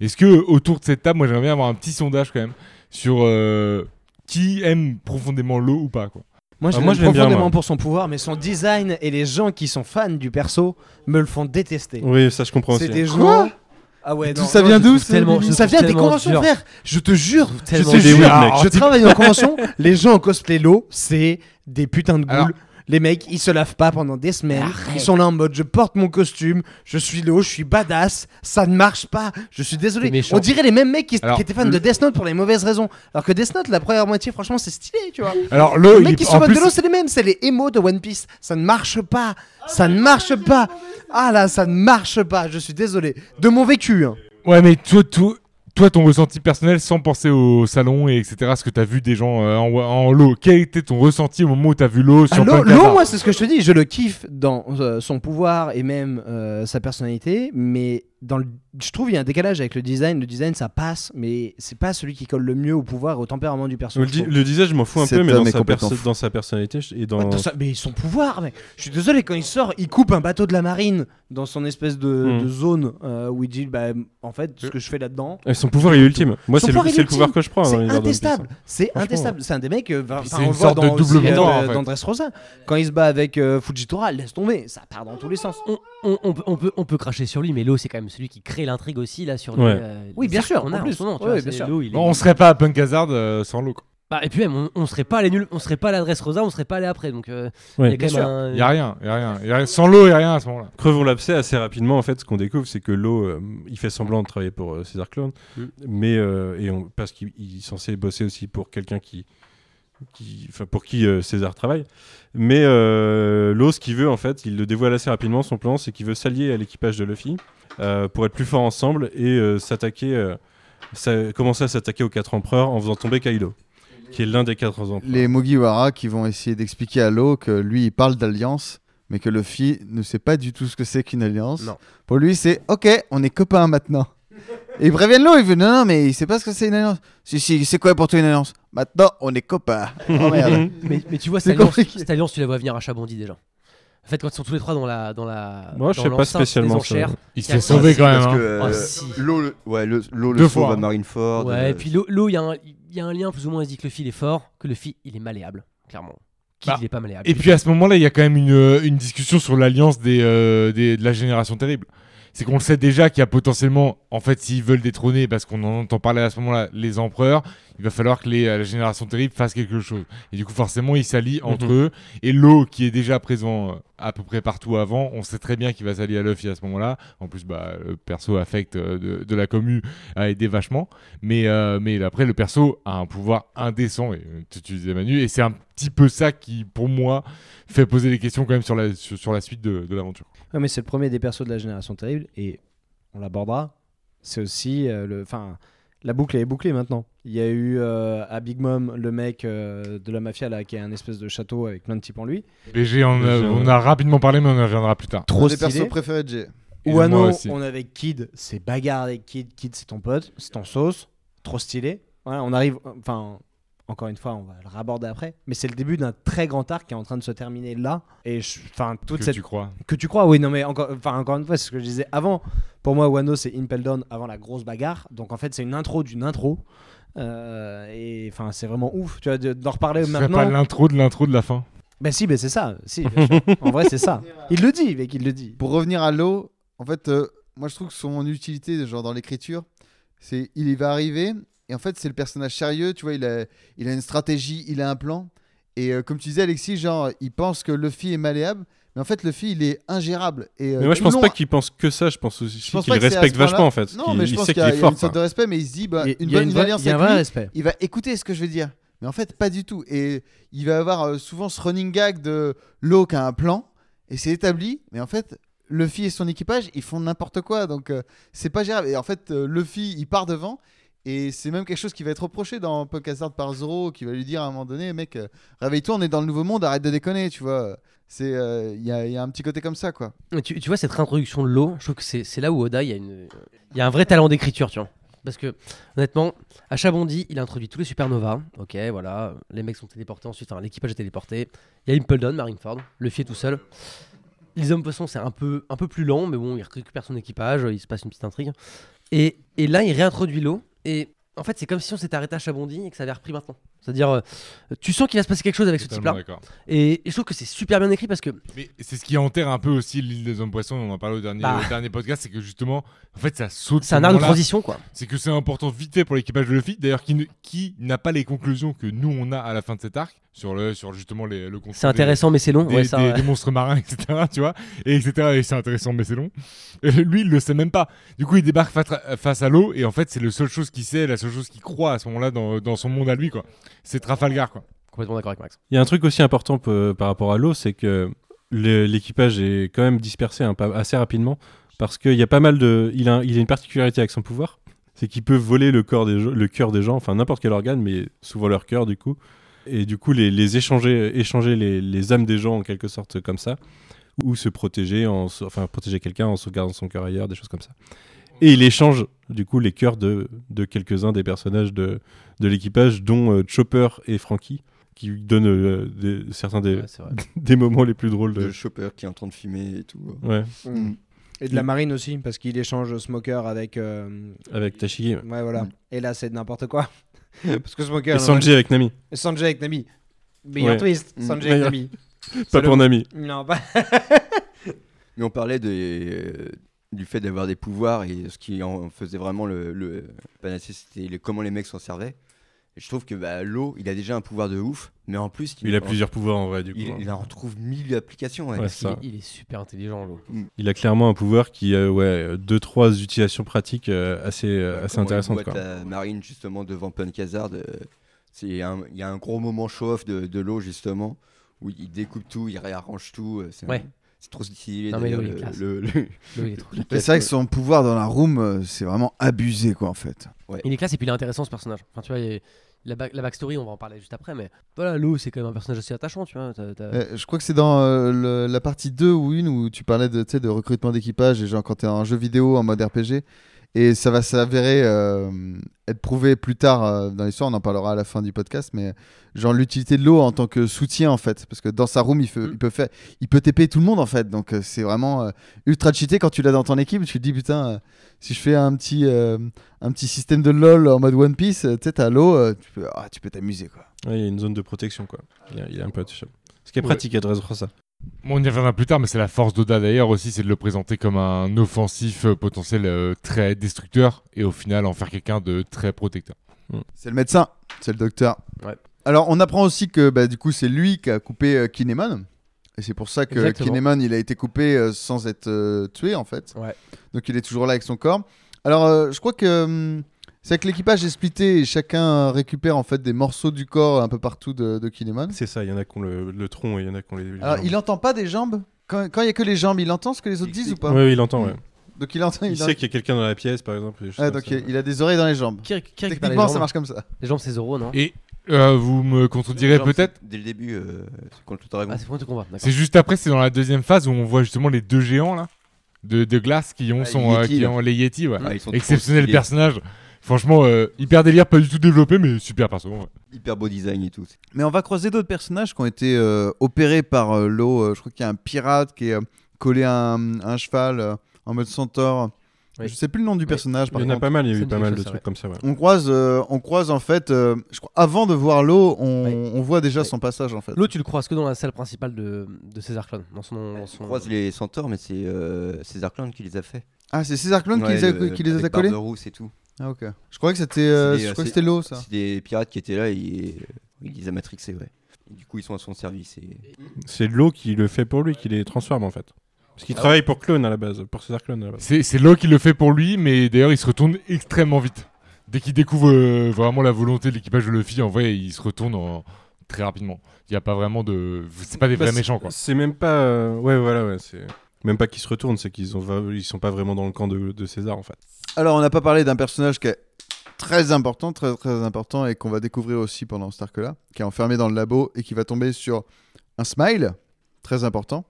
A: est-ce que autour de cette table, moi j'aimerais bien avoir un petit sondage quand même sur euh, qui aime profondément Lo ou pas quoi.
H: Moi, je
D: Ah, moi,
H: l'aime
D: je l'aime bien,
H: profondément
D: moi.
H: pour son pouvoir, mais son design et les gens qui sont fans du perso me le font détester.
D: Oui, ça je comprends
H: C'est
D: aussi.
H: des
F: Quoi
H: gens. Ah ouais,
F: Tout
H: non,
F: ça
H: non,
F: vient
H: je
F: d'où,
H: trouve
F: ce
H: tellement-
F: délire
H: je Ça
J: trouve
H: vient des
J: tellement
H: conventions,
J: dur.
H: frère. Je te jure. Je
J: tellement
H: te
D: dur.
H: jure.
D: Alors,
H: Je travaille en convention. Les gens en cosplay l'eau, c'est des putains de boules.
A: Alors-
H: les mecs, ils se lavent pas pendant des semaines. Ils sont là en mode je porte mon costume, je suis l'eau, je suis badass. Ça ne marche pas. Je suis
J: T'es
H: désolé.
J: méchant.
H: On dirait les mêmes mecs qui,
A: Alors,
H: qui étaient fans de Death Note pour les mauvaises raisons. Alors que Death Note, la première moitié, franchement, c'est stylé, tu vois.
A: Alors Lo,
H: Les
A: il
H: mecs qui
A: est,
H: se
A: en
H: moquent
A: plus,
H: de l'eau, c'est les mêmes, c'est les émos de One Piece. Ça ne marche pas, ça ne marche pas. Ah là, ça ne marche pas, je suis désolé. De mon vécu. hein.
A: ouais, mais toi, toi, toi, ton ressenti personnel, sans penser au salon et etc. Ce que t'as vu des gens euh, en, en Lo, quel était ton ressenti au moment où t'as vu Lo sur
H: Ah, l'eau,
A: Punk
H: l'eau,
A: Hazard
H: moi, c'est ce que je te dis, je le kiffe dans euh, son pouvoir et même euh, sa personnalité, mais dans le- je trouve il y a un décalage avec le design. Le design, ça passe, mais c'est pas celui qui colle le mieux au pouvoir et au tempérament du
D: Le,
H: personnage.
D: di- le disais, je m'en fous un
F: Cet
D: peu, mais
F: homme
D: dans
F: est
D: sa,
F: complètement
D: perso-
F: fou.
D: dans sa personnalité je- et dans.
H: Ouais, dans sa- mais son pouvoir, mais je suis désolé, quand il sort, il coupe un bateau de la marine dans son espèce de,
D: Mm.
H: de zone euh, où il dit bah, en fait, ce que je fais là-dedans,
D: Et son pouvoir est ultime. Moi,
H: Son
D: c'est le,
H: pouvoir est
D: c'est le
H: ultime.
D: pouvoir que je prends. hein,
H: C'est
D: dans les One Piece.
H: intestable. C'est
D: Franchement,
H: intestable. C'est un des mecs. euh, enfin,
A: Puis c'est
H: on
A: une
H: le voit
A: sorte de
H: dans
A: double
H: aussi,
A: mouvement,
H: euh,
A: en fait.
H: dans Dressrosa. Quand il se bat avec euh, Fujitora, laisse tomber. Ça part dans tous les sens.
J: On, on- on peut, on, peut, on peut cracher sur lui, mais Lo, c'est quand même celui qui crée l'intrigue aussi là sur.
D: Ouais.
J: les, euh,
H: Oui,
J: les
H: bien
J: arcs
H: sûr,
J: qu'on
H: en
J: a en
H: plus.
J: ce moment, tu
H: Ouais,
J: vois,
H: bien
J: c'est-
H: sûr.
J: Lo, il est-
A: Bon, on serait pas à Punk Hazard euh, sans Lo. quoi.
J: Bah, et puis même, on, on serait pas les nuls, on serait pas à l'adresse Rosa, on serait pas allé après. Donc, euh,
D: Ouais.
J: il y a
H: Bien
J: quand
H: sûr.
J: même
A: Hein, Y a
J: un-
A: rien, y a rien, Y a rien. Sans Lo, y a rien à ce moment-là.
D: Crevons l'abcès assez rapidement. En fait, ce qu'on découvre, c'est que l'eau, euh, il fait semblant de travailler pour euh, César Clown,
J: Mm.
D: mais euh, et on, parce qu'il il est censé bosser aussi pour quelqu'un qui, qui, enfin, pour qui euh, César travaille. Mais euh, l'eau, ce qu'il veut, en fait, il le dévoile assez rapidement. Son plan, c'est qu'il veut s'allier à l'équipage de Luffy euh, pour être plus fort ensemble et euh, s'attaquer, euh, sa- commencer à s'attaquer aux quatre empereurs en faisant tomber Kaido, qui est l'un des quatre empereurs.
F: les Mugiwara qui vont essayer d'expliquer à Lo que lui il parle d'alliance mais que Luffy ne sait pas du tout ce que c'est qu'une alliance.
J: Non.
F: Pour lui c'est OK, on est copains maintenant. Et ils préviennent Lo, il veut non non mais il sait pas ce que c'est une alliance. Si si, c'est quoi pour toi une alliance Maintenant on est copains. Oh merde.
J: Mais, mais tu vois,
F: C'est
J: cette alliance,
F: compliqué.
J: cette alliance, tu la vois venir à Chabondi déjà. En fait, quand ils sont tous les trois dans la. Dans la
D: Moi, je
J: dans
D: sais pas
J: l'enceinte des
D: spécialement, ça.
J: enchères.
A: Il se
J: Y a
A: fait
J: ça,
A: sauver
J: c'est
A: quand même.
B: Parce
A: hein.
B: que euh,
J: Oh, si.
B: l'eau, le- ouais, le, l'eau le
A: Deux
B: sauve
A: fois,
B: à
A: hein.
B: Marineford.
J: Ouais,
B: euh,
J: et puis l'eau- l'eau, il y, a un- il y a un lien plus ou moins qui dit que le fil est fort, que le fil, il est malléable, clairement. Qui
A: Bah,
J: il est pas malléable.
A: Et puis à ce moment-là, il y a quand même une, euh, une discussion sur l'alliance des, euh, des- de la génération terrible. C'est qu'on le sait déjà qu'il y a potentiellement, en fait, s'ils veulent détrôner, parce qu'on en entend parler à ce moment-là, les empereurs, il va falloir que les, euh, la génération terrible fasse quelque chose. Et du coup, forcément, ils s'allient entre
D: Mhm.
A: eux. Et l'eau, qui est déjà présent euh, à peu près partout avant, on sait très bien qu'il va s'allier à Luffy à ce moment-là. En plus, bah, le perso affect euh, de, de la commu a aidé vachement. Mais, euh, mais après, le perso a un pouvoir indécent, et euh, tu, tu disais Manu, et c'est un petit peu ça qui, pour moi, fait poser des questions quand même sur la, sur, sur la suite de, de l'aventure.
H: Ouais, mais c'est le premier des persos de la génération terrible et on l'abordera. C'est aussi euh, le. Enfin, la boucle elle est bouclée maintenant. Il y a eu euh, à Big Mom le mec euh, de la mafia là qui a un espèce de château avec plein de types en lui.
A: BG, on, a-
D: BG,
A: euh, on a rapidement parlé, mais on en reviendra plus tard.
H: Trop
F: Des
H: stylé.
F: persos préférés de Jay.
A: Et
H: Ou
A: de moi
H: Wano,
A: aussi.
H: on est avec Kid, c'est bagarre avec Kid. Kid, c'est ton pote, c'est ton sauce, trop stylé. Voilà, on arrive, enfin, encore une fois, on va le raborder après, mais c'est le début d'un très grand arc qui est en train de se terminer là. Et je- enfin, toute
A: Que
H: cette.
A: tu crois
H: Que tu crois, oui, non, mais encore, enfin, encore une fois, c'est ce que je disais avant. Pour moi, Wano, c'est Impel Down avant la grosse bagarre. Donc en fait, c'est une intro d'une intro. Euh, et enfin, c'est vraiment ouf, tu vois, de- d'en reparler
A: Ce serait pas
H: maintenant.
A: l'intro de l'intro de la fin
H: Bah si, bah, c'est ça. Si, bien sûr. en vrai, c'est ça. Il le dit, mec, il le dit.
F: Pour revenir à l'eau, en fait, euh, moi je trouve que son utilité, genre dans l'écriture, c'est il y va arriver et en fait c'est le personnage sérieux, tu vois, il a, il a une stratégie, il a un plan. Et euh, comme tu disais Alexis, genre il pense que Luffy est malléable, mais en fait Luffy il est ingérable. Et, euh,
D: Mais moi, je
F: ils
D: pense
F: l'ont-
D: pas qu'il pense que ça. Je pense aussi
F: je pense
D: qu'il
F: pas que c'est à
D: respecte
F: ce point-là.
D: vachement, en fait.
F: Non,
D: qu'il-
F: mais je
D: il
F: pense
D: sait
F: qu'il y,
D: qu'il
F: a il y
D: est
F: a
D: fort.
F: une sorte de respect, mais il se dit bah,
H: Il
F: une
H: il y a
F: bonne
H: une
F: une
H: vraie-
F: alliance
H: il y a un
F: avec
H: vrai
F: lui,
H: respect.
F: il va écouter ce que je vais dire. Mais en fait, pas du tout. Et il va avoir euh, souvent ce running gag de Lo qui a un plan, et c'est établi, mais en fait, Luffy et son équipage, ils font n'importe quoi, donc euh, c'est pas gérable. Et en fait, euh, Luffy, il part devant, Et c'est même quelque chose qui va être reproché dans Podcast Art par Zoro, qui va lui dire à un moment donné, mec, euh, réveille-toi, on est dans le nouveau monde, arrête de déconner, tu vois. C'est, euh, il y, a, il y a un petit côté comme ça, quoi.
J: Mais Tu, tu vois, cette réintroduction de l'eau, je trouve que c'est c'est là où Oda, il y, a une- il y a un vrai talent d'écriture, tu vois. Parce que, honnêtement, à Chabondi, il a introduit tous les supernovas. Ok, voilà. Les mecs sont téléportés ensuite. Enfin, l'équipage est téléporté. Il y a Impledon, Marineford. Le est tout seul. Les hommes poissons, c'est un peu, un peu plus lent, mais bon, il récupère son équipage. Il se passe une petite intrigue. Et, et là, il réintroduit l'eau. Et en fait, c'est comme si on s'était arrêté à Chabondi et que ça avait repris maintenant. C'est-à-dire, euh, tu sens qu'il va se passer quelque chose avec ce
A: Totalement
J: type-là.
A: d'accord.
J: Et, et je trouve que c'est super bien écrit parce que
A: Mais c'est ce qui enterre un peu aussi l'île des hommes poissons, on en parlait au dernier,
J: Bah.
A: au dernier podcast, c'est que justement, en fait, ça saute.
J: c'est un
A: ce
J: art de
A: moment-là.
J: transition, quoi.
A: C'est que c'est important vite fait pour l'équipage de Luffy, d'ailleurs, qui ne- qui n'a pas les conclusions que nous, on a à la fin de cet arc, sur, le, sur justement les, le conflit
J: C'est
A: des-
J: intéressant, mais c'est long.
A: des,
J: ouais, ça,
A: des-
J: ouais.
A: des monstres marins, etc. Tu vois, et etc. Et c'est intéressant, mais c'est long. Et lui, il le sait même pas. Du coup, il débarque fatra- face à l'eau, et en fait, c'est la seule chose qu'il sait, la seule chose qu'il croit à ce moment-là dans, dans son monde à lui, quoi. C'est Trafalgar, quoi.
J: Complètement d'accord avec Max.
D: Il y a un truc aussi important pe- par rapport à l'eau, c'est que le- l'équipage est quand même dispersé un pa- assez rapidement parce qu'il y a pas mal de. Il a, il a une particularité avec son pouvoir, c'est qu'il peut voler le corps des, gens- le cœur des gens, enfin n'importe quel organe, mais souvent leur cœur du coup. Et du coup, les, les échanger, échanger les, les âmes des gens en quelque sorte comme ça, ou se protéger, en, sau- enfin protéger quelqu'un en sauvegardant son cœur ailleurs, des choses comme ça. Et il échange du coup les cœurs de, de quelques-uns des personnages de, de l'équipage, dont euh, Chopper et Frankie qui lui donnent euh, des- certains des,
J: Ouais, c'est vrai.
D: des moments les plus drôles
B: Le
D: de.
B: chopper qui est en train de fumer et tout.
D: Ouais,
G: Et de la marine aussi, parce qu'il échange Smoker avec. euh,
D: avec Tashigi.
G: Ouais, voilà.
B: Mm.
G: Et là, c'est de n'importe quoi. parce que Smoker.
D: Et
G: non,
D: Sanji avec Nami.
G: mais- Sanjay avec Nami. Meilleur
D: Ouais.
G: twist,
B: Mm.
G: Sanjay avec
D: Meilleur.
G: Nami.
D: Pas
G: le-
D: pour Nami.
G: Non, pas.
B: Mais on parlait des- euh, du fait d'avoir des pouvoirs et ce qui en faisait vraiment le, le panacée, c'était le- comment les mecs s'en servaient. Et je trouve que bah, l'eau, il a déjà un pouvoir de ouf, mais en plus,
D: Il a plusieurs pouvoirs en vrai, du coup. hein.
B: Il, il en retrouve mille applications. ouais. Mm.
D: Ouais,
J: Parce qu'il
D: ça.
J: est- il est super intelligent, l'eau.
D: Il a clairement un pouvoir qui a ouais, deux, trois utilisations pratiques euh, assez, euh, assez
B: Comment il
D: intéressantes.
B: boite
D: Quoi.
B: à Marine justement devant Punk Hazard. euh, c'est un- Il y a un gros moment show-off de, de l'eau justement où il découpe tout, il réarrange tout. euh, C'est
J: Ouais.
B: c'est trop stylé.
J: Non, mais
B: d'ailleurs,
J: l'eau, il est
B: le-
J: classe.
B: le- le-
J: L'eau, il est trop classe.
F: Mais c'est vrai que son pouvoir dans la room, euh, c'est vraiment abusé, quoi, en fait.
J: Il est classe et puis il est intéressant ce personnage. Enfin, tu vois, il est- la, back- la backstory, on va en parler juste après, mais voilà, l'eau, c'est quand même un personnage assez attachant, tu vois. t'as- t'as-
F: Euh, je crois que c'est dans euh, le- la partie 2 ou 1 où tu parlais de, tu sais, de recrutement d'équipage et genre quand t'es en jeu vidéo en mode RPG. Et ça va s'avérer euh, être prouvé plus tard euh, dans l'histoire, on en parlera à la fin du podcast, mais genre l'utilité de l'eau en tant que soutien en fait, parce que dans sa room il, fe-
J: Mm.
F: il peut faire, il peut TP tout le monde en fait, donc euh, c'est vraiment euh, ultra cheaté quand tu l'as dans ton équipe, tu te dis putain euh, si je fais un petit euh, un petit système de lol en mode One Piece, euh, tu sais t'as l'eau, euh, tu peux ah, tu peux t'amuser quoi.
D: Ouais, il y a une zone de protection. Quoi. Il, est- il est un peu attachable. Ce qui est
A: Ouais.
D: pratique à Dress ça.
A: Bon, on y reviendra plus tard, mais c'est la force d'Oda d'ailleurs aussi, c'est de le présenter comme un offensif euh, potentiel euh, très destructeur et au final en faire quelqu'un de très protecteur.
D: Mm.
F: C'est le médecin, c'est le docteur.
J: Ouais.
F: Alors, on apprend aussi que bah, du coup, c'est lui qui a coupé euh, Kinemon. Et c'est pour ça que
J: Exactement.
F: Kinemon, il a été coupé euh, sans être euh, tué, en fait.
J: Ouais.
F: Donc, il est toujours là avec son corps. Alors, euh, je crois que hum, c'est que l'équipage est splitté et chacun récupère en fait des morceaux du corps un peu partout de, de Kinemon.
D: C'est ça, il y en a qui ont le, le tronc et il y en a qui ont les. les
F: Alors,
D: jambes.
F: il entend pas des jambes Quand quand il y a que les jambes, il entend ce que les autres
B: Il-
F: disent
B: il-
F: ou pas
D: Ouais, ouais, il entend, ouais.
F: Donc, il entend.
D: Il,
F: il en-
D: sait qu'il y a quelqu'un dans la pièce, par exemple. et des choses
F: Ouais,
D: comme
F: donc,
D: ça.
F: il a des oreilles dans les jambes.
J: Qui, récu- qui récupère les
F: Techniquement,
J: jambes hein.
F: ça marche comme ça.
J: Les jambes, c'est Zoro, non
A: Et euh, vous me contredirez
B: Genre, c'est-
A: peut-être
B: Dès le début, euh, c'est contre le dragon.
J: Ah, c'est pour le combat, d'accord.
A: C'est juste après, c'est dans la deuxième phase où on voit justement les deux géants là de, de glace qui ont
B: Ah,
A: son
B: Yeti,
A: euh, qui
B: là.
A: ont les Yeti, ouais.
B: Ah, ils sont trop
A: Exceptionnel
B: stylés.
A: personnage. Franchement, euh, hyper délire, pas du tout développé, mais super perso. ouais.
B: Hyper beau design et tout.
F: Mais on va croiser d'autres personnages qui ont été euh, opérés par euh, l'eau. Euh, Je crois qu'il y a un pirate qui est euh, collé à un, un cheval euh, en mode centaure.
J: Oui.
F: Je sais plus le nom du
J: Oui.
F: personnage.
D: Il
F: Par
D: y en a
F: contre.
D: pas mal, il y a
J: Ça
D: eu
J: me
D: pas
J: dit
D: mal
J: quelque
D: de
J: chose,
D: trucs comme ça. Ouais.
F: On croise, euh, on croise en fait. euh, je crois, avant de voir l'eau, on,
J: Oui.
F: on voit déjà
J: Oui.
F: son passage en fait.
J: L'eau, tu le croises que dans la salle principale de, de César Clone, dans son. dans son-
B: On croise les centaures, mais c'est euh, César Clown qui les a fait.
F: Ah, c'est César Clone
B: Ouais,
F: qui les a,
B: le-
F: qui les a
B: avec
F: collés.
B: Barberousse et tout.
F: Ah ok. Je croyais que c'était, euh,
B: C'est des-
F: je crois que
B: c'est-
F: c'était l'eau ça.
B: C'est des pirates qui étaient là et euh, il les a matrixés, ouais. Et du coup, ils sont à son service. Et...
D: C'est l'eau qui le fait pour lui, qui les transforme en fait. Parce qu'il travaille pour Clone à la base, pour César Clone à la base.
A: C'est c'est Law qui le fait pour lui, mais d'ailleurs, il se retourne extrêmement vite. Dès qu'il découvre euh, vraiment la volonté de l'équipage de Luffy, en vrai, il se retourne en- très rapidement. Il n'y a pas vraiment de. C'est pas des
D: Bah,
A: vrais
D: c'est-
A: méchants, quoi.
D: C'est même pas. euh, Ouais, voilà, ouais. C'est même pas qu'ils se retournent, c'est qu'ils ont... va- ils sont pas vraiment dans le camp de, de César en fait.
F: Alors on n'a pas parlé d'un personnage qui a très important, très très important, et qu'on va découvrir aussi pendant cet arc-là, qui est enfermé dans le labo et qui va tomber sur un smile, très important,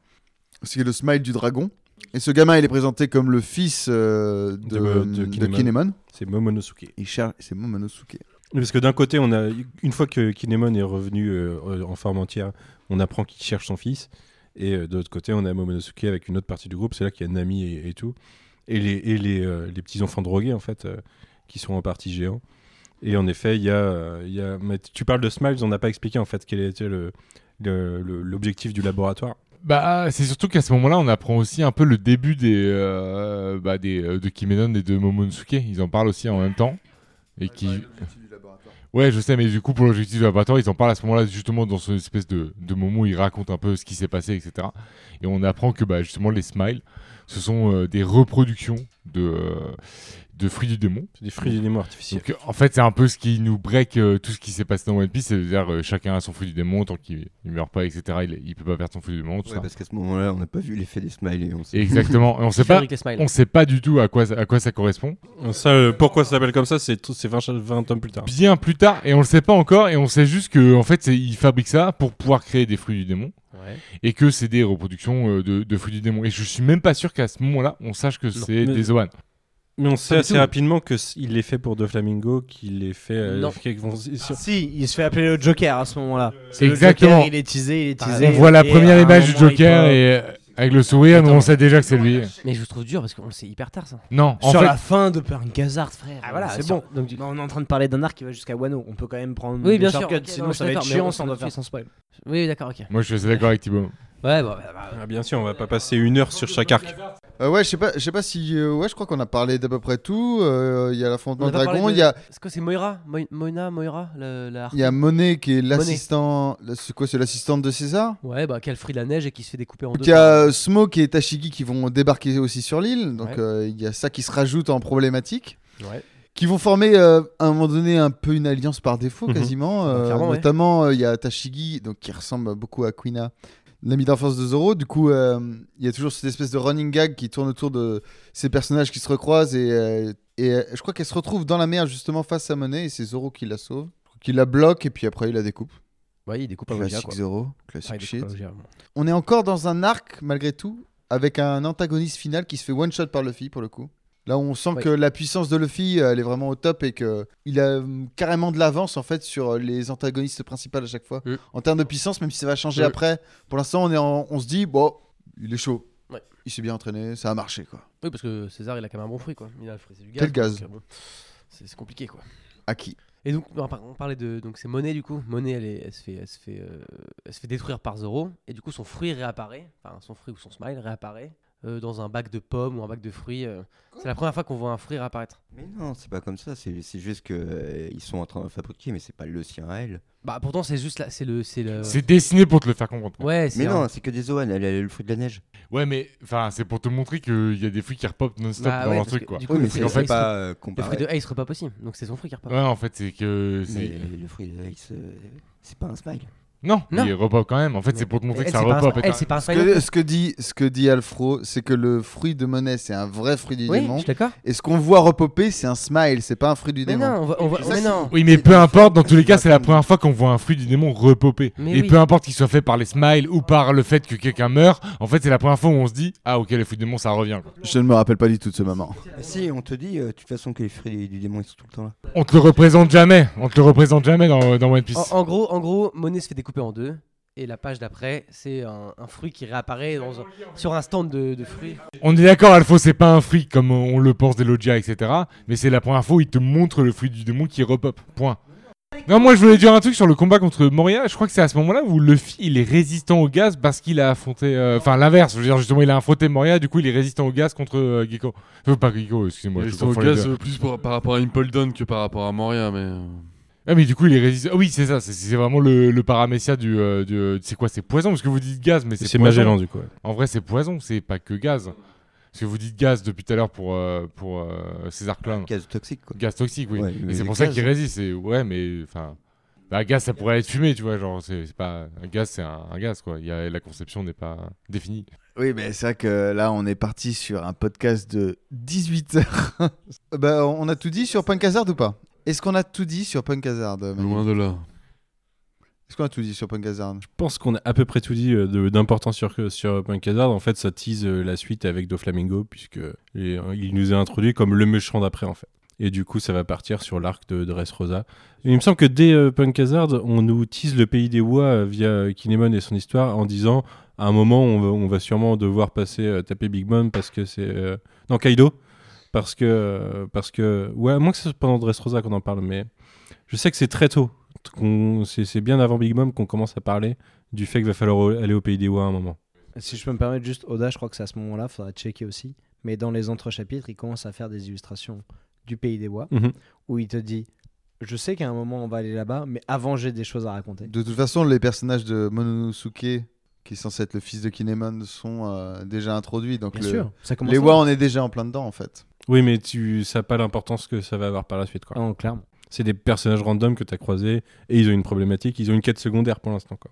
F: c'est le smile du dragon. Et ce gamin, il est présenté comme le fils euh, de,
D: De- de
F: de
D: Kinemon.
F: Kinemon.
D: C'est Momonosuke.
F: Il cherche, c'est Momonosuke.
D: Oui, Parce que d'un côté, on a une fois que Kinemon est revenu euh, en forme entière, on apprend qu'il cherche son fils. Et euh, de l'autre côté, on a Momonosuke avec une autre partie du groupe. C'est là qu'il y a Nami et, et tout. Et les, et les, euh, les petits enfants drogués, en fait, euh, qui sont en partie géants. Et en effet, il y a. euh, il y a- mais tu parles de Smiles, on n'a pas expliqué, en fait, quel était le- le- le- l'objectif du laboratoire.
A: Bah, c'est surtout qu'à ce moment-là, on apprend aussi un peu le début des, euh, bah, des, euh, de Kimenon et de Momonosuke. Ils en parlent aussi en même temps. Et qui... Ouais, je sais, mais du coup, pour l'objectif de laboratoire, ils en parlent à ce moment-là, justement, dans une espèce de, de moment où ils racontent un peu ce qui s'est passé, etc. Et on apprend que, bah, justement, les smiles, ce sont euh, des reproductions de, euh, de fruits du démon.
D: C'est des fruits du démon artificiel.
A: Donc, euh, en fait, c'est un peu ce qui nous break euh, tout ce qui s'est passé dans One Piece, c'est-à-dire euh, chacun a son fruit du démon, tant qu'il ne meurt pas, etc., il, il peut pas perdre son fruit du démon, tout
B: Ouais,
A: ça.
B: parce qu'à ce moment-là, on n'a pas vu l'effet des smileys. On sait.
A: Exactement. Et on sait
J: Faire
A: pas,
J: avec les smiles.
A: on sait pas du tout à quoi, à quoi ça correspond.
D: Ça, euh, pourquoi ça s'appelle comme ça C'est tout- c'est 20, cha- 20 tomes plus tard.
A: Bien plus tard, et on le sait pas encore, et on sait juste que en fait, c'est- ils fabriquent ça pour pouvoir créer des fruits du démon,
J: Ouais.
A: et que c'est des reproductions euh, de, de fruits du démon. Et je suis même pas sûr qu'à ce moment-là, on sache que c'est
D: mais-
A: des Zoan.
D: Mais on sait
J: Pas du
D: assez
J: tout.
D: rapidement qu'il l'ait fait pour Doflamingo, qu'il l'ait fait. euh,
J: Non.
D: qu'ils vont- sur-
H: Si, il se fait appeler le Joker à ce moment-là. C'est
A: Exactement. Ah,
H: Le Joker, il est teasé, il est teasé.
A: On voit la
H: et
A: première
H: à un
A: image du
H: moment, il
A: Joker
H: peut-
A: et euh, avec le sourire, mais on sait déjà que c'est lui.
J: Mais je vous trouve dur parce qu'on le sait hyper tard ça.
A: Non, en
H: Sur
A: fait,
H: la fin de Pern Gazard, frère.
J: Ah, voilà,
H: c'est
J: sur-
H: bon.
J: donc du-
H: Non, on est en train de parler d'un arc qui va jusqu'à Wano. On peut quand même prendre
J: Oui,
H: des
J: bien sûr,
H: shortcuts,
J: ok, non,
H: sinon
J: je suis
H: ça va être
J: d'accord, mais on
H: chiant
J: va
H: sans
J: tout
H: doit
J: de
H: faire
J: suite.
H: sans spoil.
J: Oui, oui, d'accord, ok. Ouais,
A: moi je suis assez d'accord avec Thibaut.
J: bah, bah, bah,
D: Ah, bien sûr, on va pas passer une heure sur chaque arc.
F: Euh, ouais, je sais pas, je sais pas si, euh, ouais, je crois qu'on a parlé d'à peu près tout. Euh, Il y a l'affrontement
J: On a pas
F: dragon,
J: parlé
F: il
J: de-
F: y a,
J: Est-ce que c'est Moira Mo- Moina, Moira, le- la harpie
F: il y a Monet qui est l'assistant, la- c'est quoi, c'est l'assistante de César.
J: Ouais, bah, qui a le fruit de la neige et qui se fait découper en deux.
F: Donc il y a
J: par-
F: euh, Smoke et Tashigi qui vont débarquer aussi sur l'île, donc
J: Ouais.
F: euh, il y a ça qui se rajoute en problématique.
J: Ouais.
F: Qui vont former euh, à un moment donné un peu une alliance par défaut
D: Mhm.
F: quasiment. euh,
J: Bah, clairement, ouais.
F: notamment euh, il y a Tashigi donc qui ressemble beaucoup à Quina, l'ami d'enfance de Zoro. Du coup euh, il y a toujours cette espèce de running gag qui tourne autour de ces personnages qui se recroisent et, euh, et euh, je crois qu'elle se retrouve dans la mer justement face à Monet et c'est Zoro qui la sauve, qui la bloque et puis après il la découpe.
J: Ouais, il découpe un Ouija,
F: Classique
J: quoi.
F: Zoro, classique
J: Ah, il
F: shit
J: découpe un Ouija, bon.
F: on est encore dans un arc malgré tout, avec un antagoniste final qui se fait one shot par Luffy pour le coup. Là, on sent
J: Ouais.
F: que la puissance de Luffy, euh, elle est vraiment au top et que il a euh, carrément de l'avance en fait sur les antagonistes principaux à chaque fois.
J: Mm.
A: Euh.
F: En termes de puissance, même si ça va changer
A: Euh.
F: après. Pour l'instant, on est, en- on se dit bon, il est chaud.
J: Ouais.
F: Il s'est bien entraîné, ça a marché quoi.
J: Oui, parce que César, il a quand même un bon fruit, quoi. Il a le fruit, c'est du gaz.
F: Quel gaz
J: donc, euh, bon, C'est c'est compliqué, quoi.
F: Acquis.
J: Et donc, on par- on parlait de. Donc, c'est Monet, du coup. Monet, elle, est- elle, se fait, elle, se fait, euh, elle se fait détruire par Zoro. Et du coup, son fruit réapparaît. Enfin, son fruit ou son smile réapparaît euh, dans un bac de pommes ou un bac de fruits. euh. C'est la première fois qu'on voit un fruit réapparaître.
B: Mais non, c'est pas comme ça. C'est c'est juste que euh, ils sont en train de fabriquer, mais c'est pas le sien à elle.
J: Bah, pourtant, c'est juste là. C'est le. C'est le.
A: Euh, C'est dessiné pour te le faire comprendre. quoi.
J: Ouais, c'est.
B: Mais
J: un-
B: non, c'est que des Zoan. Elle elle a le fruit de la neige.
A: Ouais, mais enfin, c'est pour te montrer qu'il y a des fruits qui repopent non-stop
J: Bah
A: dans
J: ouais,
A: leur
J: parce
A: truc
J: que
A: quoi.
J: du coup,
B: Oui,
J: le
B: mais
J: fruit
B: c'est
J: de
B: c'est
J: Ace,
B: pas euh,
J: Le fruit
B: comparé.
J: de Ace repart aussi. Donc, c'est son fruit qui repart.
A: Ouais, en fait, c'est que. c'est-
B: Mais le fruit de Ace, euh, c'est pas un smile.
A: Non,
J: Non.
A: il repop quand même. En fait,
J: Mais-
A: c'est pour te montrer
J: Elle,
A: que
J: c'est
A: ça
J: pas un-
A: repop. et
J: elle,
A: t'as-
J: c'est pas un
F: Ce
J: smile.
F: que, ce que dit, ce que dit Alfro, c'est que le fruit de Monet, c'est un vrai fruit du
J: Oui, je
F: démon.
J: suis d'accord.
F: Et ce qu'on voit repopper, c'est un smile, c'est pas un fruit du
J: Mais
F: démon.
J: non, on va- on va-
F: Ça,
J: mais
F: c'est-
J: non.
A: Oui, mais
F: C'est
A: peu
F: différent.
A: importe, dans tous les
F: C'est
A: cas,
F: pas
A: c'est la
F: comme-
A: première fois qu'on voit un fruit du démon repopper.
J: Mais
A: et
J: oui.
A: peu importe qu'il soit fait par les smiles ou par le fait que quelqu'un meurt, en fait, c'est la première fois où on se dit Ah, ok, les fruits du démon, ça revient. quoi.
F: Je ne me rappelle pas du tout de ce moment.
B: si, on te dit euh, de toute façon que les fruits du démon ils sont tout le temps là.
A: On te le représente jamais. On te le représente jamais dans, dans One Piece.
J: En, en gros, en gros, Monet se fait découper en deux. Et la page d'après, c'est un, un fruit qui réapparaît dans un- sur un stand de, de fruits.
A: On est d'accord, Alpha, c'est pas un fruit comme on le pense des Logia, etc. Mais c'est la première fois où il te montre le fruit du démon qui repop. Point. Non, moi je voulais dire un truc sur le combat contre Moria. Je crois que c'est à ce moment-là où Luffy il est résistant au gaz parce qu'il a affronté. euh, Enfin, l'inverse. Je veux dire, justement, il a affronté Moria, du coup, il est résistant au gaz contre euh, Gecko. Euh, pas Gecko, excusez-moi.
E: Ils
A: je
E: sont au
A: confonds les
E: gaz
A: deux.
E: euh, plus pour- par rapport à Impoldon que par rapport à Moria, mais. euh,
A: Ah, mais du coup, il est résistant. Ah oui, c'est ça. C'est- C'est vraiment le, le paramécia du. euh, du, euh, c'est quoi C'est poison Parce que vous dites gaz, mais c'est
D: C'est
A: poison.
D: Magellan, du coup. ouais.
A: En vrai, c'est poison, c'est pas que gaz. Parce que vous dites gaz depuis tout à l'heure pour, euh, pour euh, César Clown.
B: Gaz toxique quoi.
A: Gaz toxique, oui.
B: Ouais, mais
A: et c'est
B: le
A: pour ça
B: gaz-
A: qu'il résiste. Et ouais, mais enfin. Bah, gaz, ça pourrait être fumé, tu vois. Genre, c'est c'est pas. Un gaz, c'est un, un gaz, quoi. Il y a, la conception n'est pas définie.
F: Oui, mais c'est vrai que là, on est parti sur un podcast de 18 heures. bah, on a tout dit sur Punk Hazard ou pas Est-ce qu'on a tout dit sur Punk Hazard euh, Manu
E: Loin de là.
F: Est-ce qu'on a tout dit sur Punk Hazard
D: Je pense qu'on a à peu près tout dit euh, de- d'important sur, sur Punk Hazard. En fait, ça tease euh, la suite avec Do Flamingo, puisque il, il nous est introduit comme le méchant d'après, en fait. Et du coup, ça va partir sur l'arc de Dressrosa. Il me semble que dès euh, Punk Hazard, on nous tease le pays des Oies euh, via euh, Kinemon et son histoire en disant à un moment, on va, on va sûrement devoir passer euh, taper Big Mom parce que c'est. euh, Non, Kaido. Parce que. euh, parce que... Ouais, à moins que ce soit pendant Dressrosa qu'on en parle, mais je sais que c'est très tôt. qu'on- C'est c'est bien avant Big Mom qu'on commence à parler du fait qu'il va falloir au- aller au pays des Oies à un moment.
H: Si je peux me permettre juste Oda, je crois que c'est à ce moment-là, faudra checker aussi. Mais dans les entre-chapitres, il commence à faire des illustrations du pays des bois
D: Mhm.
H: où il te dit Je sais qu'à un moment on va aller là-bas, mais avant j'ai des choses à raconter.
F: De toute façon, les personnages de Mononosuke, qui est censé être le fils de Kinemon, sont euh, déjà introduits. Donc
H: Bien
F: le-
H: sûr, ça commence
F: les
H: là.
F: Wa, on est déjà en plein dedans en fait.
D: Oui, mais tu, ça n'a pas l'importance que ça va avoir par la suite. quoi.
H: Ah, non, clairement.
D: C'est des personnages random que tu as croisés et ils ont une problématique, ils ont une quête secondaire pour l'instant. quoi.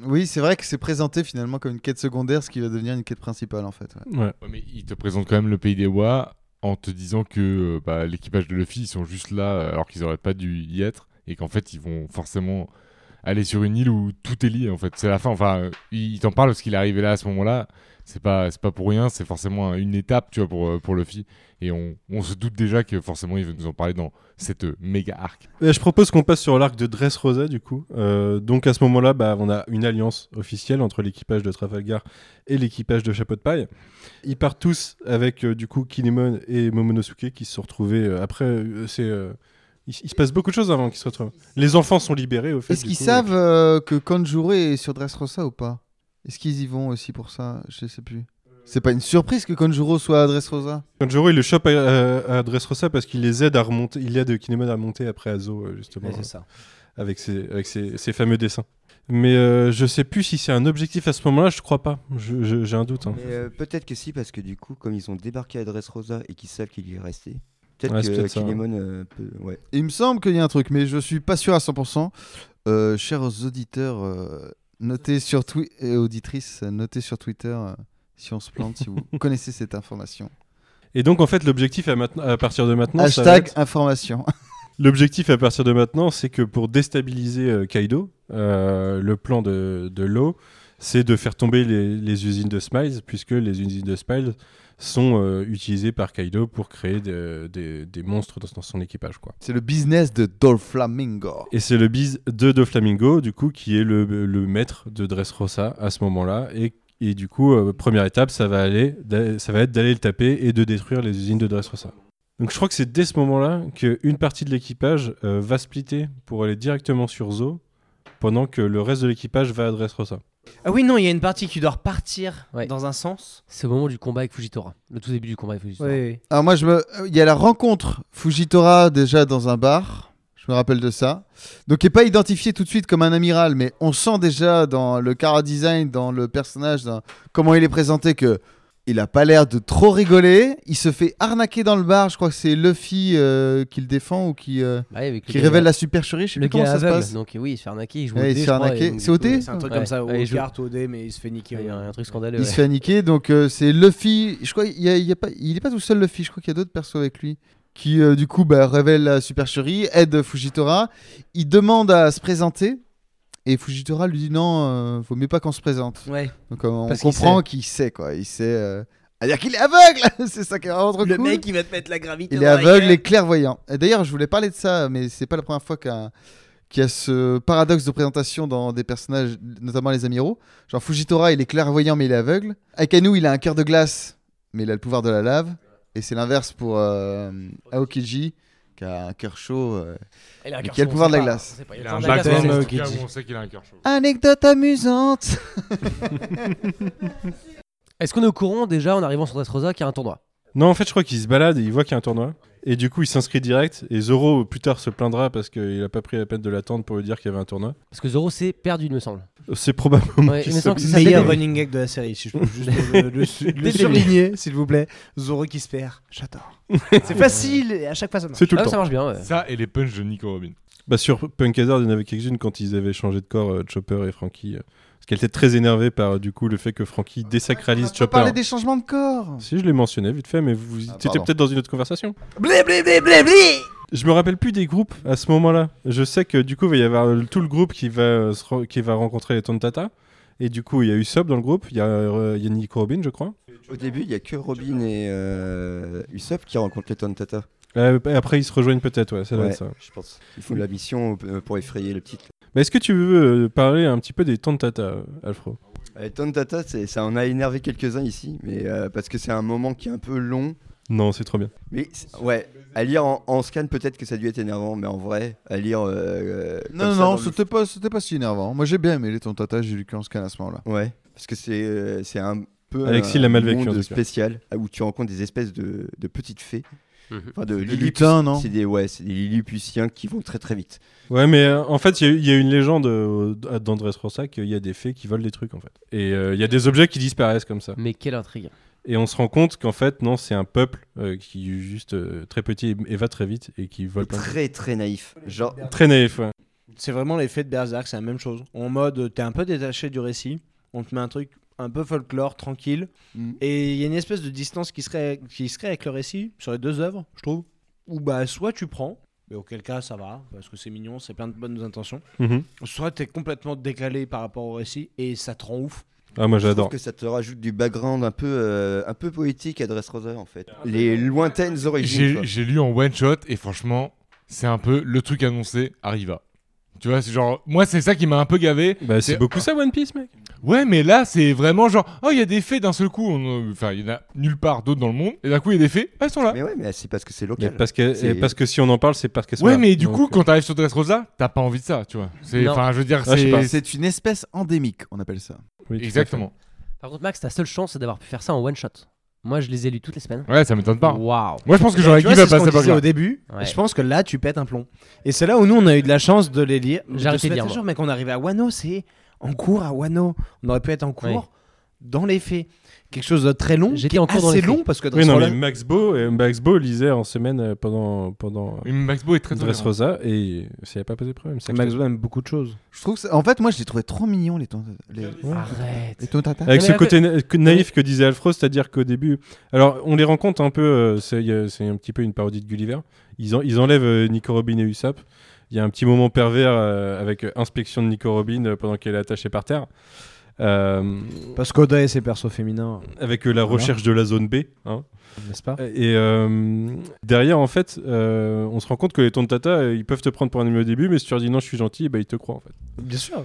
F: Oui, c'est vrai que c'est présenté finalement comme une quête secondaire, ce qui va devenir une quête principale en fait. ouais.
D: Ouais.
A: Ouais, mais il te présente quand même le pays des Wa en te disant que euh, bah, l'équipage de Luffy, ils sont juste là euh, alors qu'ils n'auraient pas dû y être et qu'en fait, ils vont forcément aller sur une île où tout est lié en fait. C'est la fin. Enfin, euh, il il t'en parle parce qu'il est arrivé là à ce moment-là. C'est pas, c'est pas pour rien, c'est forcément un- une étape, tu vois, pour, euh, pour Luffy. Et on, on se doute déjà que forcément, il veut nous en parler dans cette euh, méga arc.
D: Euh, je propose qu'on passe sur l'arc de Dressrosa du coup. Euh, donc à ce moment-là, bah, on a une alliance officielle entre l'équipage de Trafalgar et l'équipage de Chapeau de Paille. Ils partent tous avec euh, du coup Kinemon et Momonosuke qui se sont retrouvés euh, après. euh, c'est, euh, il, il se passe beaucoup de choses avant qu'ils se retrouvent. Les enfants sont libérés au fait.
F: Est-ce
D: du
F: qu'ils
D: coup,
F: savent euh, que Kanjure est sur Dressrosa ou pas Est-ce qu'ils y vont aussi pour ça Je sais plus. C'est pas une surprise que Kanjuro soit à Dressrosa
D: Kanjuro, il le chope à, à- à Dressrosa parce qu'il les aide à remonter. Il aide Kinemon à monter après Azo, euh, justement,
H: Mais c'est ça.
D: euh, avec, ses, avec ses, ses fameux dessins. Mais euh, je sais plus si c'est un objectif à ce moment-là, je crois pas. Je- je- J'ai un doute. hein.
B: Mais euh, peut-être que si, parce que du coup, comme ils ont débarqué à Dressrosa et qu'ils savent qu'il y est resté, peut-être
D: Ouais,
B: que
D: c'est peut-être ça,
A: hein.
D: ouais.
B: Kinemon euh, peut. Ouais.
F: Il me semble qu'il y a un truc, mais je suis pas sûr à 100%. Euh, chers auditeurs, euh, notez sur Twi- et auditrices, euh, notez sur Twitter euh, si on se plante, si vous connaissez cette information.
H: euh,
D: Et donc, en fait, l'objectif à, maintenant- à partir de maintenant. ça va
F: Hashtag
D: être-
F: information.
D: L'objectif à partir de maintenant, c'est que pour déstabiliser euh, Kaido, euh, le plan de, de Law, c'est de faire tomber les, les usines de Smiles, puisque les usines de Smiles sont euh, utilisées par Kaido pour créer de- des, des monstres dans, dans son équipage. Quoi.
F: C'est le business de Dolflamingo.
D: Et c'est le bise de Doflamingo, du coup, qui est le, le maître de Dressrosa à ce moment-là. Et, et du coup, euh, première étape, ça va, aller, d'a- ça va être d'aller le taper et de détruire les usines de Dressrosa. Donc je crois que c'est dès ce moment-là qu'une partie de l'équipage euh, va splitter pour aller directement sur Zo, pendant que le reste de l'équipage va à Dressrosa.
H: Ah oui, non, il y a une partie qui doit repartir
J: Ouais.
H: dans un sens.
J: C'est au moment du combat avec Fujitora. Le tout début du combat avec Fujitora.
H: Oui,
F: Alors moi, je me... euh, il y a la rencontre Fujitora déjà dans un bar. Je me rappelle de ça. Donc, il n'est pas identifié tout de suite comme un amiral, mais on sent déjà dans le cara design, dans le personnage, dans comment il est présenté, que il a pas l'air de trop rigoler. Il se fait arnaquer dans le bar. Je crois que c'est Luffy euh, qui le défend ou qui, euh,
J: Ouais, Bah avec le
F: qui
J: gars-
F: révèle la supercherie. Je sais
J: le
F: plus comment
J: gars
F: ça se
J: aveugle.
F: passe.
J: Donc oui, il se fait arnaquer, il joue
F: Ouais,
J: au
F: il se
J: dé, je
F: fait
J: crois, et
F: arnaquer.
J: donc,
F: C'est au Ah.
J: du coup,
F: dé
H: C'est un truc
J: Ouais.
H: comme ça, ou
J: Ouais, il
H: aux
J: joue-
H: cartes, au dé, mais il se fait niquer.
J: Il y a
H: ouais.
J: un truc scandaleux.
F: Il
J: ouais.
F: se fait niquer, donc euh, c'est Luffy. Je crois qu'il y a, il y a pas, il est pas tout seul Luffy. Je crois qu'il y a d'autres persos avec lui qui euh, du coup bah, révèle la supercherie, aide Fujitora. Il demande à se présenter et Fujitora lui dit non, euh, faut mieux pas qu'on se présente.
H: Ouais.
F: Donc euh, on
H: Parce qu'il
F: comprend qu'il sait. quoi, il sait. euh, à dire qu'il est aveugle, c'est ça qui est vraiment trop
H: Le
F: cool.
H: mec, il va te mettre la gravité.
F: Il est aveugle et clairvoyant. Et d'ailleurs, je voulais parler de ça, mais c'est pas la première fois qu'un- qu'il y a ce paradoxe de présentation dans des personnages, notamment les amiraux. Genre Fujitora, il est clairvoyant, mais il est aveugle. Akainu, il a un cœur de glace, mais il a le pouvoir de la lave. Et c'est l'inverse pour euh, Aokiji, qui a un cœur chaud. euh.
J: Il a un
F: Mais
J: cœur
F: qui a le
J: chaud,
F: pouvoir
J: on
F: de la
J: sait pas.
F: glace.
J: On sait pas,
A: Il
J: le
A: a un
J: pouvoir de la
A: baptême,
J: glace.
A: c'est le cas où on sait qu'il a un cœur chaud.
F: Anecdote amusante
J: Est-ce qu'on est au courant déjà en arrivant sur Dressrosa qu'il y a un tournoi
D: Non, en fait, je crois qu'il se balade et il voit qu'il y a un tournoi. Et du coup, il s'inscrit direct. Et Zoro, plus tard, se plaindra parce qu'il a pas pris la peine de l'attendre pour lui dire qu'il y avait un tournoi.
J: Parce que Zoro s'est perdu, il me semble.
D: C'est probablement.
J: Ouais,
D: qu'il
J: il me
D: se-
J: semble que c'est ça.
H: Meilleur
J: Dès le début.
H: running gag de la série, si je peux juste euh, le, le- le surligner, s'il vous plaît. Zoro qui se perd, j'adore. Ah. C'est facile, et à chaque fois ça marche.
D: C'est tout le
J: Ah,
D: temps.
J: ça marche bien, ouais.
A: Ça et les punchs de Nico Robin.
D: Bah sur Punk Hazard, il y en avait quelques-unes quand ils avaient changé de corps, euh, Chopper et Frankie. euh, parce qu'elle était très énervée par euh, du coup le fait que Frankie désacralise
F: On
D: Chopper.
F: parlait des changements de corps
D: Si je l'ai mentionné vite fait, mais vous
F: Ah,
D: étiez
F: pardon.
D: peut-être dans une autre conversation. Je me rappelle plus des groupes à ce moment-là. Je sais que du coup, il va y avoir euh, tout le groupe qui va, euh, se re- qui va rencontrer les Tontata. Et du coup, il y a Usopp dans le groupe, il y a, euh, il y a Nico Robin, je crois.
B: Au début, il n'y a que Robin et euh, Usopp qui rencontrent les Tontata.
D: Euh, après, ils se rejoignent peut-être, ouais, ça doit
B: Ouais.
D: être ça.
B: Je pense. Ils font de la mission euh, pour effrayer le petit.
D: Mais est-ce que tu veux euh, parler un petit peu des Tontata, euh, Alfro
B: Euh, Tontata, c'est- ça en a énervé quelques-uns ici, mais euh, parce que c'est un moment qui est un peu long.
D: Non, c'est trop bien.
B: Mais c'est- ouais, à lire en, en scan, peut-être que ça a dû être énervant, mais en vrai, à lire. euh, euh, comme
F: Non,
B: ça
F: non,
B: dans le-
F: c'était pas, c'était pas si énervant. Moi, j'ai bien aimé les Tontata, j'ai lu qu'en scan à ce moment-là.
B: Ouais, parce que c'est euh, c'est un peu.
D: Alexis
B: un
D: l'a mal vécu, en tout
B: monde
D: cas.
B: spécial euh, où tu rencontres des espèces de, de petites fées.
J: Mhm.
B: Enfin, de
F: Des
B: Lilliput-
F: lutins, non
B: C'est des, ouais, c'est des Lilliputiens qui vont très très vite.
D: Ouais, mais euh, en fait, il y a eu- il y, a une légende euh, à- dans Dressrosa qu'il y a des fées qui volent des trucs, en fait. Et euh, il y a des objets qui disparaissent comme ça.
J: Mais quelle intrigue.
D: Et on se rend compte qu'en fait, non, c'est un peuple euh, qui est juste euh, très petit et, et va très vite et qui vole plein de
B: Très très naïf. Genre,
D: Très naïf, ouais.
H: C'est vraiment l'effet de Berserk, c'est la même chose. En mode, euh, t'es un peu détaché du récit, on te met un truc un peu folklore, tranquille,
B: Mm.
H: et il y a une espèce de distance qui serait, qui serait avec le récit, sur les deux œuvres, je trouve. Ou bah, soit tu prends, mais auquel cas ça va, parce que c'est mignon, c'est plein de bonnes intentions,
D: Mhm.
H: soit t'es complètement décalé par rapport au récit, et ça te rend ouf.
D: Ah, moi
B: Je trouve
D: j'adore.
B: que ça te rajoute du background un peu, euh, un peu poétique à Dressrosa en fait. Les lointaines origines.
A: J'ai
B: quoi.
A: j'ai lu en one shot et franchement, c'est un peu le truc annoncé arriva. Tu vois, c'est genre, moi, c'est ça qui m'a un peu gavé.
D: Bah, c'est
A: C'est-
D: beaucoup ça, One Piece, mec.
A: Ouais, mais là, c'est vraiment genre, oh, il y a des fées d'un seul coup. On, euh, Enfin, il y en a nulle part d'autre dans le monde. Et d'un coup, il y a des fées, elles sont là.
B: Mais ouais, mais c'est parce que c'est
D: Mais
B: local.
D: parce, que,
B: C'est-
D: et parce que si on en parle, c'est parce qu'elles sont
A: Ouais,
D: là.
A: mais du
D: Donc,
A: coup,
D: euh,
A: quand t'arrives sur Dressrosa, t'as pas envie de ça, tu vois. C'est,
J: Non.
A: enfin, je veux dire,
D: Ah, je sais
A: c'est
D: pas.
F: C'est une espèce endémique, on appelle ça.
D: oui, tout à fait.
A: exactement.
J: Par contre, Max, ta seule chance, c'est d'avoir pu faire ça en one shot. Moi, je les ai lus toutes les semaines.
A: Ouais, ça m'étonne pas.
J: Waouh.
A: Moi, je pense que j'aurais
H: Tu vois,
A: dû
H: c'est
A: la
H: ce qu'on
A: passer par
H: disait
A: là.
H: au début,
J: Ouais.
H: et je pense que là, tu pètes un plomb. Et c'est là où nous, on a eu de la chance de les lire.
J: J'ai arrêté
H: se
J: de
H: mettre
J: lire,
H: à
J: moi.
H: jour, mais qu'on arrivait à Wano, c'est en cours à Wano. On aurait pu être en cours
J: Oui.
H: dans les faits. Quelque chose de très long.
J: J'étais
H: qui est
J: en cours dans
H: assez
J: les faits.
H: long parce que dans
D: Oui,
H: ce
D: non, mais
H: rôle-là-
D: Max Beau, euh, Max Beau lisait en semaine euh, pendant, pendant euh,
A: Mais Max Bo est très très
D: Dressrosa et ça n'a pas posé problème. ça,
H: Max
D: je-
H: aime beaucoup de choses.
F: Je trouve que c'est- en fait, moi, je les trouvais trop mignons, les Tontata. Les, les
J: Arrête.
F: Tontata.
D: Avec
J: Non,
D: ce
J: mais
D: côté na- que- naïf que disait Alfro, c'est-à-dire qu'au début, alors on les rencontre un peu, euh, c'est y a- c'est un petit peu une parodie de Gulliver. Ils, en- ils enlèvent euh, Nico Robin et Usopp. Il y a un petit moment pervers euh, avec euh, inspection de Nico Robin euh, pendant qu'elle est attachée par terre. Euh,
H: Parce qu'Oda et ses persos féminins,
D: avec euh, la recherche de la zone B. hein.
H: n'est-ce pas
D: Et euh, derrière, en fait, euh, on se rend compte que les tontata, euh, ils peuvent te prendre pour un animal au début, mais si tu leur dis non, je suis gentil, bah, ils te croient en fait.
H: Bien sûr.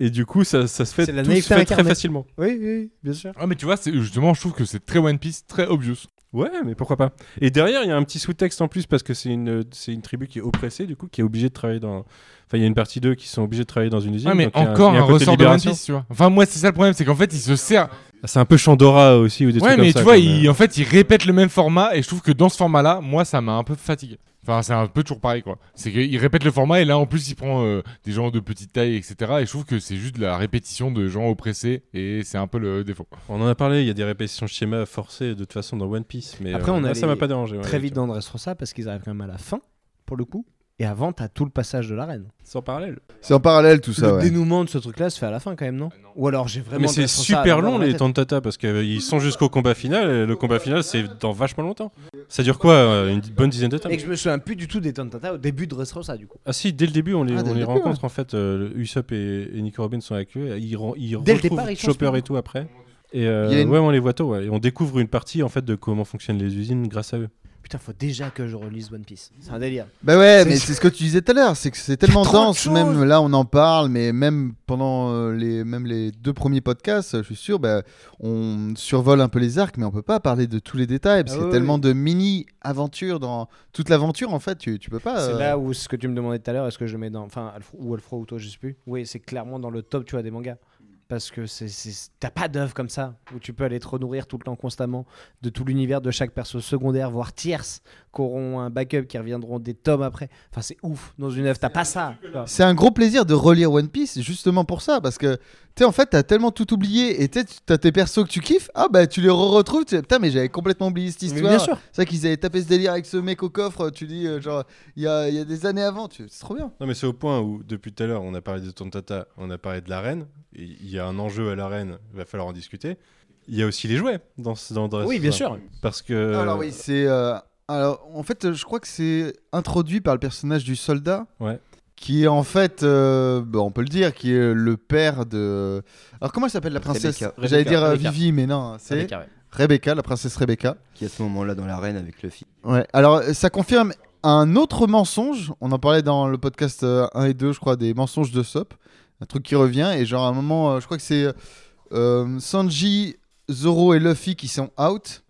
D: Et du coup, ça, ça se fait,
H: C'est la
D: tout se
H: naïveté
D: fait très
H: incarnée.
D: facilement.
H: Oui, oui, bien sûr.
A: Ah, mais tu vois, c'est, justement, je trouve que c'est très One Piece, très obvious.
D: Ouais, mais pourquoi pas. Et derrière, il y a un petit sous-texte en plus parce que c'est une, c'est une tribu qui est oppressée, du coup, qui est obligée de travailler dans. Enfin, il y a une partie d'eux qui sont obligés de travailler dans une usine.
A: Ah, mais
D: donc il y a
A: encore
D: il y
A: un,
D: a côté
A: ressort de One
D: libération.
A: Piece, tu vois. Enfin, moi, c'est ça le problème, c'est qu'en fait, il se sert.
D: Ah, C'est un peu Chandora aussi ou des
A: Ouais,
D: trucs comme
A: mais
D: ça,
A: tu vois,
D: comme,
A: il-
D: euh,
A: en fait, il répète le même format et je trouve que dans ce format-là, moi, ça m'a un peu fatigué. Enfin, c'est un peu toujours pareil, quoi. C'est qu'il répète le format et là, en plus, il prend euh, des gens de petite taille, etc. Et je trouve que c'est juste de la répétition de gens oppressés et c'est un peu le défaut.
D: On en a parlé, il y a des répétitions de schéma forcées de toute façon dans One Piece. Mais
H: Après,
D: euh,
H: on
D: moi,
H: a
D: ça
H: les-
D: m'a pas dérangé. ouais,
H: Très vite
D: tu vois.
H: dans Dressrosa parce qu'ils arrivent quand même à la fin, pour le coup. Et avant, t'as tout le passage de l'arène.
D: Sans parallèle.
F: C'est en parallèle tout ça,
H: Le
F: ouais.
H: dénouement de ce truc-là se fait à la fin quand même, non
J: Ah,
H: Ou alors j'ai vraiment.
D: mais c'est
H: Dressrosa
D: super
H: dans
D: long
H: ma
D: les
H: tête.
D: tentata parce qu'ils sont jusqu'au combat final. Et le combat final, c'est dans vachement longtemps. Ça dure quoi euh, Une bonne dizaine de temps
H: Et que je me souviens plus du tout des Tontata au début de Dressrosa du coup.
D: Ah si, dès le début, on les,
H: Ah, dès
D: on
H: le
D: les
H: début,
D: rencontre en fait. euh, Usopp et, et Nico Robin sont avec eux. Ils, ren- ils
H: Dès le
D: retrouvent
H: départ, ils sont
D: Chopper
H: ensemble.
D: et tout après. Et euh,
F: Il y a une-
D: ouais, on les voit tôt. ouais. Et on découvre une partie en fait de comment fonctionnent les usines grâce à eux.
H: Putain, faut déjà que je relise One Piece. C'est un délire.
F: Bah ouais,
H: C'est-
F: mais c'est ce que tu disais tout à l'heure, c'est que c'est tellement
H: trop de
F: dense,
H: choses.
F: même là on en parle, mais même pendant euh, les, même les deux premiers podcasts, euh, je suis sûr, bah, on survole un peu les arcs, mais on peut pas parler de tous les détails, parce
H: Ah
F: qu'il y a
H: oui,
F: tellement
H: oui.
F: de mini-aventures dans toute l'aventure, en fait, tu, tu peux pas...
H: C'est
F: euh,
H: là où ce que tu me demandais tout à l'heure, est-ce que je le mets dans. Enfin, Alfro, ou Alfro ou toi, je sais plus. Oui, c'est clairement dans le top, tu vois, des mangas. Parce que c'est- c'est- t'as pas d'œuvre comme ça, où tu peux aller te renourrir tout le temps constamment de tout l'univers de chaque perso secondaire, voire tierce, qui auront un backup, qui reviendront des tomes après. Enfin, c'est ouf. Dans une œuvre, t'as pas ça.
F: C'est un gros plaisir de relire One Piece justement pour ça parce que tu sais en fait t'as tellement tout oublié et tu sais, tu- t'as tes persos que tu kiffes ah bah tu les retrouves tu sais, putain mais j'avais complètement oublié cette
H: Mais
F: histoire
H: bien sûr.
F: c'est vrai qu'ils avaient tapé ce délire avec ce mec au coffre tu dis euh, genre il y a, il y a des années avant tu c'est trop bien
D: Non mais c'est au point où depuis tout à l'heure on a parlé de Tontata, on a parlé de la reine. et Il y a un enjeu à la reine, il va falloir en discuter. Il y a aussi les jouets dans ce dans Dressrosa.
H: Oui, bien sûr.
D: Parce que
F: alors oui c'est euh, Alors, en fait, je crois que c'est introduit par le personnage du soldat.
D: Ouais.
F: Qui est en fait, euh, bah, on peut le dire, qui est le père de. Alors, comment elle s'appelle la princesse
B: Rebecca.
F: J'allais dire euh,
B: Rebecca.
F: Vivi, mais non, c'est Rebecca.
H: Rebecca, ouais.
F: la princesse Rebecca.
B: qui est à ce moment-là dans l'arène avec Luffy.
F: Ouais. Alors, euh, ça confirme un autre mensonge. On en parlait dans le podcast euh, 1 et 2, je crois, des mensonges de Sop. Un truc qui revient. Et genre, à un moment, euh, je crois que c'est euh, Sanji, Zoro et Luffy qui sont out.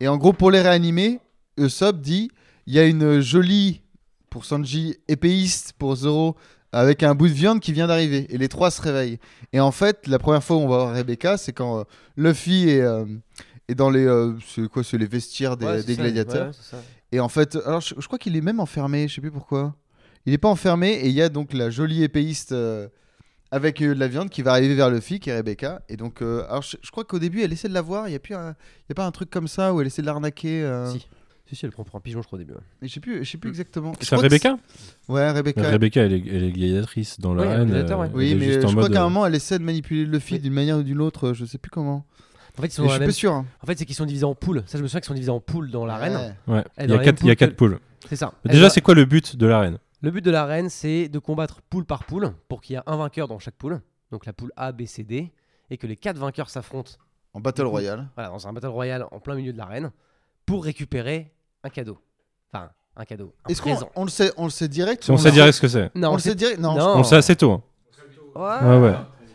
F: Et en gros, pour les réanimer, euh, Sop dit il y a une jolie, pour Sanji, épéiste, pour Zoro, avec un bout de viande qui vient d'arriver. Et les trois se réveillent. Et en fait, la première fois où on va voir Rebecca, c'est quand euh, Luffy est. euh, est dans les, euh, c'est quoi, c'est les vestiaires des, des gladiateurs. Et en fait, alors je, je crois qu'il est même enfermé, je sais plus pourquoi. Il est pas enfermé et il y a donc la jolie épéiste euh, avec euh, de la viande qui va arriver vers Luffy, qui est Rebecca. Et donc, euh, alors je, je crois qu'au début, elle essaie de la voir. Il y a plus, un- il y a pas un truc comme ça où elle essaie de l'arnaquer. euh,
J: Si. Si, si, elle prend pour un pigeon, je crois, au début. ouais.
F: mais Je sais plus, je sais plus exactement. Je
D: C'est
F: crois que
D: Rebecca
F: Ouais, Rebecca.
D: Rebecca, elle est, elle est gladiatrice dans la
J: Ouais,
D: reine. euh,
J: gladiateur, ouais.
F: Oui, mais je crois qu'à un moment, elle essaie de manipuler Luffy
J: Oui.
F: d'une manière ou d'une autre. euh, Je sais plus comment.
J: En fait, ils sont
F: Mais
J: dans
F: je suis
J: la même-
F: pas sûr. hein.
J: En fait, c'est qu'ils sont divisés en poules. Ça, je me souviens qu'ils sont divisés en poules dans l'arène.
F: Ouais.
J: Elle est
D: Il y
J: dans
D: a
J: la
D: quatre-
J: même
D: il y a
J: poule
D: quatre
J: que-
D: poules.
J: C'est ça. Elle
D: Déjà,
J: doit-
D: c'est quoi le but de l'arène
J: Le but de l'arène, c'est de combattre poule par poule pour qu'il y ait un vainqueur dans chaque poule. Donc la poule A, B, C, D. Et que les quatre vainqueurs s'affrontent
F: En Battle Royale.
J: voilà, dans un battle royal en plein milieu de l'arène pour récupérer un cadeau. Enfin, un cadeau. Un
F: Est-ce qu'on
J: présent.
F: on le sait, on le sait direct
D: On
F: ou
D: sait
F: l'a-
D: direct ce que c'est.
J: Non,
F: on le sait direct. Non.
J: Non.
D: On le sait assez tôt. hein. Ouais, ouais.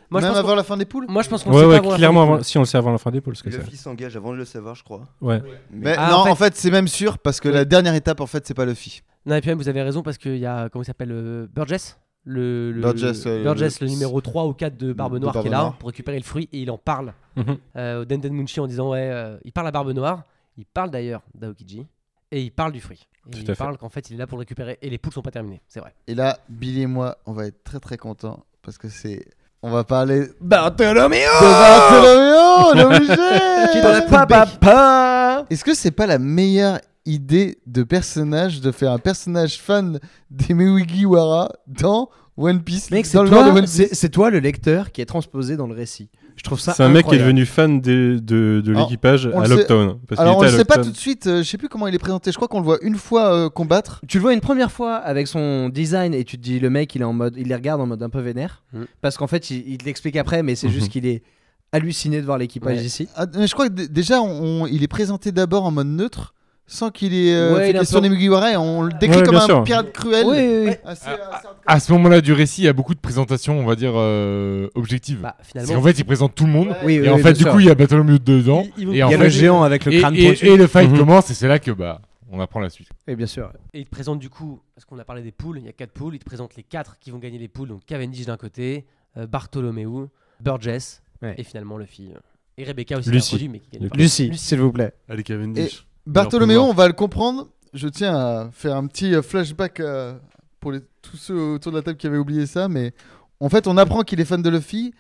J: Moi, je
F: Même
J: pense
F: avant la fin des poules.
J: qu'on- moi, je pense qu'on
D: Ouais,
J: le sait
D: ouais,
J: pas avant la fin
D: clairement,
J: du
D: avant-
J: film.
D: si on le sait avant la fin des poules, ce que c'est.
B: Luffy s'engage avant de le savoir, je crois.
D: Ouais.
F: Mais
J: Ah,
F: non,
J: en
F: en
J: fait-
F: fait, c'est même sûr parce que la dernière étape, en fait, c'est pas Luffy.
J: Non, et puis même, vous avez raison parce qu'il y a, comment il s'appelle, euh, Burgess le, le-
F: Burgess, euh,
J: Burgess, le
F: le-
J: numéro 3 ou 4 de Barbe
F: de
J: Noire qui est
F: Barbe
J: là
F: Noire.
J: pour récupérer le fruit et il en parle
D: Mhm.
J: euh, au Denden Munchi en disant ouais, euh, il parle à Barbe Noire, il parle d'ailleurs d'Aokiji et il parle du fruit. Et
D: Tout à
J: il
D: fait.
J: parle qu'en fait il est là pour le récupérer et les poules sont pas terminées, c'est vrai.
F: Et là, Billy et moi, on va être très très contents parce que c'est. On va parler de
H: Bartholoméo
F: Bartholoméo, on est
J: Qui est dans la
F: obligé
J: poule bec.
F: Est-ce que c'est pas la meilleure idée de personnage de faire un personnage fan des Mewigiwara dans One Piece
H: Mec, c'est
F: dans le lore de
H: toi,
F: One
H: c'est-
F: Piece
H: c'est toi le lecteur qui est transposé dans le récit. Je trouve ça
D: C'est un mec qui est
H: incroyable.
D: devenu fan des- de, de
F: Alors,
D: l'équipage
F: on le
D: à
F: sait-
D: Lockdown. Parce qu'il
F: Alors on
D: était
F: le
D: à
F: sait pas tout
D: Lockdown.
F: de suite, euh, je sais plus comment il est présenté, je crois qu'on le voit une fois euh, combattre.
H: Tu le vois une première fois avec son design et tu te dis le mec il est en mode il les regarde en mode un peu vénère
J: Mm.
H: parce qu'en fait il, il te l'explique après mais c'est juste
D: Mhm.
H: qu'il est halluciné de voir l'équipage
J: Ouais.
H: ici.
F: Ah, mais je crois que d- déjà on- on- il est présenté d'abord en mode neutre sans qu'il ait euh,
H: Ouais,
F: fait
H: il est un
F: question des
H: peu-
F: Mugiwara et on le décrit
D: Ouais,
F: comme
D: bien
F: un
D: sûr.
F: pirate cruel.
H: Oui, oui, oui.
A: Ah,
F: Assez- assez-
A: À ce moment-là du récit, il y a beaucoup de présentations, on va dire, euh, objectives.
J: Bah,
A: C'est
J: finalement,
A: qu'en fait, ils présentent tout le monde.
H: Oui,
A: Et
H: oui,
A: en
H: oui,
A: fait,
H: bien
A: du
H: sûr.
A: coup, il y a Battle Mute dedans.
J: ils- ils vont-
A: et en
H: il y a le
A: fait-
H: géant avec le
A: Et,
H: crâne
A: et-
H: pointu.
A: et le fight
D: Mhm.
A: commence, et c'est là que bah, on apprend la suite.
H: Oui, bien sûr.
J: Et il te présente du coup, parce qu'on a parlé des poules, il y a quatre poules, il te présente les quatre qui vont gagner les poules, donc Cavendish d'un côté, euh, Bartholomew, Burgess,
H: Ouais.
J: et finalement Luffy. euh, Et Rebecca aussi,
D: Lucie.
J: qui a introduit, mais qui gagne
D: Du
J: pas.
D: coup.
H: Lucie, s'il vous plaît.
E: Allez, Cavendish.
F: Bartholoméo,
E: pouvoir.
F: on va le comprendre. Je tiens à faire un petit euh, flashback euh, pour les- tous ceux autour de la table qui avaient oublié ça. Mais en fait, on apprend qu'il est fan de Luffy.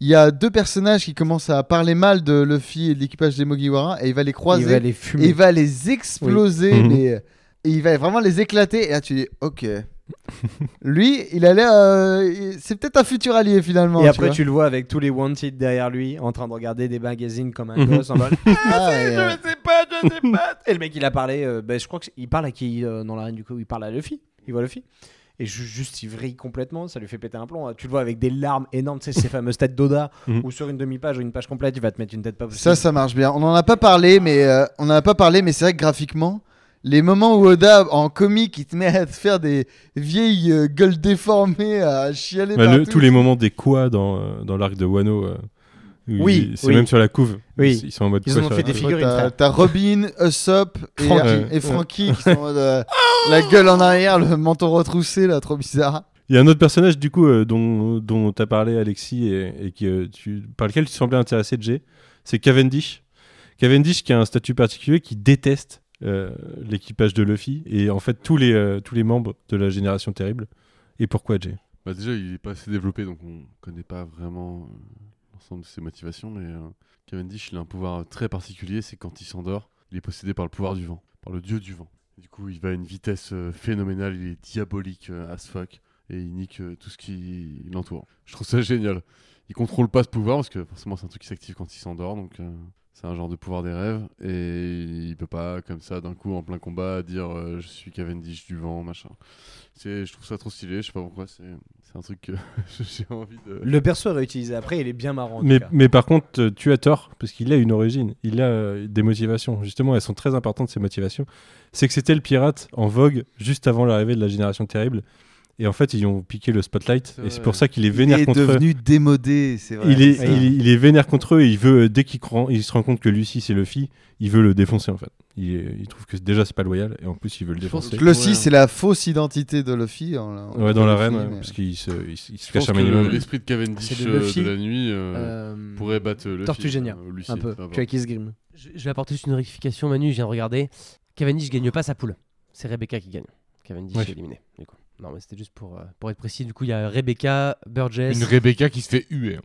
F: Il y a deux personnages qui commencent à parler mal de Luffy et de l'équipage des Mugiwara. Et il va les croiser.
H: Il va les
F: et
H: fumer.
F: il va les exploser.
D: Oui. Mhm.
F: Mais, et il va vraiment les éclater. Et là, tu dis Ok. Lui, il a l'air. euh, il- c'est peut-être un futur allié finalement.
H: Et après,
F: vois.
H: tu le vois avec tous les wanted derrière lui, en train de regarder des magazines comme un
D: Mhm.
H: gosse en mode.
F: Ah, et, euh,
H: sais pas, je sais pas. Et le mec, il a parlé. euh, ben, je crois qu'il parle à qui euh, dans la reine du coup Il parle à Luffy. Il voit Luffy. Et ju- juste, il vrille complètement. Ça lui fait péter un plomb. Tu le vois avec des larmes énormes. Tu sais, ces fameuses têtes d'Oda.
D: Mhm.
H: Où sur une demi-page ou une page complète, il va te mettre une tête pas possible.
F: Ça, ça marche bien. On n'en a pas parlé, mais euh, on en a pas parlé, mais c'est vrai que graphiquement, les moments où Oda en comique, il te met à te faire des vieilles euh, gueules déformées, à chialer
D: Bah, le-
F: partout.
D: tous les moments des quoi dans, euh, dans l'arc de Wano. euh, où
H: Oui,
D: ils- C'est
H: oui.
D: même sur la couve.
H: Oui.
D: Ils, ils sont en mode
H: Ils
D: quoi
H: en ont
D: sur
H: fait
D: la
H: des
D: couve
H: figurines,
F: T'as
H: frère.
F: t'as Robin, Usopp et,
D: Franky.
F: euh, et Franky qui sont en mode, euh, la gueule en arrière, le menton retroussé, là, trop bizarre.
D: Il y a un autre personnage du coup euh, dont dont t'as parlé Alexis et, et qui, euh, tu, par lequel tu semblais intéressé Jay, c'est Cavendish. Cavendish qui a un statut particulier qui déteste euh, l'équipage de Luffy et en fait tous les euh, tous les membres de la génération terrible. Et pourquoi Jay
E: Bah déjà, il est pas assez développé, donc on connaît pas vraiment euh, l'ensemble de ses motivations. Mais euh, Cavendish, il a un pouvoir très particulier, c'est quand il s'endort, il est possédé par le pouvoir du vent, par le dieu du vent. Du coup, il va à une vitesse euh, phénoménale, il est diabolique euh, as fuck, et il nique euh, tout ce qui l'entoure. Je trouve ça génial. Il contrôle pas ce pouvoir, parce que forcément, c'est un truc qui s'active quand il s'endort, donc euh, C'est un genre de pouvoir des rêves et il peut pas comme ça d'un coup en plein combat dire euh, je suis Cavendish du vent machin. C'est je trouve ça trop stylé, je sais pas pourquoi c'est c'est un truc que j'ai envie de
H: Le perso est réutilisé après, il est bien marrant. en tout
D: Mais,
H: cas.
D: mais par contre, euh, tu as tort, parce qu'il a une origine, il a euh, des motivations. Justement, elles sont très importantes, ces motivations. C'est que c'était le pirate en vogue juste avant l'arrivée de la génération terrible. Et en fait, ils ont piqué le spotlight.
E: C'est
D: Et c'est
E: vrai.
D: pour ça qu'il est
F: Il
D: vénère
F: est
D: contre eux.
F: devenu démodé, c'est vrai.
D: Il est,
F: c'est ça.
D: il, il est vénère contre eux et il veut, euh, dès qu'il cran- il se rend compte que Lucy c'est Luffy, il veut le défoncer en fait. Il, est- il trouve que déjà c'est pas loyal et en plus il veut le
E: Je pense
D: défoncer.
E: que-
F: Luffy,
E: Ouais.
F: c'est la fausse identité de Luffy. hein, en- en-
D: Ouais, dans
F: de
D: l'arène,
F: Luffy,
D: ouais,
F: mais-
D: parce qu'il se, il se- il se
E: Je
D: cache
E: pense
D: un
E: que
D: minimum.
E: l'esprit de Cavendish
G: C'est de
E: euh, de,
G: Luffy,
E: la nuit euh,
G: Euh,
E: pourrait battre le
G: Tortue Génial,
A: euh,
J: Ah,
G: un peu. Tu as Kiss Grimm.
J: Je, je vais apporter juste une rectification, Manu, je viens de regarder. Cavendish gagne pas sa poule. C'est Rebecca qui gagne. Cavendish
D: Ouais.
J: est éliminé. Du coup. Non, mais c'était juste pour, euh, pour être précis. Du coup, il y a Rebecca, Burgess.
A: Une Rebecca qui se fait huer.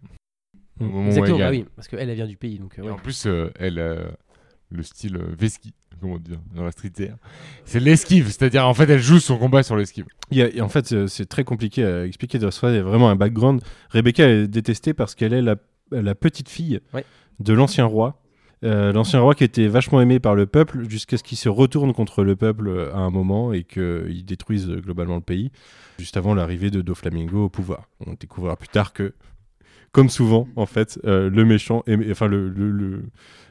A: Au
D: Mm.
A: moment où
J: Exactement,
A: elle
J: bah
A: gagne.
J: oui, parce qu'elle, elle vient du pays. Donc, euh,
A: Et
J: ouais.
A: en plus, euh, elle a le style euh, Veski, comment dire, dans la street air. C'est l'esquive, c'est-à-dire en fait, elle joue son combat sur l'esquive.
D: Il y a- et en fait, euh, c'est très compliqué à expliquer. de ce fait, Il y a vraiment un background. Rebecca est détestée parce qu'elle est la, la petite fille
J: Ouais.
D: de l'ancien roi. Euh, l'ancien roi qui était vachement aimé par le peuple jusqu'à ce qu'il se retourne contre le peuple euh, à un moment et qu'ils détruisent euh, globalement le pays, juste avant l'arrivée de Doflamingo au pouvoir. On découvrira plus tard que, comme souvent, en fait, euh, le méchant, est- enfin, le, le- le-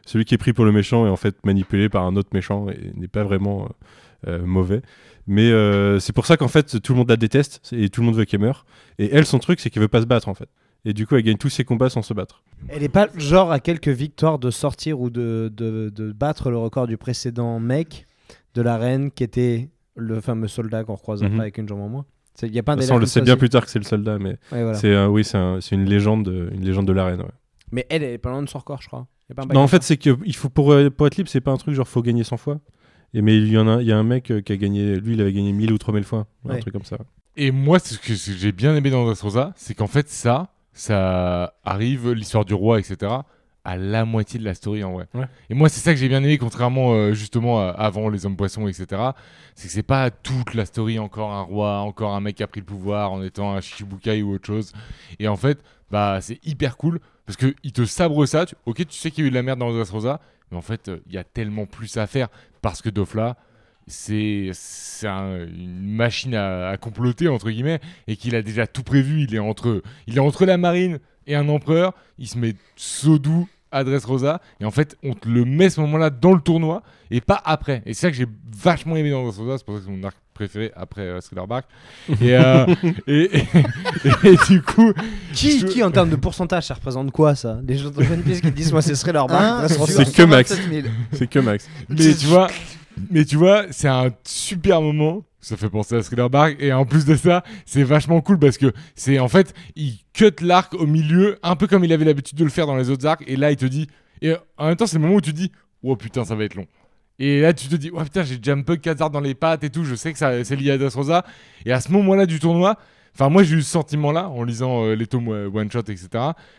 D: celui qui est pris pour le méchant est en fait manipulé par un autre méchant et n'est pas vraiment euh, euh, mauvais. Mais euh, c'est pour ça qu'en fait, tout le monde la déteste et tout le monde veut qu'elle meure. Et elle, son truc, c'est qu'elle veut pas se battre en fait. Et du coup, elle gagne tous ses combats sans se battre.
H: Elle est pas genre à quelques victoires de sortir ou de, de, de battre le record du précédent mec de la reine qui était le fameux soldat qu'on croise
D: Mhm.
H: après avec une jambe en moins. Il y a pas un
D: Ça,
H: délire
D: on le
H: comme
D: sait
H: ça
D: bien
H: aussi
D: plus tard que c'est le soldat, mais
H: Ouais, voilà.
D: c'est un- oui, c'est un- c'est une légende, euh, une légende de l'arène. ouais.
H: Mais elle, elle est pas loin de son record, je crois. Bah, Y a pas un bac
D: Non, en
H: à
D: fait, c'est que il faut pour, euh, pour être libre, c'est pas un truc genre faut gagner 100 fois. Et mais il y en a, il y a un mec euh, qui a gagné, lui, il avait gagné 1000 ou 3000 fois, un
H: Ouais.
D: truc comme ça.
A: Et moi, c'est ce que ce que j'ai bien aimé dans Dressrosa, c'est qu'en fait, ça, ça arrive, l'histoire du roi, etc., à la moitié de la story en vrai.
D: Ouais.
A: Et moi, c'est ça que j'ai bien aimé, contrairement euh, justement à- avant les hommes poissons, etc., c'est que c'est pas toute la story, encore un roi, encore un mec qui a pris le pouvoir en étant un Shichibukai ou autre chose. Et en fait, bah, c'est hyper cool, parce qu'ils te sabrent ça, tu- ok, tu sais qu'il y a eu de la merde dans Dressrosa, mais en fait, euh, il y a tellement plus à faire, parce que Dofla, c'est c'est un- une machine à, à comploter entre guillemets et qu'il a déjà tout prévu. Il est entre il est entre la marine et un empereur. Il se met Sodou adresse Rosa et en fait on te le met à ce moment-là dans le tournoi et pas après. Et c'est ça que j'ai vachement aimé dans Dressrosa. C'est pour ça que c'est mon arc préféré après euh, Thriller Bark. Et, euh, et, et- et du coup
H: faire. Qui,
A: je-
H: qui, en termes de pourcentage, ça représente quoi ça Les gens de One Piece qui disent, moi, ce serait leur
F: Un
H: marque. ça se
F: sur
H: ressort.
D: Ah, C'est que Max.
F: 127 000.
D: C'est que Max.
A: mais tu vois, mais tu vois, c'est un super moment. Ça fait penser à Thriller Bark et en plus de ça, c'est vachement cool parce que c'est en fait, il cut l'arc au milieu, un peu comme il avait l'habitude de le faire dans les autres arcs. Et là, il te dit, et en même temps, c'est le moment où tu te dis, oh putain, ça va être long. Et là, tu te dis, oh putain, j'ai déjà un peu Khazard dans les pattes et tout. Je sais que ça, c'est lié à Das Rosa. Et à ce moment-là du tournoi, enfin, moi, j'ai eu ce sentiment-là en lisant euh, les tomes euh, one shot, etc.,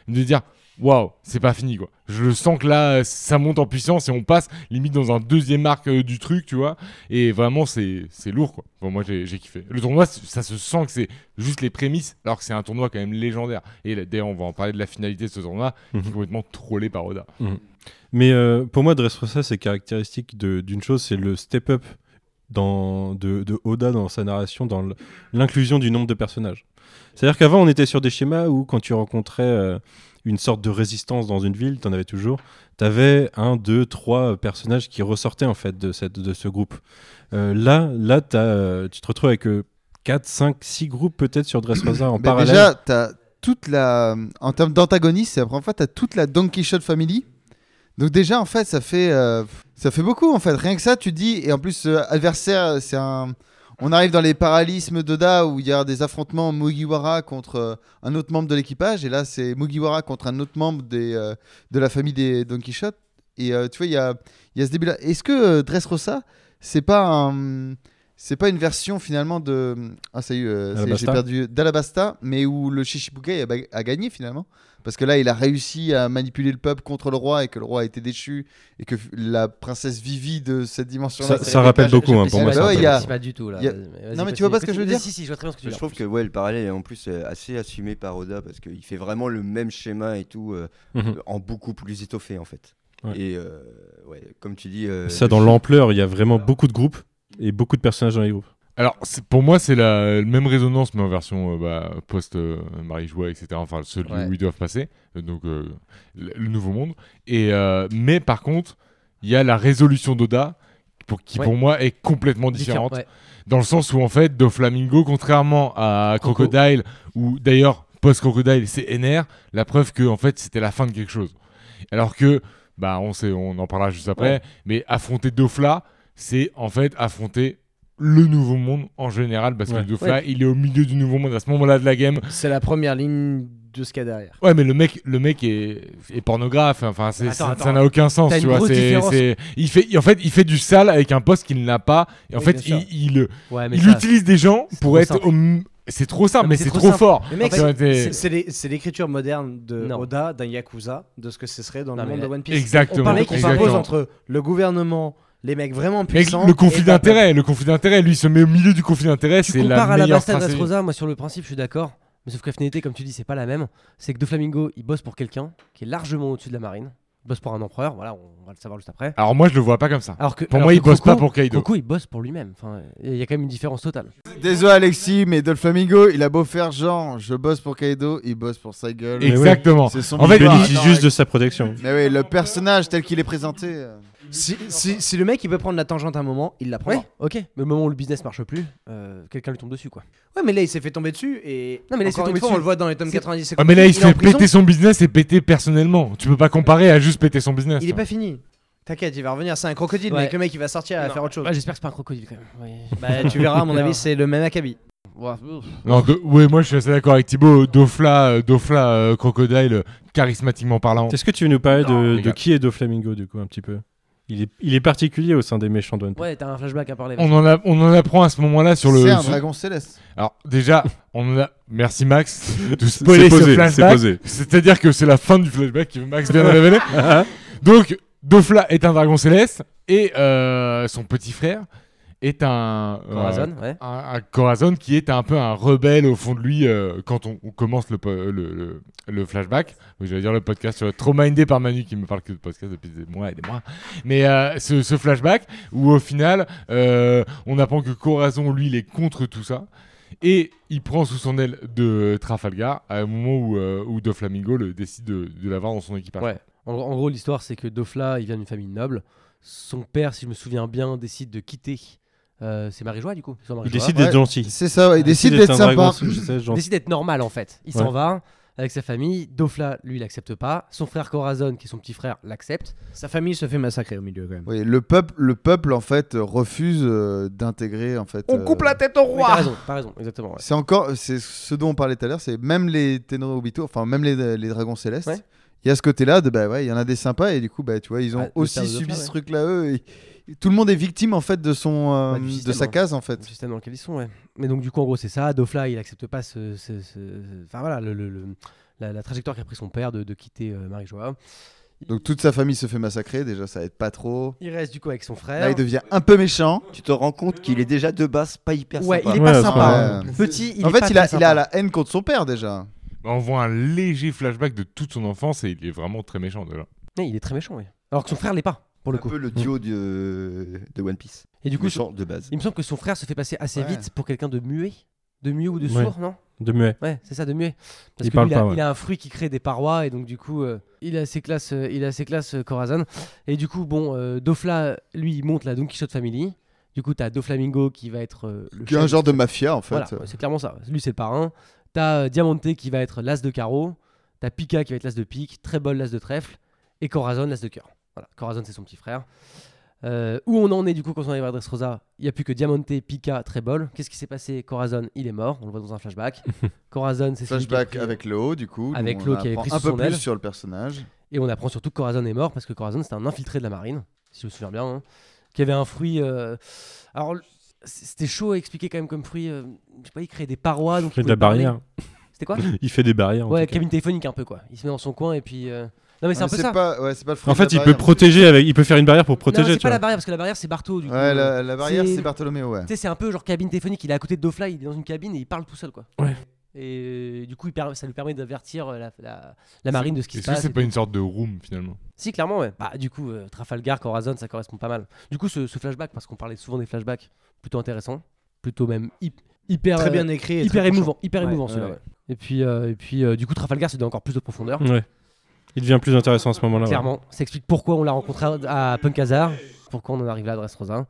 A: de dire, waouh, c'est pas fini quoi. Je sens que là, euh, ça monte en puissance et on passe limite dans un deuxième arc euh, du truc, tu vois. Et vraiment, c'est c'est lourd quoi. Bon, moi, j'ai j'ai kiffé. Le tournoi, c- ça se sent que c'est juste les prémices, alors que c'est un tournoi quand même légendaire. Et là, d'ailleurs, on va en parler de la finalité de ce tournoi, qui est
D: Mhm.
A: complètement trollé par Oda.
D: Mm. Mais euh, pour moi, Dressrosa, c'est caractéristique de- d'une chose, c'est le step-up dans- de, de Oda dans sa narration, dans l- l'inclusion du nombre de personnages. C'est-à-dire qu'avant, on était sur des schémas où, quand tu rencontrais euh, une sorte de résistance dans une ville, t'en avais toujours, t'avais un, deux, trois personnages qui ressortaient en fait de, cette, de ce groupe. Euh, là, là t'as, euh, tu te retrouves avec 4, 5, 6 groupes peut-être sur Dressrosa en
F: Bah,
D: parallèle.
F: Déjà, t'as toute la. euh, En termes d'antagonistes, c'est la première fois, t'as toute la Don Quixote Family. Donc, déjà, en fait, ça fait, euh, ça fait beaucoup, en fait. Rien que ça, tu dis. Et en plus, euh, adversaire, c'est un. On arrive dans les paralysmes d'Oda où il y a des affrontements Mugiwara contre euh, un autre membre de l'équipage. Et là, c'est Mugiwara contre un autre membre des, euh, de la famille des Don Quixote. Et euh, tu vois, il y a, il y a ce début-là. Est-ce que euh, Dressrosa, c'est pas un. C'est pas une version finalement de. Ah, ça y est, euh, ça y est, j'ai
D: Alabasta.
F: perdu. D'Alabasta, mais où le Shishibukai a, ba- a gagné finalement. Parce que là, il a réussi à manipuler le peuple contre le roi et que le roi a été déchu et que f- la princesse Vivi de cette dimension-là.
D: Ça-
F: c'est
D: ça
F: Rebecca,
D: rappelle
F: j'ai-
D: beaucoup, hein,
F: j'apprécie
B: Ah
D: pour moi,
F: pas.
D: ça
F: Ouais,
D: rappelle
F: il y a-
D: beaucoup.
J: C'est pas du tout là.
F: il y a-
J: Vas-y, vas-y,
F: Non, mais tu vois pas ce que je veux
J: continue.
F: dire
J: Si, si, je vois très bien ce que tu veux
B: Je
J: dire.
B: trouve que ouais, le parallèle est en plus euh, assez assumé par Oda parce qu'il fait vraiment le même schéma et tout euh,
D: Mhm.
B: en beaucoup plus étoffé en fait.
D: Ouais.
B: Et euh, ouais, comme tu dis. euh,
D: Ça,
B: le
D: dans
B: film-
D: l'ampleur, il y a vraiment beaucoup de groupes et beaucoup de personnages dans les groupes.
A: Alors, c'est- pour moi, c'est la même résonance, mais en version euh, bah, post-Marie Joie, etc. Enfin, celui
B: Ouais.
A: où ils doivent passer, euh, donc euh, le, le Nouveau Monde. Et, euh, mais par contre, il y a la résolution d'Oda, pour, qui
J: Ouais.
A: pour moi est complètement
J: Différent,
A: différente.
J: ouais.
A: Dans le sens où, en fait, Do Flamingo, contrairement à
J: Croco.
A: Crocodile, ou d'ailleurs, post-Crocodile, c'est NR, la preuve que, en fait, c'était la fin de quelque chose. Alors que, bah, on, sait, on en parlera juste après, mais affronter Dofla, c'est en fait affronter le nouveau monde en général, parce
D: Ouais.
A: que Dofla, il est au milieu du nouveau monde à ce moment-là de la game.
H: C'est la première ligne de ce qu'il y a derrière.
A: Ouais, mais le mec, le mec est, est pornographe. hein. Enfin, c'est-
J: Attends,
A: ça-
J: attends.
A: ça n'a aucun sens,
J: T'as
A: tu
J: une
A: vois.
J: grosse
A: c'est-
J: différence.
A: c'est- il fait, en fait, il fait du sale avec un poste qu'il n'a pas. Et en
H: Oui,
A: fait,
H: bien
A: il,
H: sûr.
A: il, euh,
J: Ouais, mais
A: il
J: ça,
A: utilise des gens
J: c'est trop
A: pour être.
J: simple.
A: au m- C'est trop simple,
J: Non, mais
A: mais
J: c'est
A: c'est
J: trop
A: trop,
J: simple.
A: fort.
H: Mais mec,
A: Ça aurait été-
H: c'est- c'est les- c'est l'écriture moderne de
J: Non.
H: Oda, d'un Yakuza, de ce que ce serait dans
J: Non,
H: le
J: mais
H: monde de
J: là-
H: One Piece.
A: Exactement.
H: On parlait qu'on
A: exactement.
H: s'impose entre le gouvernement, les mecs vraiment
A: Mais
H: puissants.
A: le
H: et
A: conflit
H: d'un peuple.
A: d'intérêt, le conflit d'intérêt, lui, il se met au milieu du conflit d'intérêt.
J: Tu
A: C'est la
J: compares à la
A: meilleure
J: Bastade
A: stratégie.
J: Rosa, moi sur le principe je suis d'accord, mais sauf que FNT, comme tu dis, c'est pas la même. C'est que De Flamingo, il bosse pour quelqu'un qui est largement au-dessus de la marine. Il bosse pour un empereur, voilà, on va le savoir juste après.
A: Alors moi, je le vois pas comme ça.
J: Alors que,
A: Pour
J: alors
A: moi,
J: que
A: il bosse
J: Croco-
A: pas pour Kaido.
J: Croco, il bosse pour lui-même. Enfin, il y a quand même une différence totale.
F: Désolé Alexis, mais Dolflamingo, il a beau faire genre, je bosse pour Kaido, il bosse pour sa gueule.
D: Et-
A: Exactement.
F: C'est son
A: En fait,
D: il
F: pouvoir.
D: bénéficie
F: Attends,
D: juste de sa protection.
F: Mais oui, le personnage tel qu'il est présenté. euh,
H: Si, si- si le mec il peut prendre la tangente à un moment, il la prend.
J: Ouais,
H: Ouais,
J: ok. Mais au moment où le business marche plus, euh, quelqu'un lui tombe dessus, quoi.
H: mais là il s'est fait tomber dessus et.
J: Non, mais là, il s'est
H: Encore une
J: tombé
H: fois,
J: dessus.
H: on le voit dans les tomes
J: C'est-
H: 90.
A: Ah, mais là, il se
H: est en
A: fait
H: prison,
A: péter son business et péter personnellement. Tu peux pas comparer à juste péter son business.
H: Il est pas fini. T'inquiète, il va revenir. C'est un crocodile,
J: Ouais.
H: mec. Le mec, il va sortir, il va
J: Non.
H: faire autre chose.
J: Ouais, J'espère que c'est pas un crocodile quand même. Ouais.
H: Bah, tu verras, à mon avis, c'est le même acabit.
J: Ouais, pff.
A: Non, de- ouais, moi je suis assez d'accord avec Thibaut. Dofla, euh, Dofla euh, Crocodile, euh, charismatiquement parlant.
D: Est-ce que tu veux nous parler
A: Non,
D: de,
A: les
D: de
A: gars.
D: qui est Doflamingo, du coup, un petit peu il est, il est particulier au sein des méchants de One Piece.
J: Ouais, t'as un flashback à parler.
A: On en, a- on en apprend à ce moment-là sur le.
F: C'est un
A: sur-
F: dragon céleste.
A: Alors, déjà, on en a. Merci Max de spoiler ce
D: c'est
A: flashback.
D: posé.
A: C'est-à-dire que c'est la fin du flashback que Max vient de révéler.
D: Uh-huh.
A: Donc, Dofla est un dragon céleste et euh, son petit frère est un. euh,
J: Corazon, ouais.
A: un, un Corazon qui est un peu un rebelle au fond de lui euh, quand on, on commence le, po- le, le, le flashback. Oui, j'allais dire le podcast, euh, trop mindé par Manu qui me parle que de podcast depuis des mois et des mois. Mais euh, ce, ce flashback où au final, euh, on apprend que Corazon, lui, il est contre tout ça. Et il prend sous son aile de Trafalgar à un moment où, euh, où De Flamingo le décide de, de l'avoir dans son équipage.
J: Ouais. En, en gros, l'histoire, c'est que Dofla, il vient d'une famille noble. Son père, si je me souviens bien, décide de quitter. euh, c'est Marie-Joie, du coup. c'est
D: Il
J: Marie-Joie.
D: décide
F: ouais.
D: d'être gentil.
F: C'est ça, ouais, il décide d'être
D: un dragon,
F: sympa.
D: je sais,
J: Il
D: gentil.
J: décide d'être normal, en fait. Il
D: Ouais.
J: s'en va avec sa famille. Dofla, lui, il l'accepte pas. Son frère Corazon, qui est son petit frère, l'accepte.
H: Sa famille se fait massacrer au milieu, quand même.
F: Oui, le peuple, le peuple en fait euh, refuse euh, d'intégrer en fait. euh,
J: tête au roi T'as raison, t'as raison, exactement. ouais.
F: C'est encore, c'est ce dont on parlait tout à l'heure, c'est même les Tenno Obito, enfin même les, les dragons célestes.
J: Ouais.
F: Il y a ce côté-là de bah ouais, il y en a des sympas et du coup bah tu vois ils ont
J: Ah, le
F: aussi
J: père de
F: subi
J: Dofla,
F: ce
J: ouais.
F: truc-là eux. et- et tout le monde est victime en fait de son euh,
J: Bah, du
F: de
J: système,
F: sa
J: hein.
F: case en fait.
J: Le système dans lequel ils sont, ouais. Mais donc, du coup, en gros, c'est ça. Dofla, il accepte pas ce. ce- ce- Enfin, voilà, le- le- le- la, la trajectoire qu'a pris son père de, de quitter euh, Marie-Joie.
F: Donc toute sa famille se fait massacrer déjà, ça aide pas trop.
J: Il reste, du coup, avec son frère.
F: Là il devient un peu méchant.
B: Tu te rends compte qu'il est déjà de base pas hyper
J: Ouais,
B: sympa.
J: il est
D: Ouais,
J: pas
D: ouais.
J: sympa. hein. Petit, il
F: en
J: est
F: fait
J: pas
F: il a
J: très
F: il a
J: sympa.
F: la haine contre son père déjà.
A: Bah, on voit un léger flashback de toute son enfance et il est vraiment très méchant déjà.
J: Ouais, il est très méchant, oui. Alors que son frère l'est pas, pour le
B: Un
J: coup.
B: peu le duo de, de One Piece.
J: Et du coup,
B: Méchant de base.
J: il me semble que son frère se fait passer assez
F: Ouais.
J: vite pour quelqu'un de muet. De muet ou de
D: Ouais.
J: sourd, non
D: De muet.
J: Ouais, c'est ça, de muet. Parce
D: Il
J: que
D: parle
J: lui, il, a,
D: pas, ouais.
J: il a un fruit qui crée des parois et donc du coup, euh, il a ses classes, euh, il a ses classes euh, Corazon. Et du coup, bon, euh, Dofla, lui, il monte la Don Quixote Family. Du coup, t'as Doflamingo qui va être euh, le
F: Qui est un
J: chef.
F: genre de mafia en fait.
J: Voilà, ouais, c'est clairement ça. Lui, c'est le parrain. T'as euh, Diamante qui va être l'as de carreau. T'as Pika qui va être l'as de pique. Trébol, l'as de trèfle. Et Corazon, l'as de cœur. Voilà, Corazon, c'est son petit frère. Euh, où on en est du coup quand on arrive à Dressrosa Il n'y a plus que Diamante, Pika, Trébol. Qu'est-ce qui s'est passé Corazon, il est mort. On le voit dans un flashback. Corazon, c'est celui qui a
F: Flashback
J: pris-
F: avec le haut du coup.
J: Avec
F: donc
J: le
F: on
J: haut qui avait
F: apprend
J: pris
F: un
J: sous
F: peu
J: son
F: plus
J: aile.
F: sur le personnage.
J: Et on apprend surtout que Corazon est mort parce que Corazon, c'était un infiltré de la marine, si je me souviens bien, hein, qui avait un fruit. euh, Alors, le- c'était chaud à expliquer quand même comme fruit. euh, Je sais pas, il créait des parois. Donc
D: Il fait
J: il
D: de la
J: pouvait parler.
D: barrière.
J: C'était quoi
D: Il fait des barrières. en
J: Ouais,
D: tout cas.
J: cabine téléphonique un peu quoi. Il se met dans son coin et puis. euh, Non mais c'est
F: Ah,
J: un peu
F: mais
J: ça.
F: Pas, ouais, c'est pas le fruit
D: En
F: de la
D: fait, il peut
F: barrière.
D: protéger, avec... il peut faire une barrière pour
J: Non,
D: protéger.
J: c'est
D: tu
J: pas
D: vois.
J: la barrière parce que la barrière c'est Barto du coup. euh,
F: Ouais, la, la barrière
J: C'est-
F: c'est Bartholoméo ouais.
J: Tu sais, c'est un peu genre cabine téléphonique. Il est à côté de Dofla, il est dans une cabine et il parle tout seul quoi. Et du coup, il per- ça lui permet d'avertir euh, la, la- la marine de ce qui se
A: Est-ce que
J: passe.
A: c'est pas une sorte de room finalement
J: Si, clairement, ouais. Bah, du coup, euh, Trafalgar, Corazon, ça correspond pas mal. Du coup, ce, ce flashback, parce qu'on parlait souvent des flashbacks, plutôt intéressant, plutôt même hy- hyper,
H: Très
J: euh,
H: bien écrit. et
J: hyper
H: très touchant.
J: émouvant, hyper
H: Ouais,
J: émouvant
H: ouais,
J: celui-là.
H: ouais.
J: ouais. Et puis, euh, et puis euh, du coup, Trafalgar se donne encore plus de profondeur.
D: Ouais. Il devient plus intéressant à ce moment-là. ouais.
J: Clairement, ça explique pourquoi on l'a rencontré à, à Punk Hazard, pourquoi on en arrive là à Dressrosa.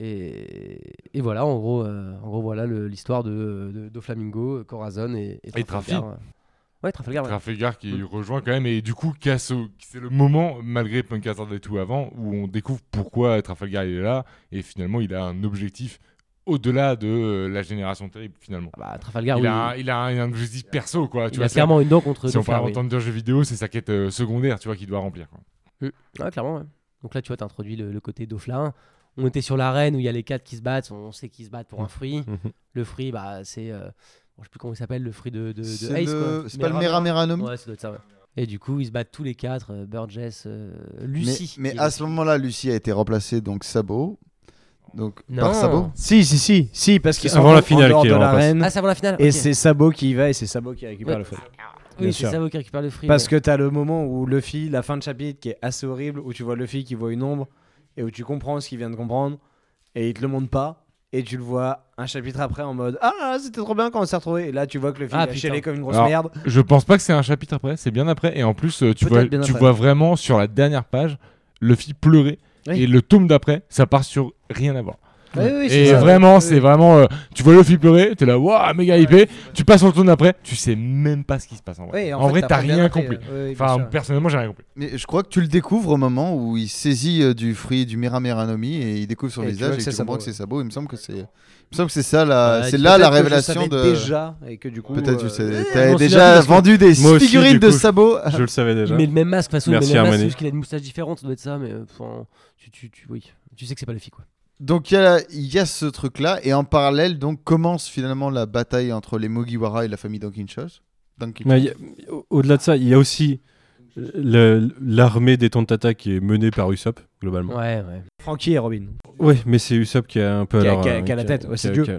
J: Et, et voilà, en gros, euh, en gros voilà le- l'histoire de, de, de Flamingo, Corazon et, et
A: Et
J: Trafalgar. Ouais, Trafalgar. ouais.
A: Trafalgar qui
J: Mm.
A: rejoint quand même et du coup casse au- c'est le moment malgré Punk Hazard et tout avant où on découvre pourquoi Trafalgar il est là et finalement il a un objectif au-delà de euh, la génération terrible finalement.
J: Ah bah, Trafalgar,
A: il,
J: oui.
A: a, un- il a un, un objectif perso quoi. Tu
J: il
A: vois,
J: a
A: c'est-
J: clairement une dent contre
A: si on
J: Doomfire,
A: parle en
J: oui.
A: tant que jeu vidéo c'est sa quête euh, secondaire tu vois qu'il doit remplir. quoi.
J: Ouais, clairement, ouais. Donc là, tu vois, t'as introduit le, le côté Dauphlin. On était sur l'arène où il y a les quatre qui se battent. On sait qu'ils se battent pour un fruit.
D: Mhm.
J: Le fruit, bah, c'est. euh, bon, je sais plus comment il s'appelle, le fruit de, de, de
F: C'est
J: Ace,
F: le-
J: quoi.
F: c'est pas le
J: Mera-
F: Merameranum
J: Ouais, ça doit être ça, ouais. Et du coup, ils se battent tous les quatre euh, Burgess, euh, Lucie.
F: Mais,
J: qui
F: mais
J: est-
F: à ce moment-là, Lucie a été remplacée donc Sabot. Donc
J: Non.
F: par Sabot.
H: Si, si, si, si, parce qu'ils
D: C'est
H: sont
D: avant la
H: en-
D: finale
H: en dehors
D: qu'il
H: de
D: en passe.
H: l'arène.
J: Ah, c'est avant la finale
H: Et
J: ok.
H: c'est Sabo qui y va et c'est Sabo qui récupère
J: Ouais.
H: le feu. bien
J: Oui, c'est
H: sûr.
J: Sabo qui récupère le fruit.
H: Parce
J: ouais.
H: que t'as le moment où Luffy, la fin de chapitre qui est assez horrible, où tu vois Luffy qui voit une ombre et où tu comprends ce qu'il vient de comprendre et il te le montre pas et tu le vois un chapitre après en mode Ah, c'était trop bien quand on s'est retrouvé. Et là, tu vois que Luffy
J: Ah,
H: il a
J: putain.
H: chialé comme une grosse
A: Alors,
H: merde.
A: Je pense pas que c'est un chapitre après, c'est bien après. Et en plus, euh, tu,
H: Peut-être
A: vois,
H: bien
A: tu
H: après.
A: vois vraiment sur la dernière page Luffy pleurer.
H: Oui.
A: Et le tome d'après, ça part sur rien à voir.
H: Oui, oui, c'est
A: et
H: ça.
A: vraiment,
H: Oui.
A: c'est vraiment. euh, tu vois Luffy pleurer, t'es là, waouh, méga hypé. Tu passes sur le tome d'après, tu sais même pas ce qui se passe en vrai.
H: Oui,
A: en
H: fait,
A: vrai, t'as
H: pas bien
A: rien
H: appris,
A: compris.
H: euh, oui, bien
A: Enfin,
H: sûr.
A: personnellement, j'ai rien compris.
F: Mais je crois que tu le découvres au moment où il saisit euh, du fruit du Merameranomi et il découvre son
H: Et tu vois
F: visage
H: que
F: et
H: c'est
F: tu comprends
H: Sabot,
F: que c'est Sabot. Il me semble que c'est, il me semble que c'est ça la,
H: Euh,
F: c'est là la
H: peut-être que je
F: révélation
H: savais
F: de.
H: déjà et que du coup.
F: Peut-être
H: euh,
F: tu sais, t'avais
J: euh, bon, c'est la
F: déjà
J: révélation.
F: vendu des
D: Moi aussi,
F: figurines
D: du
F: de
D: coup, je-
F: Sabot.
D: Je le savais déjà.
J: Mais le même masque, de toute façon, il met
D: Merci,
J: le même masque,
D: Armani.
J: juste qu'il a une moustache différente, ça doit être ça, mais euh, enfin, tu, tu, tu, oui. tu sais que c'est pas Luffy, quoi.
F: Donc il y a, il y a ce truc-là et en parallèle donc commence finalement la bataille entre les Mugiwara et la famille Dankinshosh. Dankinshosh.
D: Mais il y a- au- Au-delà de ça, il y a aussi le- l'armée des Tantata qui est menée par Usopp, globalement.
J: Ouais, ouais.
H: Frankie et Robin.
D: Oui, mais c'est Usopp qui a un peu
H: Qui a-
D: alors,
H: qui a-
D: euh,
H: qui a la tête, ouais, c'est Dieu.
D: qui a-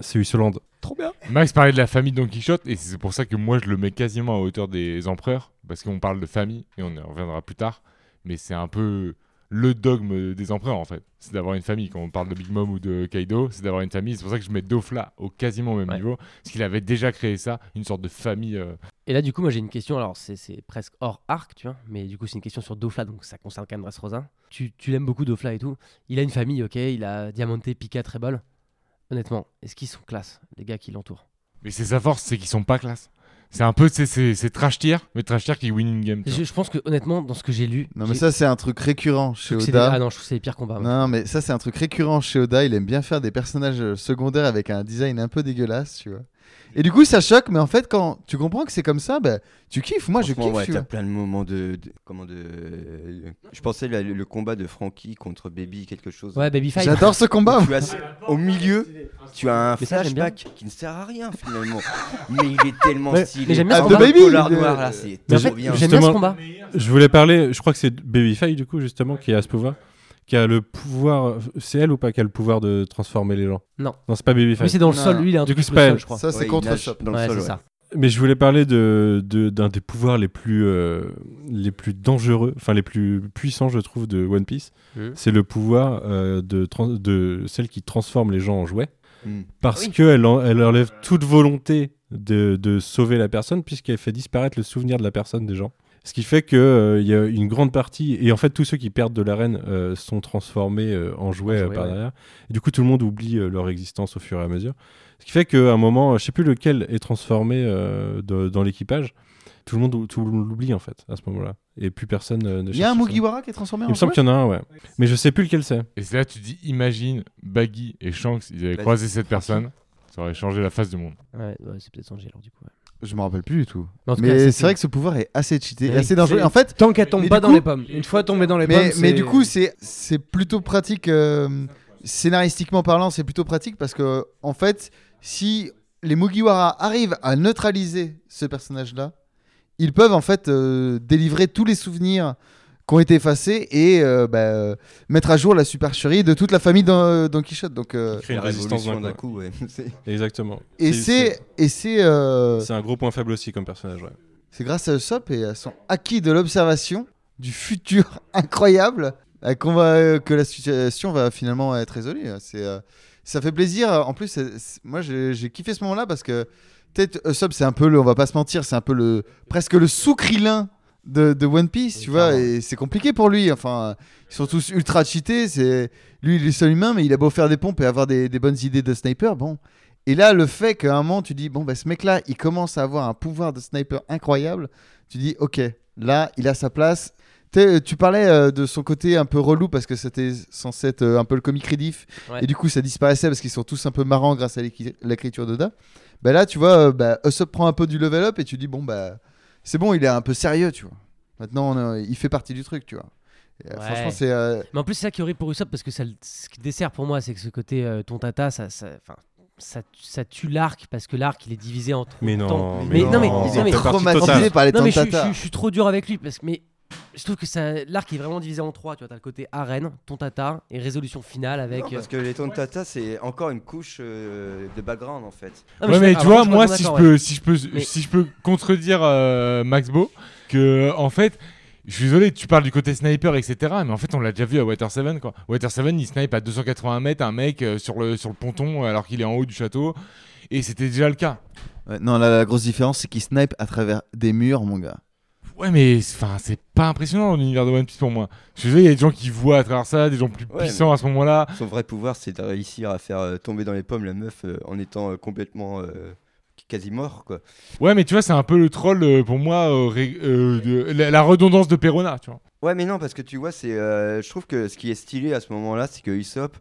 D: C'est Usoland.
H: Trop bien.
A: Max parlait de la famille de Don Quichotte, et c'est pour ça que moi, je le mets quasiment à hauteur des empereurs, parce qu'on parle de famille, et on y reviendra plus tard. Mais c'est un peu le dogme des empereurs, en fait. C'est d'avoir une famille. Quand on parle de Big Mom ou de Kaido, c'est d'avoir une famille. C'est pour ça que je mets Dofla au quasiment même
J: Ouais.
A: niveau, parce qu'il avait déjà créé ça, une sorte de famille. euh,
J: Et là, du coup, moi, j'ai une question. Alors, c'est- c'est presque hors arc, tu vois, mais du coup, c'est une question sur Dofla, donc ça concerne quand même Dressrosa. Tu, tu l'aimes beaucoup, Dofla et tout. Il a une famille, ok Il a Diamanté, Pika, Trebol. Honnêtement, est-ce qu'ils sont classe, les gars qui l'entourent
A: Mais c'est sa force, c'est qu'ils sont pas classe. C'est un peu, c'est- c'est c'est trash tier, mais trash tier qui win in game. tu vois.
J: je, je pense que, honnêtement, dans ce que j'ai lu.
F: Non mais
J: j'ai-
F: ça c'est un truc récurrent
J: je
F: chez
J: trouve que c'est
F: Oda.
J: des- Ah non, je trouve que c'est les pires combats. moi.
F: Non, mais ça, c'est un truc récurrent chez Oda. Il aime bien faire des personnages euh, secondaires avec un design un peu dégueulasse, tu vois. Et du coup, ça choque, mais en fait, quand tu comprends que c'est comme ça, bah, tu kiffes. Moi, je
B: Franchement,
F: kiffe,
B: ouais,
F: tu
B: t'as
F: vois.
B: plein de moments de, de- comment de. euh, je pensais là, le, le combat de Frankie contre Baby quelque chose.
J: Ouais, Baby Five.
F: J'adore ce combat.
B: Tu as- au milieu, tu as un
J: Mais ça, j'aime bien.
B: flashback qui ne sert à rien finalement, mais il est tellement
J: Mais-
B: stylé.
J: mais j'aime bien
B: Ah,
J: ce
B: de
J: combat.
B: baby, polar
F: de-
B: noir là, c'est
J: Mais en
B: trop
J: fait,
B: bien.
J: j'aime bien ce
D: Justement-
J: combat.
D: Je voulais parler, je crois que c'est Babyface du coup justement qui a ce pouvoir, qui a le pouvoir, c'est elle ou pas qui a le pouvoir de transformer les gens
J: Non.
D: Non, c'est pas
J: Lui,
D: Babyface.
J: c'est dans le
F: Non,
J: sol.
F: non.
J: Lui, il est un
D: Du
J: truc
D: coup, c'est
J: le
D: pas
J: sol,
D: elle.
J: je crois.
F: Ça, c'est
B: Ouais, il
F: contre
B: nage
F: Shop.
B: dans le
J: Ouais,
B: sol,
J: c'est
B: ouais.
J: ça.
D: Mais je voulais parler de de- d'un des pouvoirs les plus euh, les plus dangereux, enfin les plus puissants je trouve de One Piece.
J: Hmm.
A: Mhm.
D: C'est le pouvoir euh, de trans- de celle qui transforme les gens en jouets
B: Mm.
D: parce
J: Hmm. Ah Oui.
D: qu'elle elle enlève toute volonté de, de sauver la personne puisqu'elle fait disparaître le souvenir de la personne des gens. Ce qui fait que euh, il y a une grande partie et en fait tous ceux qui perdent de l'arène euh, sont transformés euh, en jouets
J: En
D: euh,
J: jouets,
D: par
J: ouais.
D: derrière. Et du coup tout le monde oublie euh, leur existence au fur et à mesure. Ce qui fait qu'à un moment, euh, je sais plus lequel est transformé euh, de- dans l'équipage. Tout le monde ou- tout le monde l'oublie en fait à ce moment-là et plus personne euh, ne.
F: Il y a un
D: cherche ça.
F: Mugiwara qui est transformé
D: Il
F: en
D: me semble
F: jouet
D: qu'il y en a un ouais. Mais je sais plus lequel c'est.
A: Et c'est là tu dis, imagine Baggy et Shanks, ils avaient
B: Vas-y.
A: croisé cette personne, ça aurait changé la face du monde.
J: Ouais, ouais, c'est peut-être Sanji alors du coup. ouais.
F: Je me rappelle plus du tout.
J: Mais en tout cas,
F: Mais c'est
J: c'était-
F: vrai que ce pouvoir est assez cheaté,
J: Mais
F: et
J: oui,
F: assez dangereux.
J: c'est-
F: En fait,
H: Tant qu'elle tombe
F: Mais
H: pas
F: du
H: dans
F: coup-
H: les pommes. Une fois tombée dans les
F: mais,
H: pommes.
F: mais
H: c'est-
F: du coup, c'est c'est plutôt pratique. euh, scénaristiquement parlant, c'est plutôt pratique parce que, en fait, si les Mugiwara arrivent à neutraliser ce personnage-là, ils peuvent en fait euh, délivrer tous les souvenirs qui ont été effacées et euh, bah, euh, mettre à jour la supercherie de toute la famille dans, Don Quichotte. Donc, euh,
D: Créer
B: La
D: une résistance
B: révolution
D: d'un
B: d'un
D: coup.
B: coup, ouais. C'est-
D: Exactement.
F: et c'est et c'est euh,
D: c'est un gros point faible aussi comme personnage. ouais.
F: c'est grâce à Usopp et à son acquis de l'observation du futur incroyable euh, qu'on va euh, que la situation va finalement être résolue. C'est euh, ça fait plaisir. En plus, c'est- c'est- moi j'ai j'ai kiffé ce moment-là parce que peut-être Usopp c'est un peu le, on va pas se mentir, c'est un peu le presque le soukrilin de, de One Piece, tu vois, et c'est compliqué pour lui. Enfin, ils sont tous ultra cheatés. C'est lui, il est seul humain, mais il a beau faire des pompes et avoir des, des bonnes idées de sniper, bon. Et là, le fait qu'à un moment tu dis bon bah ce mec-là, il commence à avoir un pouvoir de sniper incroyable, tu dis ok, là il a sa place. T'es- Tu parlais euh, de son côté un peu relou parce que c'était censé être euh, un peu le comique ridif
J: Ouais.
F: et du coup ça disparaissait parce qu'ils sont tous un peu marrants grâce à l'équi- l'écriture d'Oda. Bah là tu vois, euh, bah, Usopp prend un peu du level up et tu dis bon bah c'est bon, il est un peu sérieux tu vois. Maintenant on a- il fait partie du truc tu vois. Et, euh,
J: Ouais.
F: Franchement c'est euh,
J: Mais en plus, c'est ça qui est horrible pour Usopp parce que ça, le- ce qui dessert pour moi, c'est que ce côté euh, ton tata, ça, ça, enfin, ça, ça tue l'arc parce que l'arc il est divisé en trois.
D: Mais non.
J: Tant- Mais non, mais-
F: ils
J: non, mais-
F: est
J: partie
F: traumatisé par les
J: Non, mais je, suis-
F: tentata.
J: je suis- je suis trop dur avec lui parce que mais je trouve que ça- l'arc est vraiment divisé en trois. Tu vois, t'as le côté arène, ton tata et résolution finale avec. euh,
B: Non, parce que les tons de Tata, c'est encore une couche euh, de background en fait.
J: euh, non,
A: ouais,
J: je-
A: mais
J: ah,
A: tu vois,
J: vraiment,
A: moi,
J: suis
A: si je,
J: complètement
A: peux, si, je peux,
J: Mais-
A: si je peux contredire euh, Max Beau, que en fait, je suis désolé, tu parles du côté sniper, etc. Mais en fait, on l'a déjà vu à Water 7. Quoi. Water 7, il snipe à 280 mètres un mec euh, sur, le, sur le ponton alors qu'il est en haut du château. Et c'était déjà le cas.
F: Ouais, non, la, la grosse différence, c'est qu'il snipe à travers des murs, mon gars.
A: Ouais, mais c'est- enfin, c'est pas impressionnant l'univers de One Piece pour moi. Je suis désolé, il y a des gens qui voient à travers ça, des gens plus
B: Ouais,
A: puissants à ce moment-là.
B: Son vrai pouvoir, c'est de réussir à faire euh, tomber dans les pommes la meuf euh, en étant euh, complètement euh, quasi mort quoi.
A: Ouais, mais tu vois, c'est un peu le troll euh, pour moi, euh, ré- euh, de- la, la redondance de Perona, tu vois.
B: Ouais, mais non, parce que tu vois, c'est, euh, je trouve que ce qui est stylé à ce moment-là, c'est que Usopp,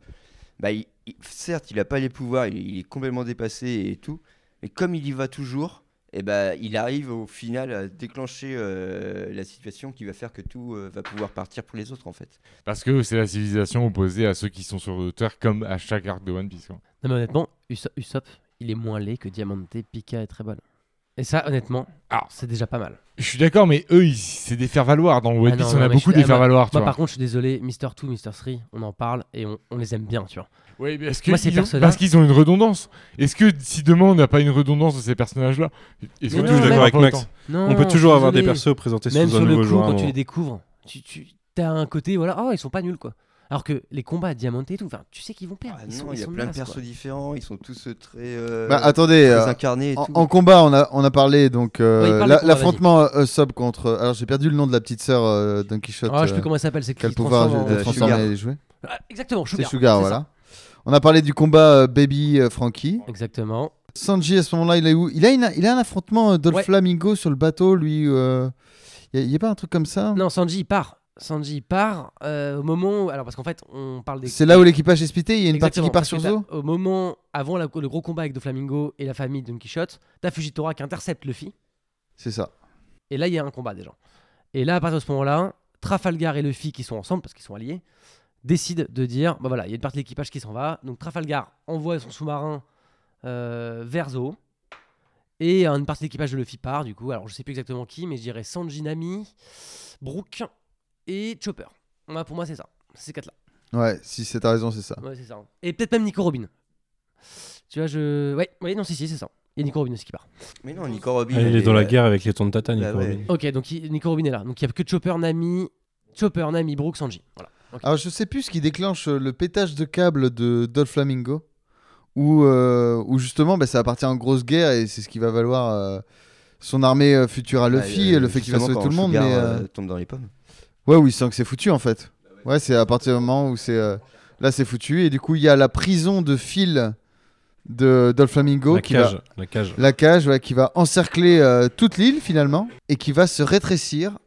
B: bah, il- il- certes, il a pas les pouvoirs, il, il est complètement dépassé et tout, mais comme il y va toujours, et ben il arrive au final à déclencher euh, la situation qui va faire que tout euh, va pouvoir partir pour les autres en fait.
A: Parce que c'est la civilisation opposée à ceux qui sont sur le terre, comme à chaque arc de One Piece. quoi.
J: Non mais honnêtement, Uso- Usopp, il est moins laid que Diamante, Pika est très bonne. Et ça, honnêtement,
A: Alors,
J: c'est déjà pas mal.
A: Je suis d'accord, mais eux, ils- c'est des faire-valoir. Dans One
J: Ah non,
A: Piece,
J: non,
A: on a
J: mais je
A: beaucoup
J: suis-
A: des
J: ah, moi-
A: faire-valoir, tu
J: Moi
A: vois.
J: par contre, je suis désolé, Mister 2, Mister 3, on en parle et on, on les aime bien, tu vois.
A: Oui, mais est-ce
J: Moi, ces
A: qu'ils ont-
J: personnes-là-
A: parce qu'ils ont une redondance. Est-ce que si demain, on n'a pas une redondance de ces personnages-là Est-ce
J: Mais
A: que
J: non,
A: tu es
J: mais-
A: d'accord avec
D: Max.
A: Max
J: Non,
D: On peut
J: je
D: toujours
J: suis
D: avoir des
J: désolé.
D: persos présentés
J: Même
D: sous un
J: sur le
D: nouveau
J: coup,
D: joueur. à un
J: quand tu
D: moment.
J: les découvres, tu, tu as un côté, voilà, oh, ils sont pas nuls quoi. Alors que les combats à Diamante et tout, enfin, tu sais qu'ils vont perdre.
B: Ah
J: ils
B: non,
J: sont,
B: il
J: ils
B: y a
J: sont
B: plein de
J: nasses, quoi.
B: persos différents, ils sont tous euh, très, euh,
F: bah, attendez,
B: très
F: euh,
B: incarnés et
F: en,
B: tout.
F: en combat, on a, on a parlé, donc, euh,
J: Ouais, il parle
F: la-
J: de combat,
F: l'affrontement euh, Usopp contre. Alors, j'ai perdu le nom de la petite sœur euh, Don Quichotte.
J: Ah, je sais
F: euh,
J: plus comment elle s'appelle, c'est
F: qui a
J: qui
F: le pouvoir
J: transforme
F: de
J: en-
B: euh,
F: transformer
B: Sugar.
F: et jouer.
J: Ah, Exactement,
F: C'est
J: Sugar.
F: Sugar,
J: c'est ça.
F: voilà. On a parlé du combat euh, Baby euh, Frankie.
J: Exactement.
F: Sanji, à ce moment-là, il a où il a, une- il a un affrontement euh,
J: Ouais.
F: Dolflamingo sur le bateau, lui. euh, Il n'y a, pas un truc comme ça
J: Non, Sanji il part. Sanji il part euh, au moment où. Alors, parce qu'en fait, on parle des.
F: C'est là où l'équipage est splitté, il y a une partie
J: Exactement,
F: qui part
J: parce
F: sur
J: que
F: Zo
J: t'as- Au moment, avant la- le gros combat avec Doflamingo et la famille de Don Quichotte, t'as Fujitora qui intercepte Luffy.
F: C'est ça.
J: Et là, il y a un combat déjà. Et là, à partir de ce moment-là, Trafalgar et Luffy, qui sont ensemble parce qu'ils sont alliés, décident de dire bah voilà, il y a une partie de l'équipage qui s'en va. Donc Trafalgar envoie son sous-marin euh, vers Zo. Et euh, une partie de l'équipage de Luffy part, du coup. Alors, je sais plus exactement qui, mais je dirais Sanji, Nami, Brook et Chopper. Moi, pour moi, c'est ça. C'est Ces quatre-là.
F: Ouais, si c'est ta raison, c'est ça.
J: Ouais, c'est ça. Et peut-être même Nico Robin. Tu vois, je. Ouais, ouais non, si, si, c'est ça. Il y a Nico Robin aussi qui part.
B: Mais non, Nico Robin.
D: Ah, il est dans la guerre avec les tons de Tata,
B: bah
D: Nico
B: ouais.
D: Robin.
J: Ok, donc il- Nico Robin est là. Donc il n'y a que Chopper, Nami, Chopper, Nami, Brook, Sanji. Voilà. Ok.
B: Ah
F: Alors, je sais plus ce qui déclenche euh, le pétage de câble de Dolflamingo, où, euh, où justement, bah, ça appartient en grosse guerre et c'est ce qui va valoir euh, son armée euh, future
B: Bah,
F: à Luffy, le fait qu'il va sauver tout le monde. Mais, euh,
B: tombe dans les pommes.
F: Ouais, où il sent que c'est foutu en fait. Ouais, c'est à partir du moment où c'est. euh, Là, c'est foutu. Et du coup, il y a la prison de fil de Dolflamingo
D: La
F: qui
D: cage,
F: va.
D: la cage.
F: La cage, ouais, qui va encercler euh, toute l'île finalement et qui va se rétrécir.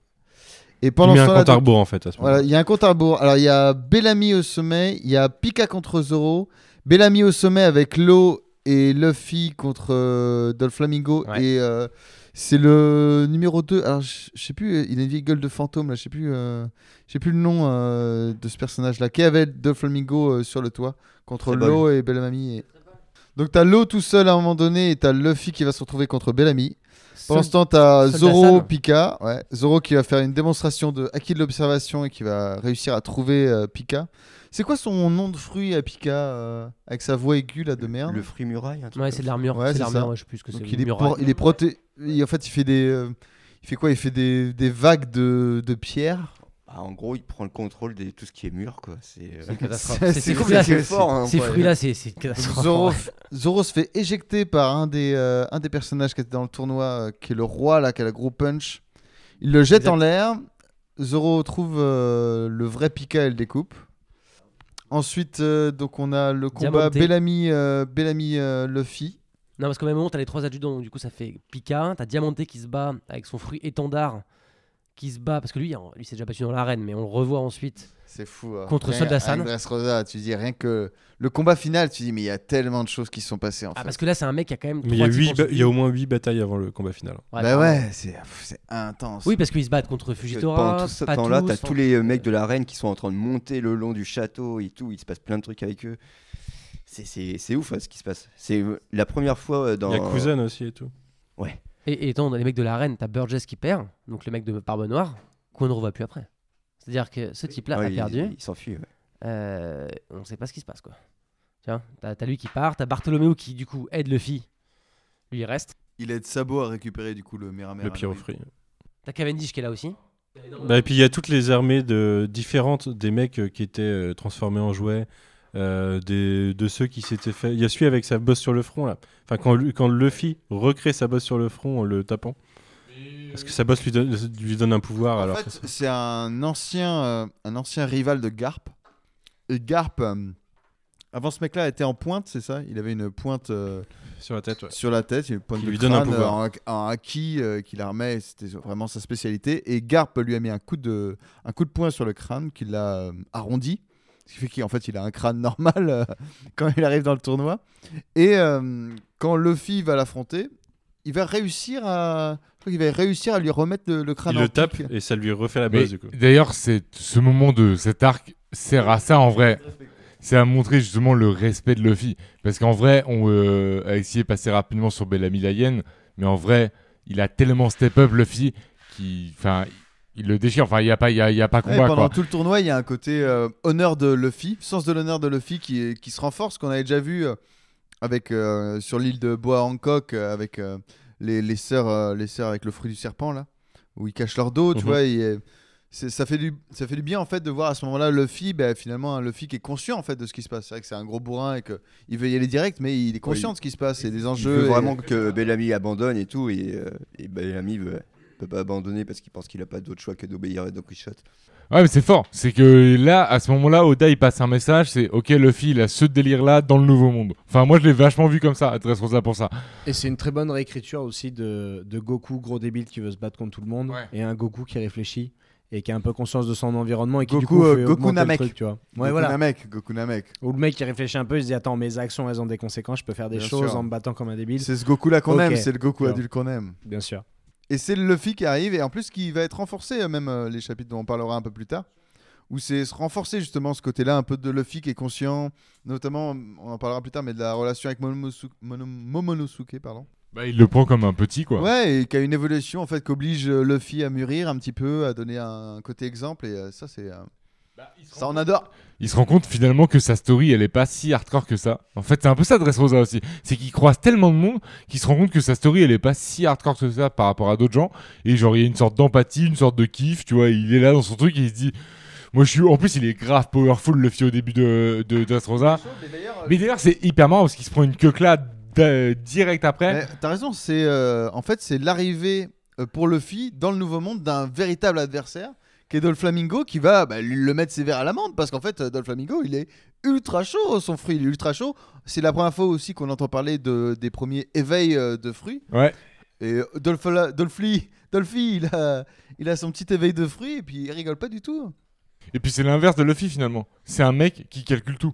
F: Et
D: Il
F: pendant
D: met
F: ce
D: un
F: temps-là,
D: compte à rebours en fait à ce moment.
F: voilà, il y a un compte à rebours. Alors, il y a Bellamy au sommet, il y a Pika contre Zoro, Bellamy au sommet avec Lo et Luffy contre euh, Dolflamingo.
J: Ouais.
F: Et euh, c'est le numéro 2. Alors, je je sais plus, euh, il a une vieille gueule de fantôme, là, je sais plus, euh, je sais plus le nom euh, de ce personnage-là. Qui avait Dolflamingo euh, sur le toit contre
B: Très bon.
F: Lo et Bellamy. et- Donc t'as l'eau tout seul à un moment donné et t'as Luffy qui va se retrouver contre Bellamy. Pendant ce temps, t'as
J: Soldat
F: Zoro
J: Sam.
F: Pika. Ouais. Zoro qui va faire une démonstration de acquis de l'observation et qui va réussir à trouver euh, Pika. C'est quoi son nom de fruit à Pika euh, avec sa voix aiguë là de merde
B: Le Free Muraille, un truc
J: Ouais,
B: comme
J: c'est de l'armure.
F: Ouais,
J: c'est
F: c'est
J: de l'armure,
F: ça.
J: ouais, je sais plus ce que c'est.
F: Donc
J: une
F: il est,
J: muraille.
F: por- il est proté- il- En fait, il fait des. euh, Il fait quoi Il fait des, des vagues de, de pierres.
B: ça. Bah, en gros, il prend le contrôle de tout ce qui est mur, quoi. C'est euh,
J: C'est une catastrophe.
F: C'est-
J: C'est-
F: c'est
J: Ces fruits-là,
B: compliqué,
J: c'est-
B: fort, hein,
J: ces
B: ouais.
J: fruits-là, c'est c'est une
F: Donc,
J: catastrophe.
F: Zoro, f- Zoro se fait éjecter par un des, euh, un des personnages qui était dans le tournoi, euh, qui est le roi là, qui a le gros punch. Il le jette
J: Exact.
F: en l'air. Zoro trouve euh, le vrai Pika et le découpe. Ensuite, euh, donc on a le combat
J: Diamanté.
F: Bellamy, euh, Bellamy euh, Luffy.
J: Non, parce qu'au même moment, t'as les trois adjudants, donc du coup, ça fait Pika. T'as Diamanté qui se bat avec son fruit étendard qui se bat, parce que lui, hein, lui s'est déjà battu dans l'arène, mais on le revoit ensuite.
F: C'est fou. hein.
J: Contre
F: Rien-
J: Soldat San.
F: Andrés Rosa, tu dis rien que le combat final, tu dis mais il y a tellement de choses qui sont passées en
J: Ah,
F: fait.
J: parce que là, c'est un mec qui a quand même.
D: Mais il y,
J: trois
D: a
J: types
D: huit
J: en
D: ba-
J: dessous.
D: il y a au moins 8 batailles avant le combat final.
J: Ouais,
F: bah
J: pardon.
F: ouais, c'est pff, c'est intense.
J: Oui, parce qu'ils se battent contre Fujitora.
B: pendant tout ce
J: pas
B: temps-là,
J: tous, hein.
B: t'as
J: enfin,
B: tous les euh, mecs de l'arène qui sont en train de monter le long du château et tout. Il se passe plein de trucs avec eux. C'est- C'est c'est ouf hein, ce qui se passe. C'est euh, la première fois euh, dans.
D: Il y a Cousin aussi et tout.
J: Et, et étant dans les mecs de l'arène, t'as Burgess qui perd, donc le mec de Barbe Noire, qu'on ne revoit plus après. C'est-à-dire que ce type-là
B: Ouais,
J: a
B: il-
J: perdu.
B: Il s'enfuit. ouais.
J: euh, on ne sait pas ce qui se passe quoi. Tu vois, t'as t'as lui qui part, t'as Bartholoméo qui du coup aide Luffy, lui il reste.
I: Il aide Sabot à récupérer du coup le Méramère.
D: Le Pyrofree.
J: T'as Cavendish qui est là aussi.
D: Bah, et puis il y a toutes les armées de différentes des mecs euh, qui étaient euh, transformés en jouets, euh, des, de ceux qui s'étaient fait. Il y a celui avec sa bosse sur le front là. Enfin quand, lui- quand Luffy recrée sa bosse sur le front en le tapant. Parce que sa bosse lui donne, lui donne un pouvoir.
F: En
D: alors
F: fait,
D: que ça-
F: c'est un ancien, euh, un ancien rival de Garp. Et Garp, euh, avant ce mec-là, était en pointe, c'est ça Il avait une pointe euh,
D: sur la tête, ouais.
F: sur la tête, une pointe
D: Qui
F: de
D: lui donne un
F: crâne,
D: pouvoir.
F: euh, un, un acquis euh, qu'il armait. et C'était vraiment sa spécialité. Et Garp lui a mis un coup de, un coup de poing sur le crâne qu'il a euh, arrondi. Ce qui fait qu'en fait, il a un crâne normal euh, quand il arrive dans le tournoi. Et euh, quand Luffy va l'affronter, il va réussir à, je crois qu'il va réussir à lui remettre le, le crâne
D: Il
F: en
D: le tape
F: pique.
D: et ça lui
F: Ah
D: refait la
F: bah,
A: Mais
D: base du coup.
A: D'ailleurs, c'est ce moment de cet arc sert à ça en vrai. C'est à montrer justement le respect de Luffy. Parce qu'en vrai, on, euh, Alexis est passé rapidement sur Bellamy la hyène, mais en vrai, il a tellement step up Luffy qu'il enfin, il le déchire. Enfin, il n'y a pas, il y a, il y a pas
F: Ouais,
A: combat
F: pendant
A: quoi.
F: tout le tournoi, il y a un côté euh, honneur de Luffy, sens de l'honneur de Luffy qui, est- qui se renforce, qu'on avait déjà vu euh, avec, euh, sur l'île de Bois Hancock euh, avec euh, les, les, sœurs, euh, les sœurs avec le fruit du serpent, là, où ils cachent leur dos, tu
D: Mhm.
F: vois. et, euh, c'est- ça, fait du, ça fait du bien, en fait, de voir à ce moment-là Luffy, bah, finalement, un Luffy qui est conscient, en fait, de ce qui se passe. C'est vrai que c'est un gros bourrin et qu'il veut y aller direct, mais il est conscient
B: Oui.
F: de ce qui se passe et des
B: Il
F: enjeux.
B: veut
F: et-
B: vraiment que Bellamy abandonne et tout. Et, euh, et Bellamy veut- peut pas abandonner parce qu'il pense qu'il a pas d'autre choix que d'obéir à Don Quichotte.
A: Ouais, mais c'est fort. C'est que là, à ce moment-là, Oda il passe un message. C'est ok, Luffy, il a ce délire-là dans le Nouveau Monde. Enfin, moi, je l'ai vachement vu comme ça. Adresse Rosa pour ça.
H: Et c'est une très bonne réécriture aussi de, de Goku, gros débile qui veut se battre contre tout le monde,
A: Ouais.
H: et un Goku qui réfléchit et qui a un peu conscience de son environnement et qui du
F: Goku,
H: coup
F: euh,
H: fait
F: Goku
H: augmenter
F: Namek.
H: le truc, tu vois. Ouais,
F: Goku
H: voilà.
F: Namek, Goku Namek.
H: Ou le mec qui réfléchit un peu, il se dit attends mes actions elles ont des conséquences, je peux faire des
F: Bien
H: choses
F: sûr.
H: en me battant comme un débile.
F: C'est ce Goku-là qu'on
H: Ok.
F: aime, c'est le Goku
H: Bien.
F: adulte qu'on aime.
H: Bien sûr.
F: Et c'est le Luffy qui arrive, et en plus qui va être renforcé, euh, même euh, les chapitres dont on parlera un peu plus tard, où c'est se renforcer justement ce côté-là, un peu de Luffy qui est conscient, notamment, on en parlera plus tard, mais de la relation avec Momonosuke, Mono- Momonosuke, pardon.
A: Bah, il le prend comme un petit quoi.
F: Ouais, et qui a une évolution en fait qu'oblige euh, Luffy à mûrir un petit peu, à donner un côté exemple, et euh, ça c'est... euh, ça on adore
A: il se Bah, rend compte finalement que sa story elle est pas si hardcore que ça. En fait, c'est un peu ça Dressrosa aussi. C'est qu'il croise tellement de monde qu'il se rend compte que sa story elle est pas si hardcore que ça par rapport à d'autres gens. Et genre, il y a une sorte d'empathie, une sorte de kiff, tu vois. Il est là dans son truc et il se dit. Moi, je suis. En plus, il est grave powerful le fille au début de, de Dressrosa. Mais d'ailleurs, euh, c'est hyper marrant parce qu'il se prend une queuclade euh, direct après.
F: Mais T'as raison, c'est euh, en fait c'est l'arrivée euh, pour Luffy dans le nouveau monde d'un véritable adversaire qui est Dolflamingo qui va bah, lui- le mettre sévère à l'amende parce qu'en fait euh, Dolflamingo il est ultra chaud son fruit il est ultra chaud c'est la première fois aussi qu'on entend parler de, des premiers éveils euh, de fruits
A: Ouais.
F: et euh, Dolphala- Dolfly Dolphy il a, il a son petit éveil de fruits et puis il rigole pas du tout
A: Et puis c'est l'inverse de Luffy finalement. C'est un mec qui calcule tout.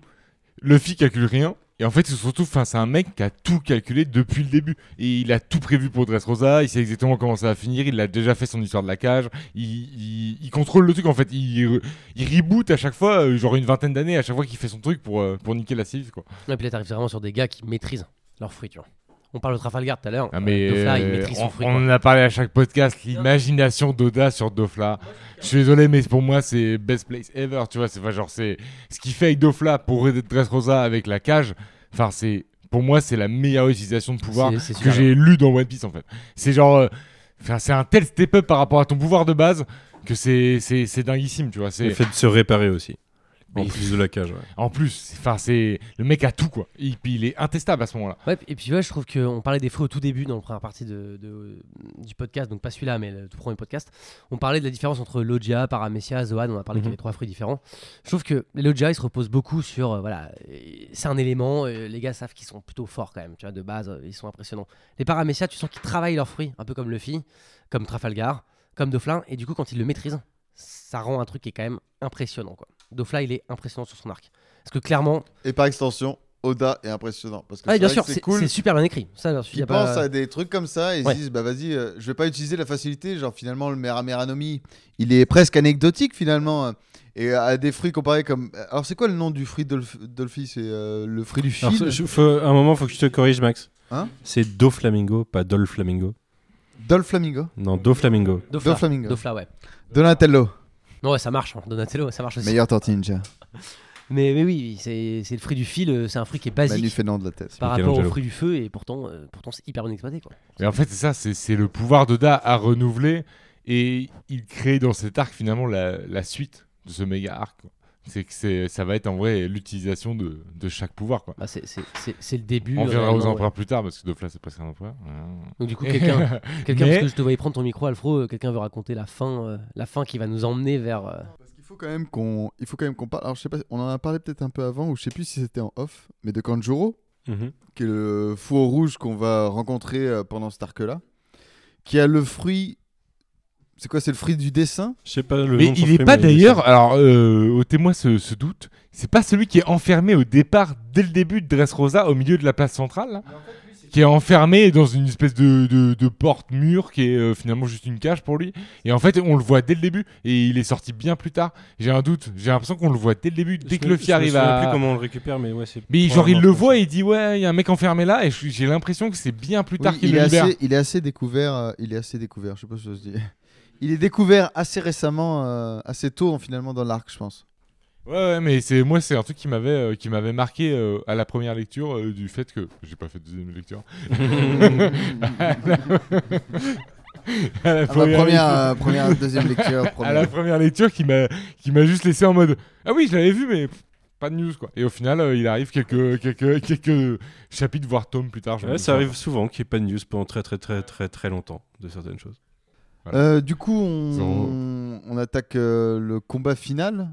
A: Luffy calcule rien. Et en fait, c'est surtout, enfin, c'est un mec qui a tout calculé depuis le début. Et il a tout prévu pour Dressrosa. Il sait exactement comment ça va finir. Il a déjà fait son histoire de la cage. Il, il- il contrôle le truc en fait. Il, re- il reboot à chaque fois, euh, genre une vingtaine d'années à chaque fois qu'il fait son truc pour euh, pour niquer la civ quoi.
J: Et puis là, t'arrives vraiment sur des gars qui maîtrisent. leurs fruits, tu vois. On parle de Trafalgar tout à l'heure.
A: Ah, mais
J: Dofla, il
A: euh,
J: maîtrise son
A: on,
J: fruit.
A: on
J: quoi.
A: en a parlé à chaque podcast, l'imagination d'Oda sur Dofla. Je suis désolé, mais pour moi, c'est best place ever, tu vois. C'est pas genre, c'est ce qu'il fait avec Dofla pour aider Dressrosa avec la cage. Enfin, c'est pour moi, c'est la meilleure utilisation de pouvoir
J: C'est- c'est
A: que
J: super bien.
A: j'ai lu dans One Piece en fait. C'est genre, euh, enfin, c'est un tel step up par rapport à ton pouvoir de base que c'est c'est c'est dinguissime, tu vois.
D: Le
A: C'est
D: fait de se réparer aussi. En
A: Mais-
D: plus de la cage, ouais.
A: en plus, c'est- enfin, c'est le mec a tout quoi. Et puis il est intestable à ce moment-là.
J: Ouais, et puis ouais, je trouve qu'on parlait des fruits au tout début dans la première partie de, de- du podcast, donc pas celui-là, mais le tout premier podcast. On parlait de la différence entre Logia, Paramecia, Zoan, on a parlé qu'il y avait trois fruits différents. Je trouve que les Logia, ils se reposent beaucoup sur, euh, voilà, euh, c'est un élément, euh, les gars savent qu'ils sont plutôt forts quand même, tu vois, de base, euh, ils sont impressionnants. Les Paramecia, tu sens qu'ils travaillent leurs fruits, un peu comme Luffy, comme Trafalgar, comme Doflin, et du coup, quand ils le maîtrisent, ça rend un truc qui est quand même impressionnant, quoi. Doflin, il est impressionnant sur son arc. Parce que clairement,
F: Et par extension, Oda est impressionnant. Parce que
J: ah,
F: c'est
J: bien
F: vrai
J: sûr,
F: que c'est
J: c'est
F: cool.
J: c'est super bien écrit. Ça, alors, y
F: Ils
J: a pas-
F: pensent à des trucs comme ça et ils
J: Ouais.
F: se disent bah vas-y, euh, je vais pas utiliser la facilité. Genre finalement le Merameranomi, il est presque anecdotique finalement. Et à des fruits comparés comme. Alors c'est quoi le nom du fruit Dolph- Dolphy C'est euh, le fruit du fil.
D: Alors, ce- je- faut- un moment, faut que je te corrige, Max.
F: Hein
D: C'est Doflamingo, pas Dolflamingo.
F: Dolflamingo.
D: Non, Doflamingo.
J: Dofla.
F: Dolflamingo.
J: Dofla, ouais.
F: Donatello.
J: Non, ouais, ça marche, hein. Donatello, ça marche aussi.
F: Meilleur tortilla ninja.
J: Mais, mais oui, oui, c'est c'est le fruit du fil, euh, c'est un fruit qui est
F: Manu
J: basique
F: Fénant de la tête.
J: par rapport au
D: Michelangelo.
J: fruit du feu et pourtant, euh, pourtant c'est hyper bien exploité. Quoi.
A: Mais en fait, c'est ça, c'est c'est le pouvoir d'Oda à renouveler et il crée dans cet arc finalement la, la suite de ce méga arc. quoi. C'est que c'est- ça va être en vrai l'utilisation de, de chaque pouvoir. Quoi.
J: Bah, c'est- c'est c'est- c'est le début.
A: On reviendra aux
J: réellement,
A: empereurs plus tard parce que Dofla c'est presque un empereur. Ouais.
J: ouais. Donc du coup, quelqu'un, quelqu'un,
A: Mais-
J: parce que je te voyais prendre ton micro, Alfro, euh, quelqu'un veut raconter la fin, euh, la fin qui va nous emmener vers. euh,
F: Parce qu'il faut quand même qu'on, il faut quand même qu'on parle. Alors je sais pas, on en a parlé peut-être un peu avant ou je sais plus si c'était en off, mais de Kanjuro.
D: Mhm.
F: qui est le four rouge qu'on va rencontrer euh, pendant cet arc-là, qui a le fruit. C'est quoi C'est le fruit du dessin
D: Je sais pas le
A: Mais
D: nom de son
A: il est
D: fruit,
A: pas
D: mais est
A: d'ailleurs, alors euh, ôtez-moi ce, ce doute, c'est pas celui qui est enfermé au départ dès le début de Dressrosa au milieu de la place centrale là, qui est enfermé dans une espèce de, de- de porte-mur qui est euh, finalement juste une cage pour lui. Et en fait, on le voit dès le début et il est sorti bien plus tard. J'ai un doute, j'ai l'impression qu'on le voit dès le début,
D: Je
A: dès que
D: me-
A: Luffy
D: je me
A: arrive
D: souviens
A: à.
D: plus comment on le récupère, mais ouais, c'est.
A: Mais genre, il
D: probablement
A: le
D: comme
A: voit
D: ça.
A: et il dit Ouais, il y a un mec enfermé là, et je- j'ai l'impression que c'est bien plus tard
F: Oui,
A: qu'il
F: il,
A: le
F: est
A: libère.
F: assez, il est assez découvert. euh, il est assez découvert. Je sais pas si ça se dit. Il est découvert assez récemment, euh, assez tôt finalement dans l'arc, je pense.
A: Ouais, ouais, mais c'est moi c'est un truc qui m'avait euh, qui m'avait marqué euh, à la première lecture euh, du fait que j'ai pas fait de deuxième lecture. à la
F: Ah, ma première, euh, première, deuxième lecture.
A: à la
F: première.
A: première lecture qui m'a qui m'a juste laissé en mode ah oui je l'avais vu mais pff, pas de news quoi. Et au final euh, il arrive quelques quelques quelques chapitres voire tomes plus tard. je me ah.
D: Ouais, ça
A: souviens.
D: arrive souvent qu'il n'y ait pas de news pendant très très très très très longtemps de certaines choses.
F: Euh, du coup, on,
A: Zoro.
F: on attaque euh, le combat final.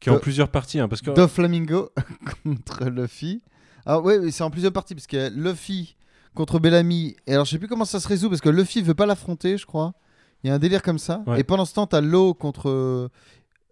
D: Qui est en
F: Do-
D: plusieurs parties, hein, parce que
F: Doflamingo contre Luffy. Ah ouais, mais c'est en plusieurs parties parce que Luffy contre Bellamy. Et alors je sais plus comment ça se résout parce que Luffy veut pas l'affronter, je crois. Il y a un délire comme ça.
D: Ouais.
F: Et pendant ce temps, t'as Law contre euh,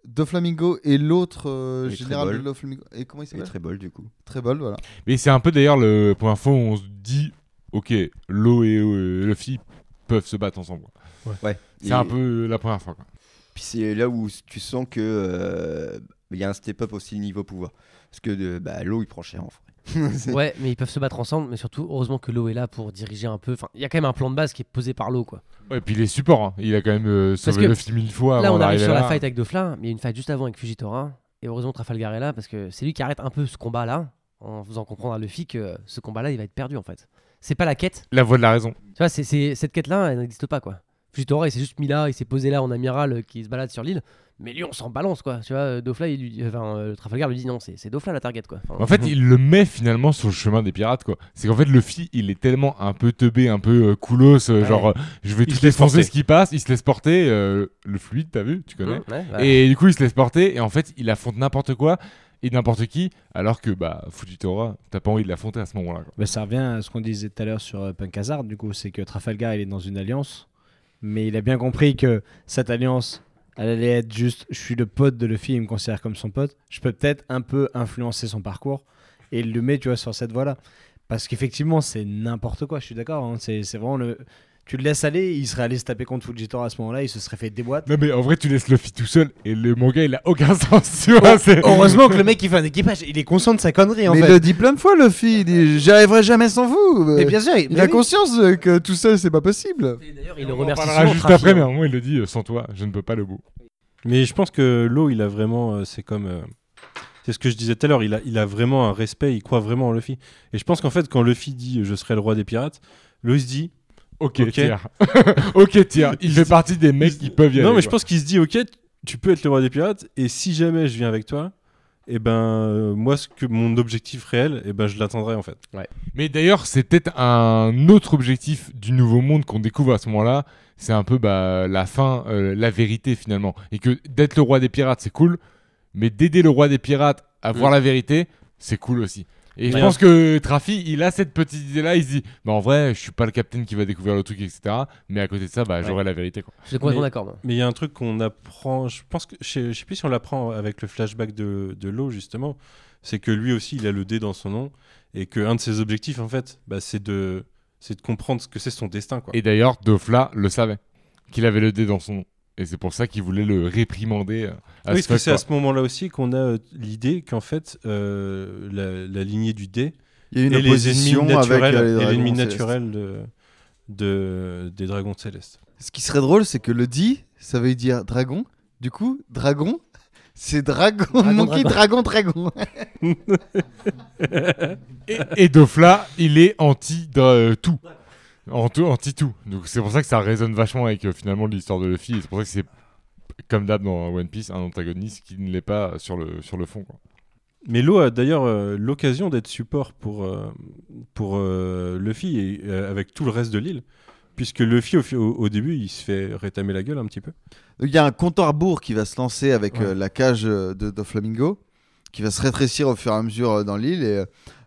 F: Doflamingo et l'autre euh,
B: Et
F: général de
B: Trebol.
F: Doflamingo. Et comment il
B: C'est
F: s'appelle
B: très bol du coup.
F: Trebol, voilà.
A: Mais c'est un peu d'ailleurs le pour info on se dit ok l'eau et euh, Luffy peuvent se battre ensemble. quoi.
B: Ouais.
A: C'est
B: Et-
A: un peu la première fois. quoi.
B: Puis c'est là où tu sens que euh, il y a un step up aussi niveau pouvoir. Parce que de, bah, l'eau il prend cher en vrai. C'est-
J: euh, Ouais, mais ils peuvent se battre ensemble, mais surtout, heureusement que l'eau est là pour diriger un peu. Enfin, il y a quand même un plan de base qui est posé par l'eau, quoi.
A: Ouais, et puis les supports, hein. il a quand même euh, sauvé
J: que
A: Luffy mille fois.
J: là,
A: avant
J: on arrive
A: d'arriver
J: sur la
A: là.
J: fight avec Dofla, mais il y a une fight juste avant avec Fujitora. Et heureusement, Trafalgar est là parce que c'est lui qui arrête un peu ce combat-là en faisant comprendre à Luffy que ce combat-là, il va être perdu en fait. C'est pas la quête.
A: La voix de la raison.
J: Tu vois, c'est- c'est- cette quête-là, elle n'existe pas quoi. Fujitora, il s'est juste mis là, il s'est posé là en amiral euh, qui se balade sur l'île. Mais lui, on s'en balance quoi. Tu vois, euh, Dofla, il lui, enfin, euh, Trafalgar lui dit non, c'est c'est Dofla la target quoi. Enfin,
A: En fait, il le met finalement sur le chemin des pirates, quoi. C'est qu'en fait, Luffy, il est tellement un peu teubé, un peu euh, coolos, euh,
J: Ouais.
A: genre, euh, je vais
D: Il
A: tout
D: se laisse
A: défoncer
D: porter.
A: ce qui passe, il se laisse porter, euh, le fluide, t'as vu, tu connais.
J: ouais, ouais.
A: Et du coup, il se laisse porter, et en fait, il affronte n'importe quoi et n'importe qui, alors que, bah, Fujitora, t'as pas envie de l'affronter à ce moment-là, quoi.
H: Bah, ça revient à ce qu'on disait tout à l'heure sur euh, Punk Hazard, du coup, c'est que Trafalgar, il est dans une alliance, mais il a bien compris que cette alliance, elle allait être juste, je suis le pote de Luffy, il me considère comme son pote, je peux peut-être un peu influencer son parcours, et il le met, tu vois, sur cette voie-là. Parce qu'effectivement, c'est n'importe quoi, je suis d'accord, hein, c'est c'est vraiment le... Tu le laisses aller, il serait allé se taper contre Fujitora à ce moment-là, il se serait fait des boîtes.
A: Non, mais en vrai, tu laisses Luffy tout seul et le manga il a aucun sens. Tu vois, c'est-
H: Heureusement que le mec il fait un équipage, il est conscient de sa connerie en
F: mais il
H: fait.
F: le dit plein de fois, Luffy. Il dit J'y arriverai jamais sans vous.
H: Mais bien sûr,
F: Il a conscience euh, que tout seul, c'est pas possible.
J: D'ailleurs, il le
A: On en
J: remercie hein.
A: parlera juste après, mais à un moment il le dit euh, sans toi, je ne peux pas le bout.
D: Mais je pense que l'eau, il a vraiment. euh, c'est comme. euh, c'est ce que je disais tout à l'heure. Il a, il a vraiment un respect. Il croit vraiment en Luffy. Et je pense qu'en fait, quand Luffy dit euh, Je serai le roi des pirates, l'eau se dit.
A: Ok,
D: Ok.
A: tiers. ok, tiers. Il fait partie des mecs qui peuvent y aller.
D: non, mais je
A: quoi.
D: pense qu'il se dit Ok, tu peux être le roi des pirates. Et si jamais je viens avec toi, et ben, euh, moi, ce que mon objectif réel, et ben, je l'atteindrai en fait.
A: Mais d'ailleurs, c'est peut-être un autre objectif du Nouveau Monde qu'on découvre à ce moment-là. C'est un peu bah, la fin, euh, la vérité finalement. Et que d'être le roi des pirates, c'est cool. Mais d'aider le roi des pirates à voir
J: Mm.
A: la vérité, c'est cool aussi. Et je
D: Ouais.
A: pense que Trafi, il a cette petite idée-là. Il se dit, bah, en vrai, je suis pas le capitaine qui va découvrir le truc, etc. Mais à côté de ça, bah, j'aurai la vérité. Quoi.
J: Je suis complètement
D: Mais-
J: d'accord. moi.
D: Mais il y a un truc qu'on apprend, je pense que je sais, je sais plus si on l'apprend avec le flashback de, de l'eau justement, c'est que lui aussi il a le dé dans son nom et que un de ses objectifs en fait, bah, c'est de c'est de comprendre ce que c'est son destin quoi.
A: Et d'ailleurs, Dofla le savait qu'il avait le dé dans son nom. Et c'est pour ça qu'il voulait le réprimander. euh, à
D: oui,
A: ce
D: parce que
A: fuck,
D: c'est
A: quoi.
D: à ce moment-là aussi qu'on a euh, l'idée qu'en fait euh, la, la lignée du dé
F: Il y a
D: et
F: une
D: les ennemis
F: opposition avec
D: naturels,
F: euh, les
D: et
F: dragons
D: l'ennemi
F: célestes.
D: naturel de, de- des dragons célestes.
F: Ce qui serait drôle, c'est que le dit, ça veut dire dragon. Du coup, dragon, c'est dragon, monkey, dragon, dragon.
A: Et, et Dofla, il est anti de, euh, tout. En tout- Anti tout. Donc c'est pour ça que ça résonne vachement avec euh, finalement l'histoire de Luffy. Et C'est pour ça que c'est comme d'hab dans One Piece un antagoniste qui ne l'est pas sur le sur le fond. quoi.
D: Mais Lo a d'ailleurs euh, l'occasion d'être support pour, euh, pour euh, Luffy et euh, avec tout le reste de l'île. Puisque Luffy, au, fi- au- au début, il se fait rétamer la gueule un petit peu.
F: Il y a un compte à rebours qui va se lancer avec euh, la cage euh, de, de Flamingo, qui va se rétrécir au fur et à mesure euh, dans l'île. Et euh,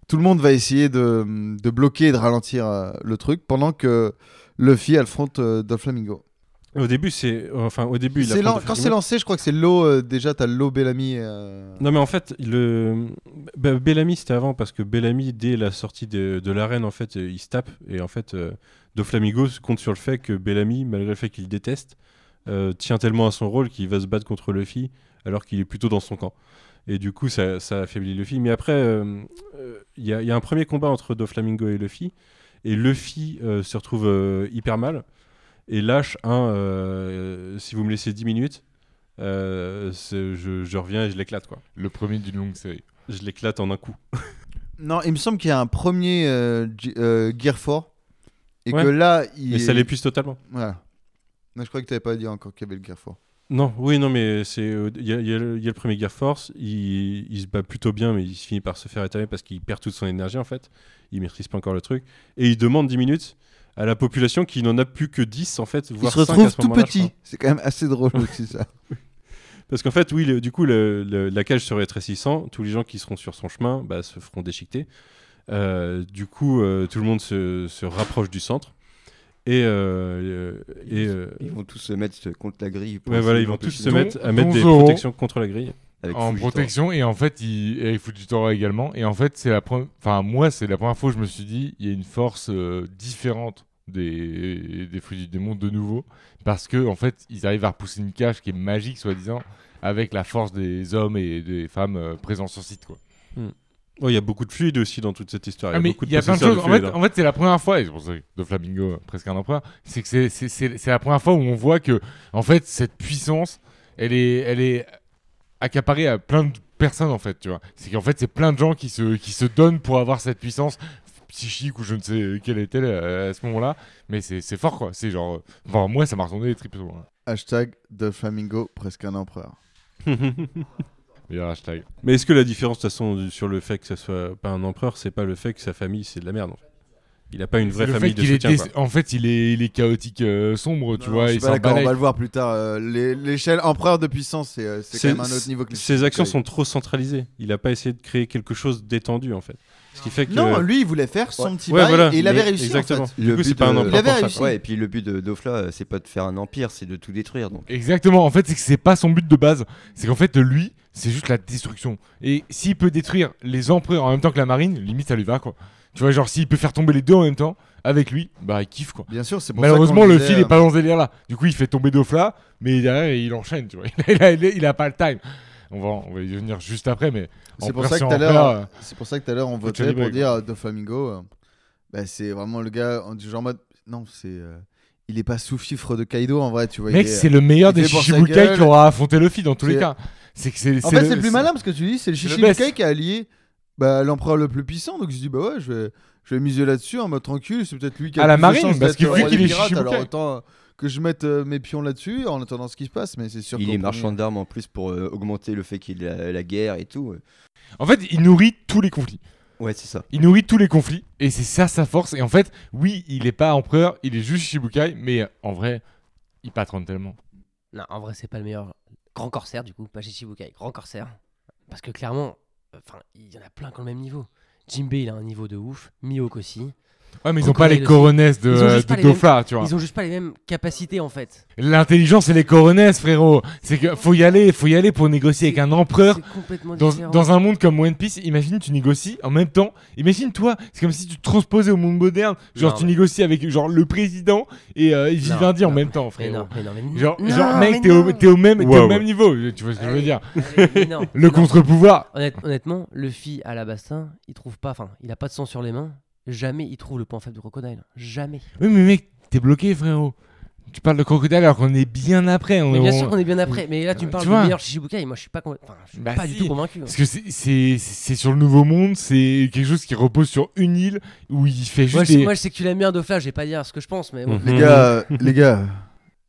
F: tout le monde va essayer de, de bloquer et de ralentir euh, le truc pendant que Luffy affronte euh, Doflamingo.
D: Au début, c'est. Enfin, au début, il
F: C'est lan-
D: affronte
F: Quand
D: Doflamingo.
F: c'est lancé, je crois que c'est l'eau. euh, déjà, t'as l'eau Bellamy. euh,
D: Non, mais en fait, le... bah, Bellamy, c'était avant, parce que Bellamy, dès la sortie de, de l'arène, en fait, euh, il se tape. Et en fait, euh, Doflamingo se compte sur le fait que Bellamy, malgré le fait qu'il le déteste, euh, tient tellement à son rôle qu'il va se battre contre Luffy, alors qu'il est plutôt dans son camp. Et du coup, ça, ça affaiblit Luffy. Mais après, euh, euh, il y, a- il y a un premier combat entre Doflamingo et Luffy. Et Luffy euh, se retrouve euh, hyper mal. Et lâche un, euh, si vous me laissez 10 minutes, euh, c'est- je, je reviens et je l'éclate, quoi.
A: Le premier d'une longue série.
D: Je l'éclate en un coup.
F: Non, il me semble qu'il y a un premier euh, G- euh, Gear 4. Et
D: Ouais.
F: que là, il.
D: Mais ça l'épuise totalement.
F: Voilà. Mais je crois que t'avais pas dit encore qu'il y avait le Gear 4.
D: Non, oui, non, mais c'est euh, il y, a- il y a le il y a le premier Gear Force, il, il se bat plutôt bien, mais il finit par se faire étaler parce qu'il perd toute son énergie en fait. Il maîtrise pas encore le truc. Et il demande 10 minutes à la population qui n'en a plus que 10 en fait,
F: Il
D: voire
F: se
D: 5 à
F: retrouve
D: ce
F: tout
D: moment-là, je
F: petit. C'est quand même assez drôle aussi, ça.
D: Parce qu'en fait, oui, le- du coup, le- le- la cage se rétrécissant, tous les gens qui seront sur son chemin bah, se feront déchiqueter. Euh, du coup, euh, tout le monde se, se rapproche du centre. Et, euh, et euh,
B: Ils vont tous se mettre contre la grille. pour
D: ouais, voilà,
B: essayer
D: ils vont tous
B: d'empêcher
D: se
A: Dont-
B: le-
D: mettre à mettre
A: dont
D: des
A: Zoro.
D: protections contre la grille.
B: avec
A: en
B: Fujitora.
A: protection et en fait il et Fujitora également et en fait c'est la première enfin moi c'est la première fois que je me suis dit il y a une force euh, différente des des Fuji démons de nouveau parce que en fait ils arrivent à repousser une cage qui est magique soi-disant avec la force des hommes et des femmes euh, présents sur site quoi.
D: Hmm. Ouais, Il y a beaucoup de fluide aussi dans toute cette histoire.
A: Ah, mais
D: beaucoup
A: il y a plein de
D: possesseurs
A: choses. En
D: fluide,
A: fait,
D: hein.
A: en fait, c'est la première fois, et c'est pour ça que de Flamingo, euh, presque un empereur, c'est que c'est- c'est- c'est c'est la première fois où on voit que, en fait, cette puissance, elle est, elle est accaparée à plein de personnes, en fait, tu vois. C'est qu'en fait, c'est plein de gens qui se, qui se donnent pour avoir cette puissance psychique ou je ne sais quelle est-elle euh, à ce moment-là. Mais c'est c'est fort, quoi. C'est genre. euh, Enfin, moi, ça m'a retourné les tripes. hein.
F: Hashtag de Flamingo, presque un empereur.
A: Il y a un hashtag.
D: Mais est-ce que la différence, de toute façon, du- sur le fait que ça soit pas un empereur, c'est pas le fait que sa famille, c'est de la merde en fait. Il a pas une vraie
A: Le fait
D: famille de
A: qu'il est
D: soutien.
A: dé-
D: quoi.
A: En fait, il est, il est chaotique, euh, sombre, tu
F: Non,
A: vois.
F: je suis
A: il
F: pas
A: s'en
F: d'accord, on
A: balaye.
F: va le voir plus tard. euh, l'é- L'échelle empereur de puissance, c'est euh, c'est
D: Ses-
F: quand même un autre niveau que les-
D: Ses actions sont trop centralisées. Il a pas essayé de créer quelque chose d'étendu en fait. Ce qui fait que.
F: Non, lui, il voulait faire son petit
D: Ouais,
F: bail
D: voilà.
F: et il avait
D: Mais-
F: réussi. en
D: Exactement.
F: fait.
D: Du
B: Le
D: coup, c'est
B: but
D: pas un
B: de-
D: empereur.
F: Il avait
D: pour ça,
F: réussi.
D: quoi.
B: Ouais, et puis le but de Dofla, euh, c'est pas de faire un empire, c'est de tout détruire. Donc.
A: Exactement, en fait, c'est que c'est pas son but de base. C'est qu'en fait, lui, c'est juste la destruction. Et s'il peut détruire les empereurs en même temps que la marine, limite, ça lui va, quoi. Tu vois, genre, s'il peut faire tomber les deux en même temps, avec lui, bah, il kiffe, quoi.
F: Bien sûr, c'est pour ça qu'on
A: Malheureusement, le hein.
F: disait,
A: fil
F: euh,
A: est pas dans ce délire-là. Du coup, il fait tomber Dofla, mais derrière, il enchaîne, tu vois. Il a, il a- il a pas le time. On va, on va y venir juste après, mais. en
F: C'est pour, ça que
A: pressant
F: tout à
A: en
F: l'heure,
A: plat, euh,
F: c'est pour ça que tout à l'heure on
A: faut tirer
F: votait pour
A: break,
F: dire De Flamingo. euh, bah, c'est vraiment le gars en- du genre mode. Non, c'est. euh, il est pas sous fifre de Kaido en vrai, tu vois. il
A: Mec,
F: est- euh,
A: c'est le meilleur
F: il
A: des
F: fait pour sa
A: Shichibukai
F: gueule.
A: qui aura affronté Luffy dans tous les
F: C'est-
A: cas. C'est que c'est.
F: En fait,
A: le-
F: c'est plus malin parce que tu dis, c'est le
A: c'est le
F: Shishibukai
A: best.
F: qui a allié bah, l'empereur le plus puissant. Donc je dis, bah ouais, je vais, je vais miser là-dessus en mode tranquille. C'est peut-être lui qui a
A: À
F: le
A: la
F: plus de
A: marine,
F: chances
A: parce
F: d'être
A: que
F: le
A: vu
F: roi
A: qu'il
F: des
A: est
F: pirates, Alors
A: Shishibukai.
F: autant euh, que je mette euh, mes pions là-dessus en attendant ce qui se passe. Mais c'est sûr
B: Il
F: qu'au
B: est
F: premier-
B: marchand d'armes en plus pour euh, augmenter le fait qu'il a la guerre et tout. euh.
A: En fait, il nourrit tous les conflits.
B: Ouais, c'est ça.
A: Il nourrit tous les conflits et c'est ça sa force. Et en fait, oui, il est pas empereur, il est juste Shibukai, mais euh, en vrai, il patronne tellement.
J: Non, en vrai, c'est pas le meilleur. Grand Corsaire, du coup, pas Shichibukai, Grand Corsaire. Parce que clairement, enfin, il y en a plein qui ont le même niveau. Jinbe, il a un niveau de ouf. Mihawk aussi.
A: Ouais, mais ils ont
J: Crocodile
A: pas les
J: aussi.
A: coronesses de,
J: Ils ont
A: euh,
J: juste
A: de
J: pas les mêmes-
A: Dofla, tu vois.
J: Ils ont juste pas les mêmes capacités, en fait.
A: L'intelligence et les coronesses, frérot. C'est que faut y aller, faut y aller pour négocier avec un empereur.
J: C'est complètement
A: Dans,
J: différent.
A: dans un monde comme One Piece, imagine tu négocies en même temps. Imagine toi, c'est comme si tu te transposais au monde moderne. Genre
J: Non,
A: tu
J: mais-
A: négocies avec genre le président et, euh, et Vivendi
J: Non,
A: en
J: non,
A: même temps,
J: Mais
A: frérot.
J: non, mais non, mais non. Ah
A: Genre,
J: Non,
A: genre
J: mais
A: mec, t'es au,
J: non.
A: t'es au même, t'es
D: Wow.
A: au même niveau. Tu vois ce que je veux
J: Allez.
A: dire
J: Allez, mais non,
A: Le
J: non.
A: contre-pouvoir.
J: Honnête- honnêtement, Luffy à la Bastin, il trouve pas, enfin, il a pas de sang sur les mains. Jamais il trouve le point faible du crocodile. Jamais.
A: Oui, mais mec, t'es bloqué, frérot. Tu parles de crocodile alors qu'on est bien après. On,
J: Mais bien
A: on-
J: sûr qu'on est bien après. Mais là, tu me parles
A: Euh, Tu
J: du
A: vois.
J: meilleur Shichibukai. Moi, je suis pas, convain- enfin, je suis
A: Bah
J: pas
A: si.
J: du tout convaincu. hein.
A: Parce que c'est- c'est c'est sur le Nouveau Monde, c'est quelque chose qui repose sur une île où il fait
J: Moi
A: juste
J: je,
A: des... Mhm.
J: moi, je sais que tu l'aimes bien, Dofla. Je vais pas dire ce que je pense, mais bon.
F: Les gars, les gars,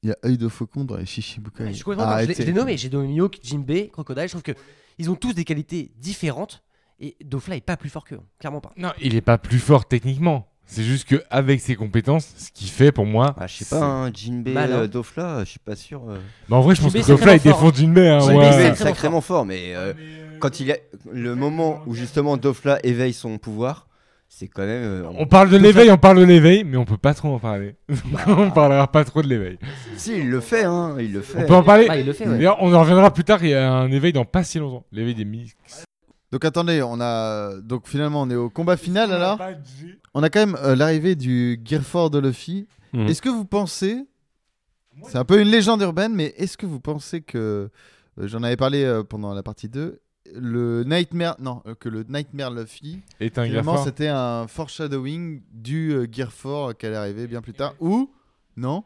F: il y a œil de faucon dans les Shishibukai.
J: Je suis complètement d'accord, je l'ai- je l'ai nommé. J'ai nommé Mihawk, Jinbei, Crocodile. Je trouve que ils ont tous des qualités différentes. Et Dofla est pas plus fort qu'eux. hein. Clairement pas.
A: Non, il est pas plus fort techniquement. C'est juste que avec ses compétences, ce qu'il fait pour moi...
B: Ah, je sais pas, hein, Jinbei
J: Mal, hein.
B: euh, Dofla, je suis pas sûr. euh.
A: Bah, en vrai, je pense
J: Jinbei,
A: que Dofla, il
J: sacrément fort,
A: défend Jinbei. Hein,
J: Jinbei,
A: ouais.
B: Jinbei,
J: sacrément
B: est sacrément fort, mais euh, quand il a le moment où justement Dofla éveille son pouvoir, c'est quand même. euh,
A: On parle de l'éveil, on parle de l'éveil, mais on peut pas trop en parler. on parlera pas trop de l'éveil.
B: Si, il le fait, hein, Ah. il le
A: On
B: fait.
A: peut en parler...
J: Ah, il le fait, ouais.
A: D'ailleurs, on en reviendra plus tard, il y a un éveil dans pas si longtemps. L'éveil des mix.
F: Donc attendez, on a donc finalement on est au combat final alors.
A: Pas de G.
F: On a quand même euh, l'arrivée du Gearfort de Luffy.
D: Mhm.
F: Est-ce que vous pensez C'est un peu une légende urbaine mais est-ce que vous pensez que euh, j'en avais parlé euh, pendant la partie 2 le Nightmare non, euh, que le Nightmare Luffy
A: Est un gars
F: finalement
A: fort.
F: c'était un foreshadowing du euh, Gearfort qui allait arriver bien plus tard ou non,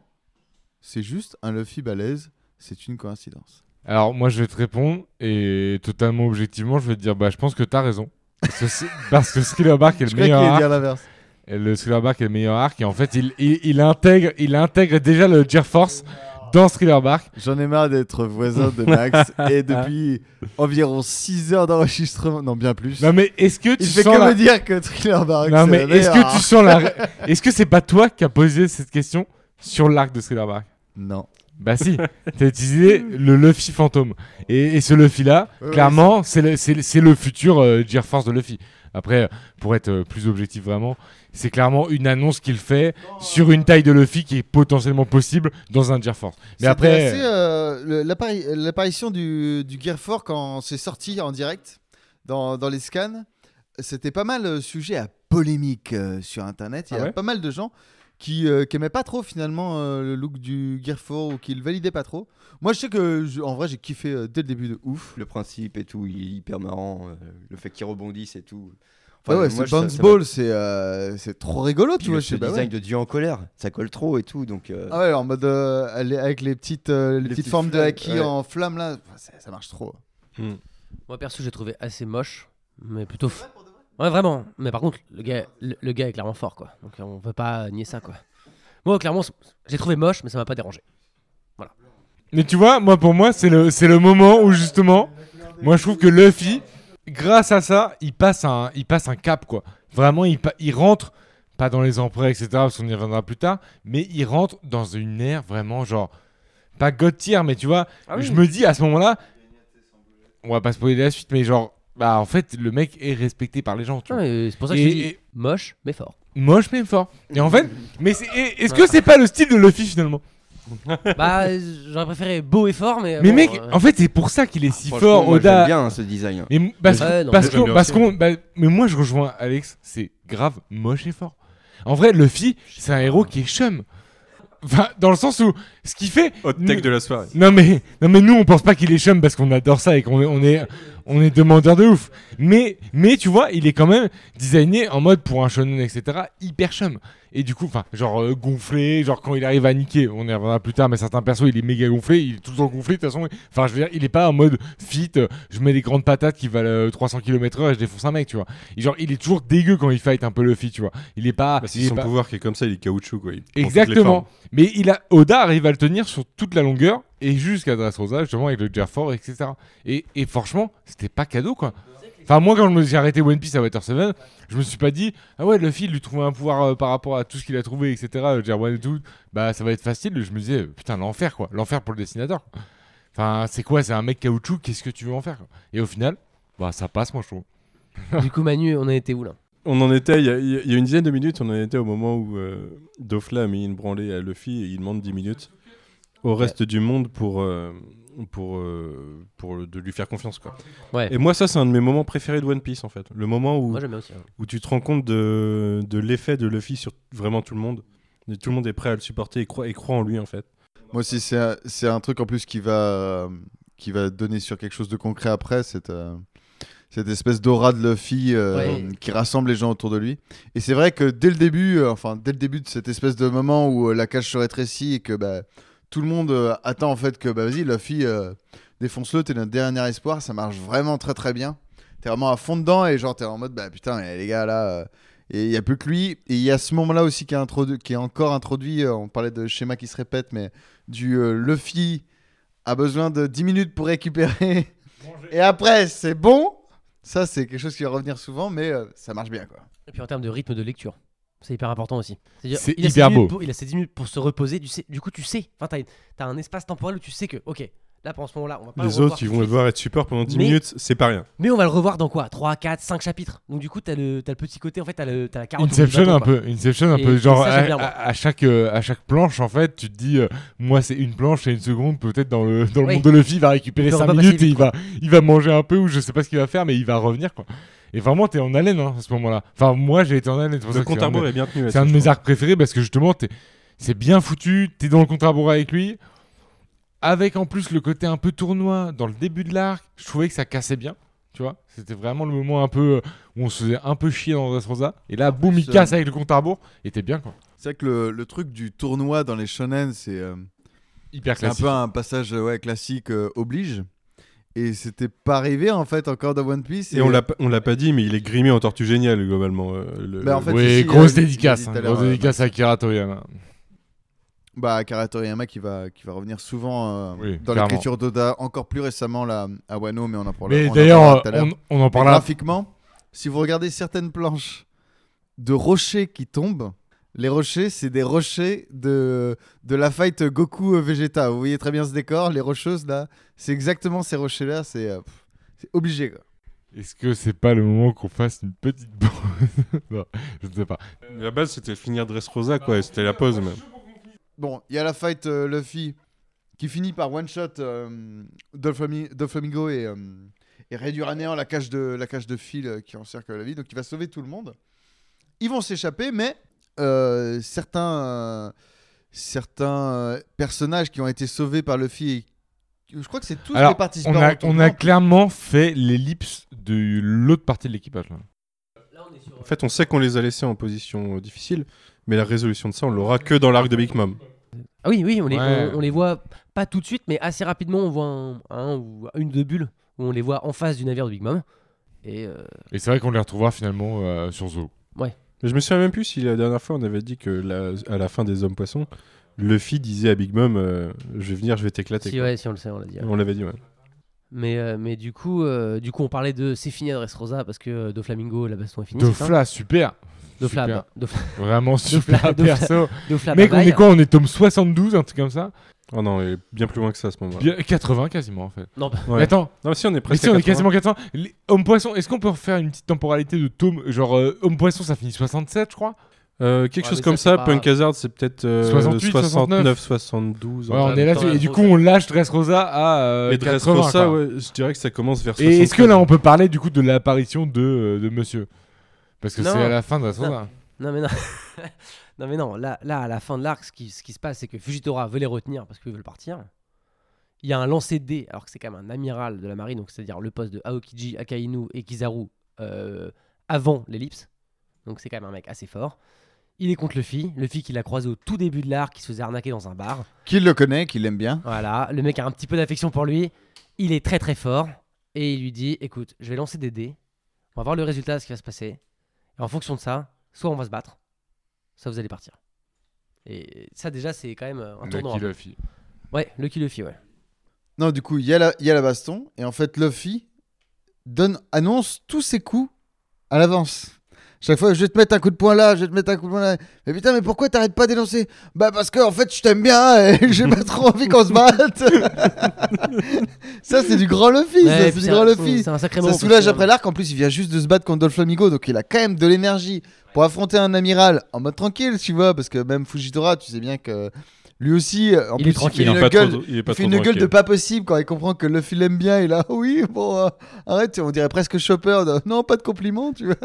F: c'est juste un Luffy balèze, c'est une coïncidence.
A: Alors moi je vais te répondre et totalement objectivement je vais te dire bah je pense que t'as raison parce que, c'est- parce que Thriller Bark est
F: Je
A: le
F: crois qu'il
A: meilleur
F: allait
A: arc,
F: dire l'inverse.
A: et le Thriller Bark est le meilleur arc et en fait il, il, il intègre il intègre déjà le Gear Force dans Thriller Bark
F: J'en ai marre d'être voisin de Max et depuis environ 6 heures d'enregistrement, non bien plus.
A: non mais est-ce que tu
F: il fait que
A: sens
F: me
A: la...
F: dire que Thriller Barrack.
A: non
F: c'est
A: mais
F: la
A: est-ce
F: meilleure.
A: que tu sens la est-ce que c'est pas toi qui as posé cette question sur l'arc de Thriller Bark
F: Non.
A: bah si t'as utilisé le Luffy fantôme et, et ce Luffy là
F: Ouais, ouais,
A: clairement c'est le, c'est le- c'est le futur euh, Gear Force de Luffy. Après, euh, pour être euh, plus objectif vraiment, c'est clairement une annonce qu'il fait sur
F: euh,
A: une taille de Luffy qui est potentiellement possible dans un Gear Force. Mais
F: C'était
A: après,
F: assez, euh, le- l'appari- l'apparition du, du Gearfort quand c'est sorti en direct dans, dans les scans, c'était pas mal euh, sujet à polémique euh, sur internet. Il y
A: Ah
F: a
A: ouais
F: pas mal de gens qui n'aimaient pas trop finalement euh, le look du Gearfort ou qui le validaient pas trop. Moi je sais que je- en vrai j'ai kiffé euh, dès le début de ouf.
B: Le principe et tout, il est hyper marrant. euh, le fait qu'il rebondisse et tout.
F: Enfin, ouais, c'est
B: moi, je- ça-
F: Bounce
B: ça m'a-
F: Ball, c'est euh, c'est trop rigolo,
B: Puis
F: tu
B: le
F: vois. je
B: ce
F: sais pas, ouais.
B: design de Dieu en colère, ça colle trop et tout, donc. euh,
F: Ah ouais, en mode euh, elle est avec les petites, euh, les petites,
B: petites
F: formes de
B: flammes,
F: haki
B: ouais.
F: en flamme là, Enfin, ça, ça marche trop.
A: Hmm.
J: Moi perso, j'ai trouvé assez moche, mais plutôt. f- Ouais, vraiment. Mais par contre, le gars, le, le gars est clairement fort, quoi. Donc on peut pas nier ça, quoi. Moi, clairement, c'est- j'ai trouvé moche, mais ça m'a pas dérangé.
A: mais tu vois, moi pour moi, c'est le, c'est le moment où justement, moi je trouve que Luffy, grâce à ça, il passe un, il passe un cap quoi. Vraiment, il, pa- il rentre, pas dans les empereurs, etc., parce qu'on y reviendra plus tard, mais il rentre dans une ère vraiment genre, pas God tier, mais tu vois,
J: Ah
A: je me dis à ce moment-là, on va pas spoiler la suite, mais genre, bah en fait, le mec est respecté par les gens. Tu
J: Non,
A: vois.
J: mais Ah C'est pour ça que
A: Et-
J: je te dis
A: et-
J: moche, mais fort.
A: Moche mais fort. Et en fait, mais c'est- et- est-ce que c'est pas le style de Luffy finalement
J: bah, j'aurais préféré beau et fort, mais.
A: Mais
J: bon,
A: mec,
J: euh,
A: en fait, c'est pour ça qu'il est si
B: Ah, Franchement,
A: fort,
B: moi,
A: Oda.
B: J'aime bien hein, ce design.
A: Mais m- parce,
J: Ouais, non,
A: parce
J: mais
A: qu'on, parce qu'on- bah, mais moi je rejoins Alex, c'est grave moche et fort. En vrai, Luffy, c'est un héros qui est chum. Enfin, dans le sens où ce qu'il fait.
D: Hot
A: nous-
D: tech de la soirée.
A: Non mais, non mais nous on pense pas qu'il est chum parce qu'on adore ça et qu'on est, on est, on est demandeur de ouf. Mais, mais tu vois, il est quand même designé en mode pour un shonen etc. hyper chum. Et du coup, enfin, genre euh, gonflé, genre quand il arrive à niquer, on y reviendra plus tard, mais certains persos il est méga gonflé, il est tout le temps gonflé de toute façon. Enfin, je veux dire, il est pas en mode fit, euh, je mets des grandes patates qui valent euh, 300 km/h et je défonce un mec, tu vois. Et genre, il est toujours dégueu quand il fight un peu Luffy, tu vois. Il est pas.
D: Bah,
A: il
D: c'est
A: est
D: son
A: pas-
D: pouvoir qui est comme ça, il est caoutchouc. Quoi. Il prend toutes les
A: Exactement.
D: formes.
A: Mais il a Oda arrive à le tenir sur toute la longueur et jusqu'à Dressrosa justement avec le Gerfort etc. Et, et franchement, c'était pas cadeau quoi. Enfin moi quand je me- j'ai arrêté One Piece à Water 7, je me suis pas dit ah ouais Luffy il lui trouvait un pouvoir euh, par rapport à tout ce qu'il a trouvé etc. euh, Gear One et tout bah ça va être facile. Je me disais euh, putain l'enfer quoi, l'enfer pour le dessinateur. Enfin c'est quoi c'est un mec caoutchouc qu'est-ce que tu veux en faire quoi Et au final bah ça passe moi je trouve.
J: Du coup, Manu, on a été où là
D: On en était, il y, a- il y a une dizaine de minutes, on en était au moment où euh, Dofla a mis une branlée à Luffy et il demande 10 minutes au reste du monde pour, euh, pour, euh, pour le- de lui faire confiance. Quoi.
J: Ouais.
D: Et moi, ça, c'est un de mes moments préférés de One Piece en fait. Le moment où,
J: Moi, j'aime bien aussi. hein.
D: où tu te rends compte de, de l'effet de Luffy sur vraiment tout le monde. Et tout le monde est prêt à le supporter et croit, et croit en lui en fait.
F: Moi aussi, c'est un, c'est un truc en plus qui va, euh, qui va donner sur quelque chose de concret après, cette, euh, cette espèce d'aura de Luffy euh,
J: Ouais.
F: qui rassemble les gens autour de lui. Et c'est vrai que dès le début, euh, enfin, dès le début de cette espèce de moment où euh, la cage se rétrécit et que bah, tout le monde euh, attend en fait que bah, vas-y, Luffy, euh, défonce-le, t'es notre dernier espoir, ça marche vraiment très très bien. T'es vraiment à fond dedans et genre t'es en mode bah putain, mais les gars là. euh, et il n'y a plus que lui. Et il y a ce moment-là aussi qui est, introdu- qui est encore introduit. euh, on parlait de schéma qui se répète, mais du euh, Luffy a besoin de 10 minutes pour récupérer et après c'est bon. Ça, c'est quelque chose qui va revenir souvent, mais euh, ça marche bien. quoi.
J: Et puis en termes de rythme de lecture, c'est hyper important aussi. C'est-à-dire,
A: C'est
J: il a ses
A: hyper
J: 10
A: beau.
J: minutes pour- il a ses 10 minutes pour se reposer. Du, sais- du coup, tu sais. Enfin, t'as, t'as un espace temporel où tu sais que, ok, là, pour ce moment-là, on va pas le
D: Les
J: revoir
D: autres,
J: tout
D: ils
J: de
D: vont
J: suite.
D: devoir être support pendant 10
J: Mais-
D: minutes, c'est pas rien.
J: Mais on va le revoir dans quoi 3, 4, 5 chapitres. Donc, du coup, t'as le, t'as le petit côté, en fait, t'as, le, t'as la carotte. au bout du
A: Inception
J: bâton,
A: un
J: quoi.
A: peu, Inception un
J: Et
A: peu, genre
J: ça,
A: à,
J: j'aime bien, moi.
A: à- à chaque euh, à chaque planche en fait, tu te dis euh, moi c'est une planche et une seconde peut-être dans le dans le
J: Oui.
A: monde de Luffy il va récupérer
J: Il peut
A: 5
J: pas passer
A: minutes et
J: vite,
A: il va il va manger un peu ou je sais pas ce qu'il va faire mais il va revenir quoi. Et vraiment t'es en haleine hein, à ce moment-là. Enfin moi j'ai été en haleine. c'est pour
D: Le
A: ça que c'est
D: compte
A: un
D: à
A: de-
D: rebours est bien tenu.
A: c'est
D: là-dessus,
A: un de
D: je
A: mes
D: crois.
A: arcs préférés parce que justement, t'es- c'est bien foutu, t'es dans le contre à avec lui. Avec en plus le côté un peu tournoi dans le début de l'arc, je trouvais que ça cassait bien. Tu vois, c'était vraiment le moment un peu euh, où on se faisait un peu chier dans Dressrosa. Et là, boum, il
F: euh,
A: casse avec le compte à rebours. Et t'es bien, quoi.
F: C'est vrai que le, le truc du tournoi dans les shonen, c'est euh,
A: Hyper
F: c'est un
A: classique.
F: peu un passage euh, ouais, classique euh, oblige. Et c'était pas arrivé en fait encore dans One Piece. euh,
D: Et on l'a pas- on l'a pas dit, mais il est grimé en tortue géniale globalement. euh, le-
F: Bah, en
D: le-
F: fait,
A: oui,
F: ici,
A: grosse
F: euh,
A: dédicace.
F: il
A: hein,
F: dit tout à
A: grosse
F: l'heure, euh,
A: dédicace à Akira Toriyama.
F: Bah, Akira Toriyama qui va, qui va revenir souvent euh,
A: Oui,
F: dans
A: clairement.
F: l'écriture d'Oda, encore plus récemment là, à Wano, mais on en parlera.
A: Mais
F: on en parlera
A: d'ailleurs,
F: tout à l'heure.
A: on, on en
F: Mais
A: parle là.
F: graphiquement, si vous regardez certaines planches de rochers qui tombent, les rochers, c'est des rochers de, de la fight Goku euh, Vegeta. Vous voyez très bien ce décor, les rocheuses là, c'est exactement ces rochers-là, c'est euh, pff, c'est obligé. quoi.
A: Est-ce que c'est pas le moment qu'on fasse une petite pause Non, je ne sais pas.
D: La base, c'était finir Dressrosa, quoi. et C'était la pause, même.
F: Bon, il y a la fight euh, Luffy qui finit par one shot euh, Doflami- Doflamingo et, euh, et réduire à néant la cage de, la cage de fil euh, qui encercle la vie. Donc il va sauver tout le monde. Ils vont s'échapper, mais euh, certains, euh, certains euh, personnages qui ont été sauvés par Luffy, et- je crois que c'est tous
A: Alors,
F: les participants.
A: On a,
F: au
A: on
F: tournoi.
A: a clairement fait l'ellipse de l'autre partie de l'équipage. là.
D: En fait, on sait qu'on les a laissés en position euh, difficile, mais la résolution de ça, on l'aura que dans l'arc de Big Mom.
J: Ah oui, oui, on les,
A: Ouais.
J: on, on les voit pas tout de suite, mais assez rapidement, on voit un, un ou une de bulles où on les voit en face du navire de Big Mom. Et euh,
A: Et c'est vrai qu'on les retrouvera finalement euh, sur Zo.
D: Mais je me souviens même plus si la dernière fois, on avait dit que la- à la fin des Hommes-Poissons, Luffy disait à Big Mom euh, Je vais venir, je vais t'éclater.
J: si,
D: quoi.
J: ouais, si on le sait, on l'a dit. ouais.
D: On l'avait dit, ouais.
J: Mais, euh, mais du, coup, euh, du coup, on parlait de c'est fini à Dressrosa parce que euh, Doflamingo, la baston est finie. c'est ça
A: Dofla, super.
J: Dofla,
A: super.
J: bah, Dofla,
A: Vraiment super
J: Dofla, Dofla.
A: perso.
J: Dofla,
A: Mec, on
J: bye
A: est
J: bye.
A: quoi On est tome 72, un truc comme ça
D: Oh non, et bien plus loin que ça à ce moment-là.
A: Bien- 80 quasiment en fait.
J: Non, bah,
D: Ouais.
A: Mais Attends,
D: Non, mais si on est
A: mais
D: presque.
A: si on
D: à
A: est
D: 80.
A: quasiment 80. Les... Homme Poisson, est-ce qu'on peut refaire une petite temporalité de tome Genre, euh, Homme Poisson, ça finit 67, je crois
D: Euh, quelque
G: Ouais,
D: chose
G: mais
D: comme
G: ça,
D: ça,
G: c'est pas-
D: Punk Hazard, c'est peut-être euh,
A: 68,
D: 69, 72.
A: Ouais, on
D: entre-
A: est là-dessus. Et du coup, on lâche Dress Rosa à euh,
D: Et Dress
A: 80,
D: Rosa,
A: quoi.
D: ouais, je dirais que ça commence vers
A: Et est-ce que
D: 73.
A: là, on peut parler du coup de l'apparition de, euh, de Monsieur Parce que c'est
J: Non.
A: à la hein. fin de Dress Rosa.
J: Non mais non. non mais non, là, là à la fin de l'arc, ce qui, ce qui se passe, c'est que Fujitora veut les retenir parce qu'ils veulent partir. Il y a un lancer de dés, alors que c'est quand même un amiral de la marine, donc c'est-à-dire le poste de Aokiji, Akainu et Kizaru euh, avant l'ellipse. Donc c'est quand même un mec assez fort. Il est contre Luffy, Luffy qu'il a croisé au tout début de l'arc, qui se faisait arnaquer dans un bar.
F: Qui le connaît, qui l'aime bien.
J: Voilà, le mec a un petit peu d'affection pour lui. Il est très très fort et il lui dit écoute, je vais lancer des dés. On va voir le résultat, ce qui va se passer. Et en fonction de ça, soit on va se battre, soit vous allez partir. Et ça déjà, c'est quand même euh, un tournant.
A: Lucky Luffy.
J: Ouais, Lucky Luffy, ouais.
F: Non, du coup, il y, a la- il y a la baston. Et en fait, Luffy donne, annonce tous ses coups à l'avance. Chaque fois, je vais te mettre un coup de poing là, je vais te mettre un coup de poing là. Mais putain, mais pourquoi t'arrêtes pas d'énoncer Bah parce que en fait, je t'aime bien et j'ai pas trop envie qu'on se batte. ça, c'est du grand Luffy.
J: Ouais,
F: ça,
J: et
F: c'est
J: puis
F: du grand
J: un-
F: Luffy.
J: c'est un sacré
F: Ça
J: moment,
F: soulage
J: parce que-
F: après l'arc. En plus, il vient juste de se battre contre Doflamingo, donc il a quand même de l'énergie pour affronter un amiral en mode tranquille, tu vois. Parce que même Fujitora, tu sais bien que lui aussi, euh, en
J: Il est
F: plus,
J: tranquille,
F: il a
D: il
F: une
D: est pas
F: gueule,
D: trop, il est pas
F: il fait
D: trop
F: une gueule
D: tranquille.
F: de pas possible quand il comprend que Luffy l'aime bien. Il a oui, bon, euh, arrête, on dirait presque Chopper. de- Non, pas de compliment, tu vois.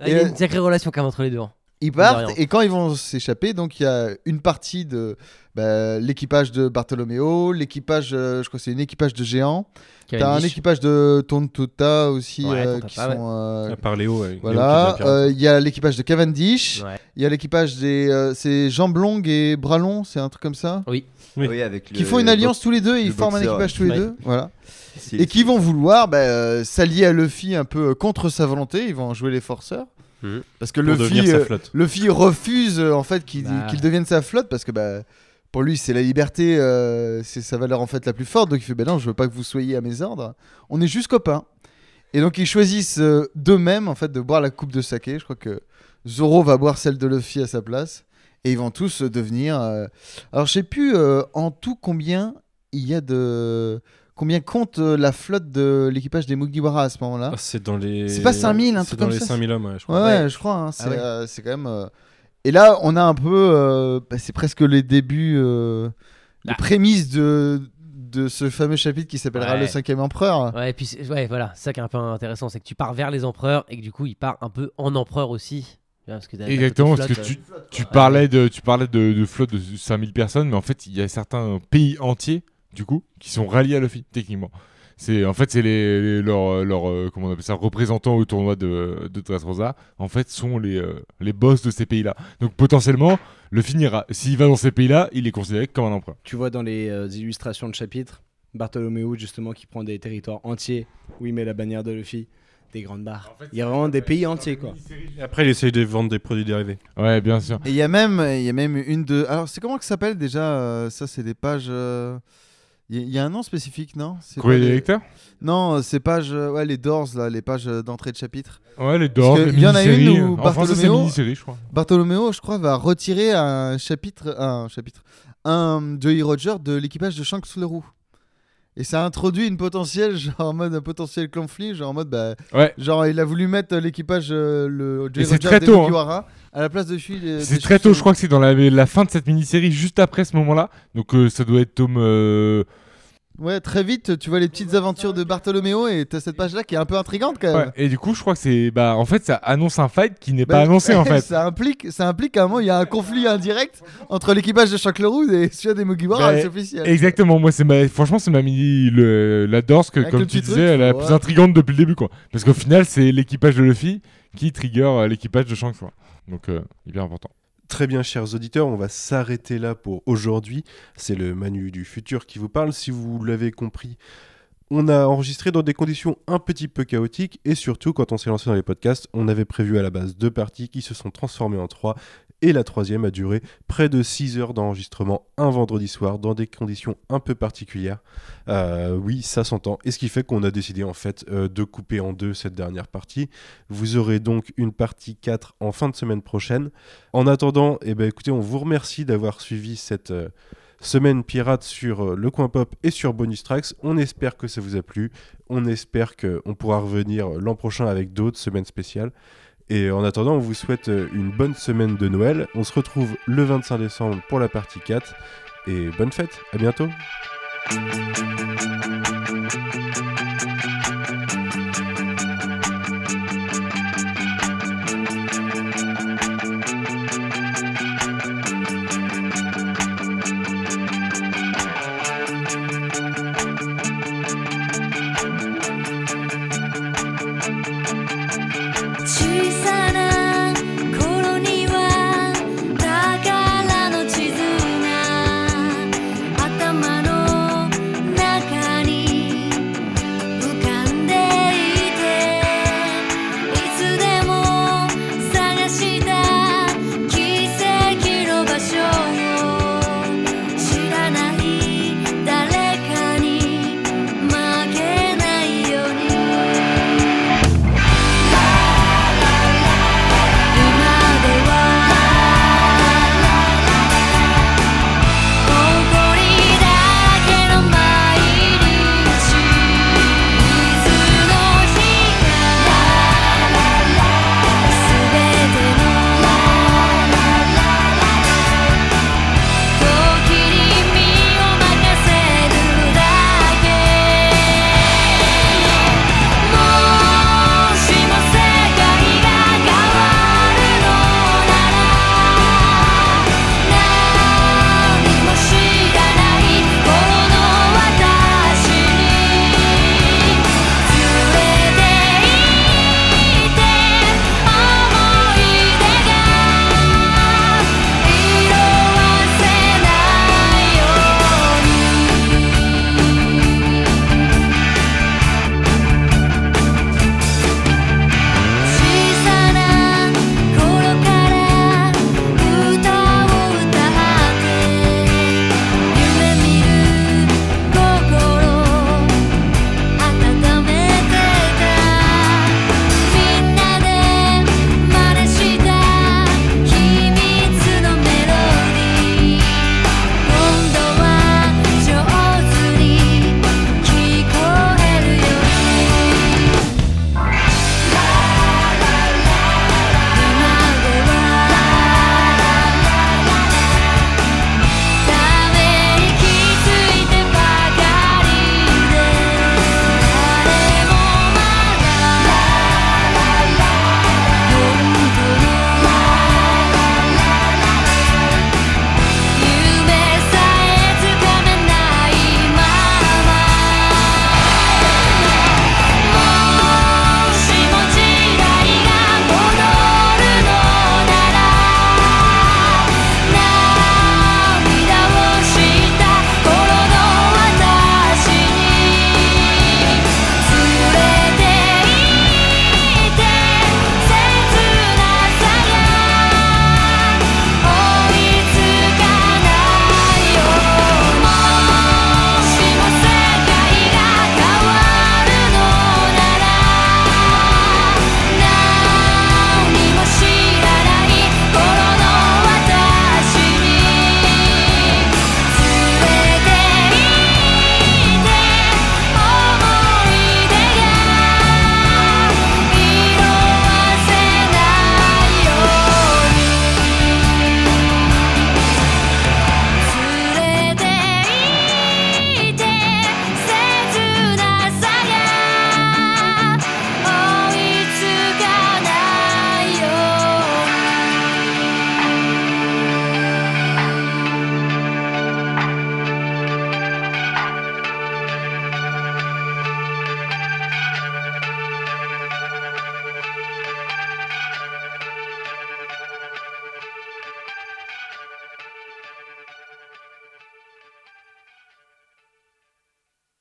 J: Là, il y
F: Et,
J: a
F: euh,
J: une sacrée relation quand même entre les deux. hein.
F: Ils
J: De rien.
F: partent et quand ils vont s'échapper, donc il y a une partie de bah, l'équipage de Bartolomeo, l'équipage, euh, je crois que c'est une équipage de géants. T'as un
J: Cavendish.
F: équipage de Tontuta aussi
J: Ouais,
F: euh,
J: Tontuta,
F: qui
J: ouais.
F: sont. euh,
D: À part Léo, ouais. Léo qui
F: Voilà,
D: devient pirate.
F: euh, il y a l'équipage de Cavendish, il
J: Ouais.
F: y a l'équipage des euh, c'est jambes longues et bras longs, c'est un truc comme ça,
D: Oui.
B: Oui, avec
F: qui
B: le-
F: font une
B: le
F: alliance tous les deux et
B: le
F: ils forment un
B: boxeur,
F: équipage tous les
J: ouais.
F: deux, voilà,
B: box- c'est-
F: et qui vont vouloir bah, euh, s'allier à Luffy un peu euh, contre sa volonté, ils vont en jouer les forceurs,
A: Mhm.
F: parce que
D: Pour
F: Luffy,
D: devenir sa
F: euh,
D: flotte.
F: Luffy refuse euh, en fait qu'il
G: Bah.
F: qu'il devienne sa flotte parce que bah pour lui c'est la liberté, euh, c'est sa valeur en fait la plus forte. Donc il fait ben non je veux pas que vous soyez à mes ordres. On est juste copains. Et donc ils choisissent euh, d'eux-mêmes en fait de boire la coupe de saké. Je crois que Zoro va boire celle de Luffy à sa place et ils vont tous euh, devenir. euh, Alors je sais plus euh, en tout combien il y a de combien compte euh, la flotte de l'équipage des Mugiwara à ce moment-là.
D: Ah, c'est dans les.
F: C'est pas 5000, un
D: C'est
F: truc
D: dans
F: comme
D: les
F: ça,
D: 5000 hommes, ouais, je
F: Ouais,
D: crois.
F: ouais, je crois.
H: Ah
F: hein, c'est
G: ouais.
F: euh, c'est quand même. euh, Et là, on a un peu. euh, bah, c'est presque les débuts, euh, les
J: Ah.
F: prémices de, de ce fameux chapitre qui s'appellera
J: Ouais.
F: Le cinquième empereur.
J: Ouais, et puis c'est- ouais, voilà, c'est ça qui est un peu intéressant, c'est que tu pars vers les empereurs et que du coup, il part un peu en empereur aussi. Tu vois, Parce que t'as- t'as
A: Exactement,
J: toute
A: parce
J: une
A: que
J: flotte,
A: tu,
J: euh,
A: tu parlais de, tu parlais de, de flotte de 5000 personnes, mais en fait, il y a certains pays entiers, du coup, qui sont ralliés à Luffy, techniquement. C'est, en fait, c'est les, les- leurs, leurs, euh, comment on appelle ça, représentants au tournoi de, de Dressrosa, en fait, sont les, euh, les boss de ces pays-là. Donc, potentiellement, le finira. S'il va dans ces pays-là, il est considéré comme un empereur.
H: Tu vois dans les euh, illustrations de chapitres, Bartholoméo justement qui prend des territoires entiers où il met la bannière de Luffy, des grandes barres. il y a vraiment des pays entiers quoi.
D: Et Après, il essaye de vendre des produits dérivés.
A: Ouais, bien sûr.
F: Et il y a même, il y a même une de. Alors, c'est comment que ça s'appelle déjà euh, Ça, c'est des pages. euh, Il y, a- il y a un nom spécifique, non C'est
A: Courrier
F: pas
A: des
F: des-
A: lecteurs
F: Non, euh, c'est pages. euh, Ouais, les doors là, les pages euh, d'entrée de chapitre.
A: Ouais, les Dors,
F: que
A: les
F: il y en a une
A: mini-séries. euh,
F: où
A: En français, c'est
F: Bartholoméo-
A: mini-série, je crois.
F: Bartholoméo, je crois, va retirer un chapitre, un chapitre, un Joey Roger de l'équipage de Shanks le Roux. Et ça introduit une potentielle, genre en mode un potentiel conflit, genre en mode, bah,
A: Ouais.
F: genre il a voulu mettre euh, l'équipage euh, le Joey
A: c'est
F: Roger
A: très
F: des
A: tôt, hein.
F: Mugiwara à la place de Shui.
J: Euh,
F: des-
A: C'est
F: des
A: très tôt,
F: Shui-
A: je crois que c'est dans la, la fin de cette mini-série, juste après ce moment-là. Donc euh, ça doit être tome. euh,
F: Ouais, très vite, tu vois les petites aventures de Bartholoméo et t'as cette page là qui est un peu intrigante quand même.
A: ouais. Et du coup, je crois que c'est. Bah, en fait, ça annonce un fight qui n'est
F: Bah,
A: pas annoncé en fait.
F: ça implique, ça implique qu'à un moment il y a un conflit indirect entre l'équipage de Shanks le Roux et celui des Mugiwara,
A: Bah,
F: c'est officiel.
A: Exactement, moi, c'est ma... franchement, c'est ma mini. le- La Dorsk,
F: Avec
A: comme
F: le
A: tu
F: petit
A: disais,
F: truc,
A: la
F: ouais.
A: plus intrigante depuis le début, quoi. Parce qu'au final, c'est l'équipage de Luffy qui trigger euh, l'équipage de Shanks, quoi. Donc, euh, hyper important.
D: Très bien, chers auditeurs, on va s'arrêter là pour aujourd'hui. C'est le Manu du futur qui vous parle. Si vous l'avez compris, on a enregistré dans des conditions un petit peu chaotiques et surtout, quand on s'est lancé dans les podcasts, on avait prévu à la base deux parties qui se sont transformées en trois et la troisième a duré près de 6 heures d'enregistrement un vendredi soir dans des conditions un peu particulières. Euh, oui, ça s'entend. Et ce qui fait qu'on a décidé en fait euh, de couper en deux cette dernière partie. Vous aurez donc une partie 4 en fin de semaine prochaine. En attendant, eh ben, écoutez, on vous remercie d'avoir suivi cette euh, semaine pirate sur euh, le coin pop et sur Bonus Tracks. On espère que ça vous a plu. On espère qu'on pourra revenir euh, l'an prochain avec d'autres semaines spéciales. Et en attendant, on vous souhaite euh, une bonne semaine de Noël. On se retrouve le 25 décembre pour la partie 4. Et bonne fête, à bientôt.
C: 「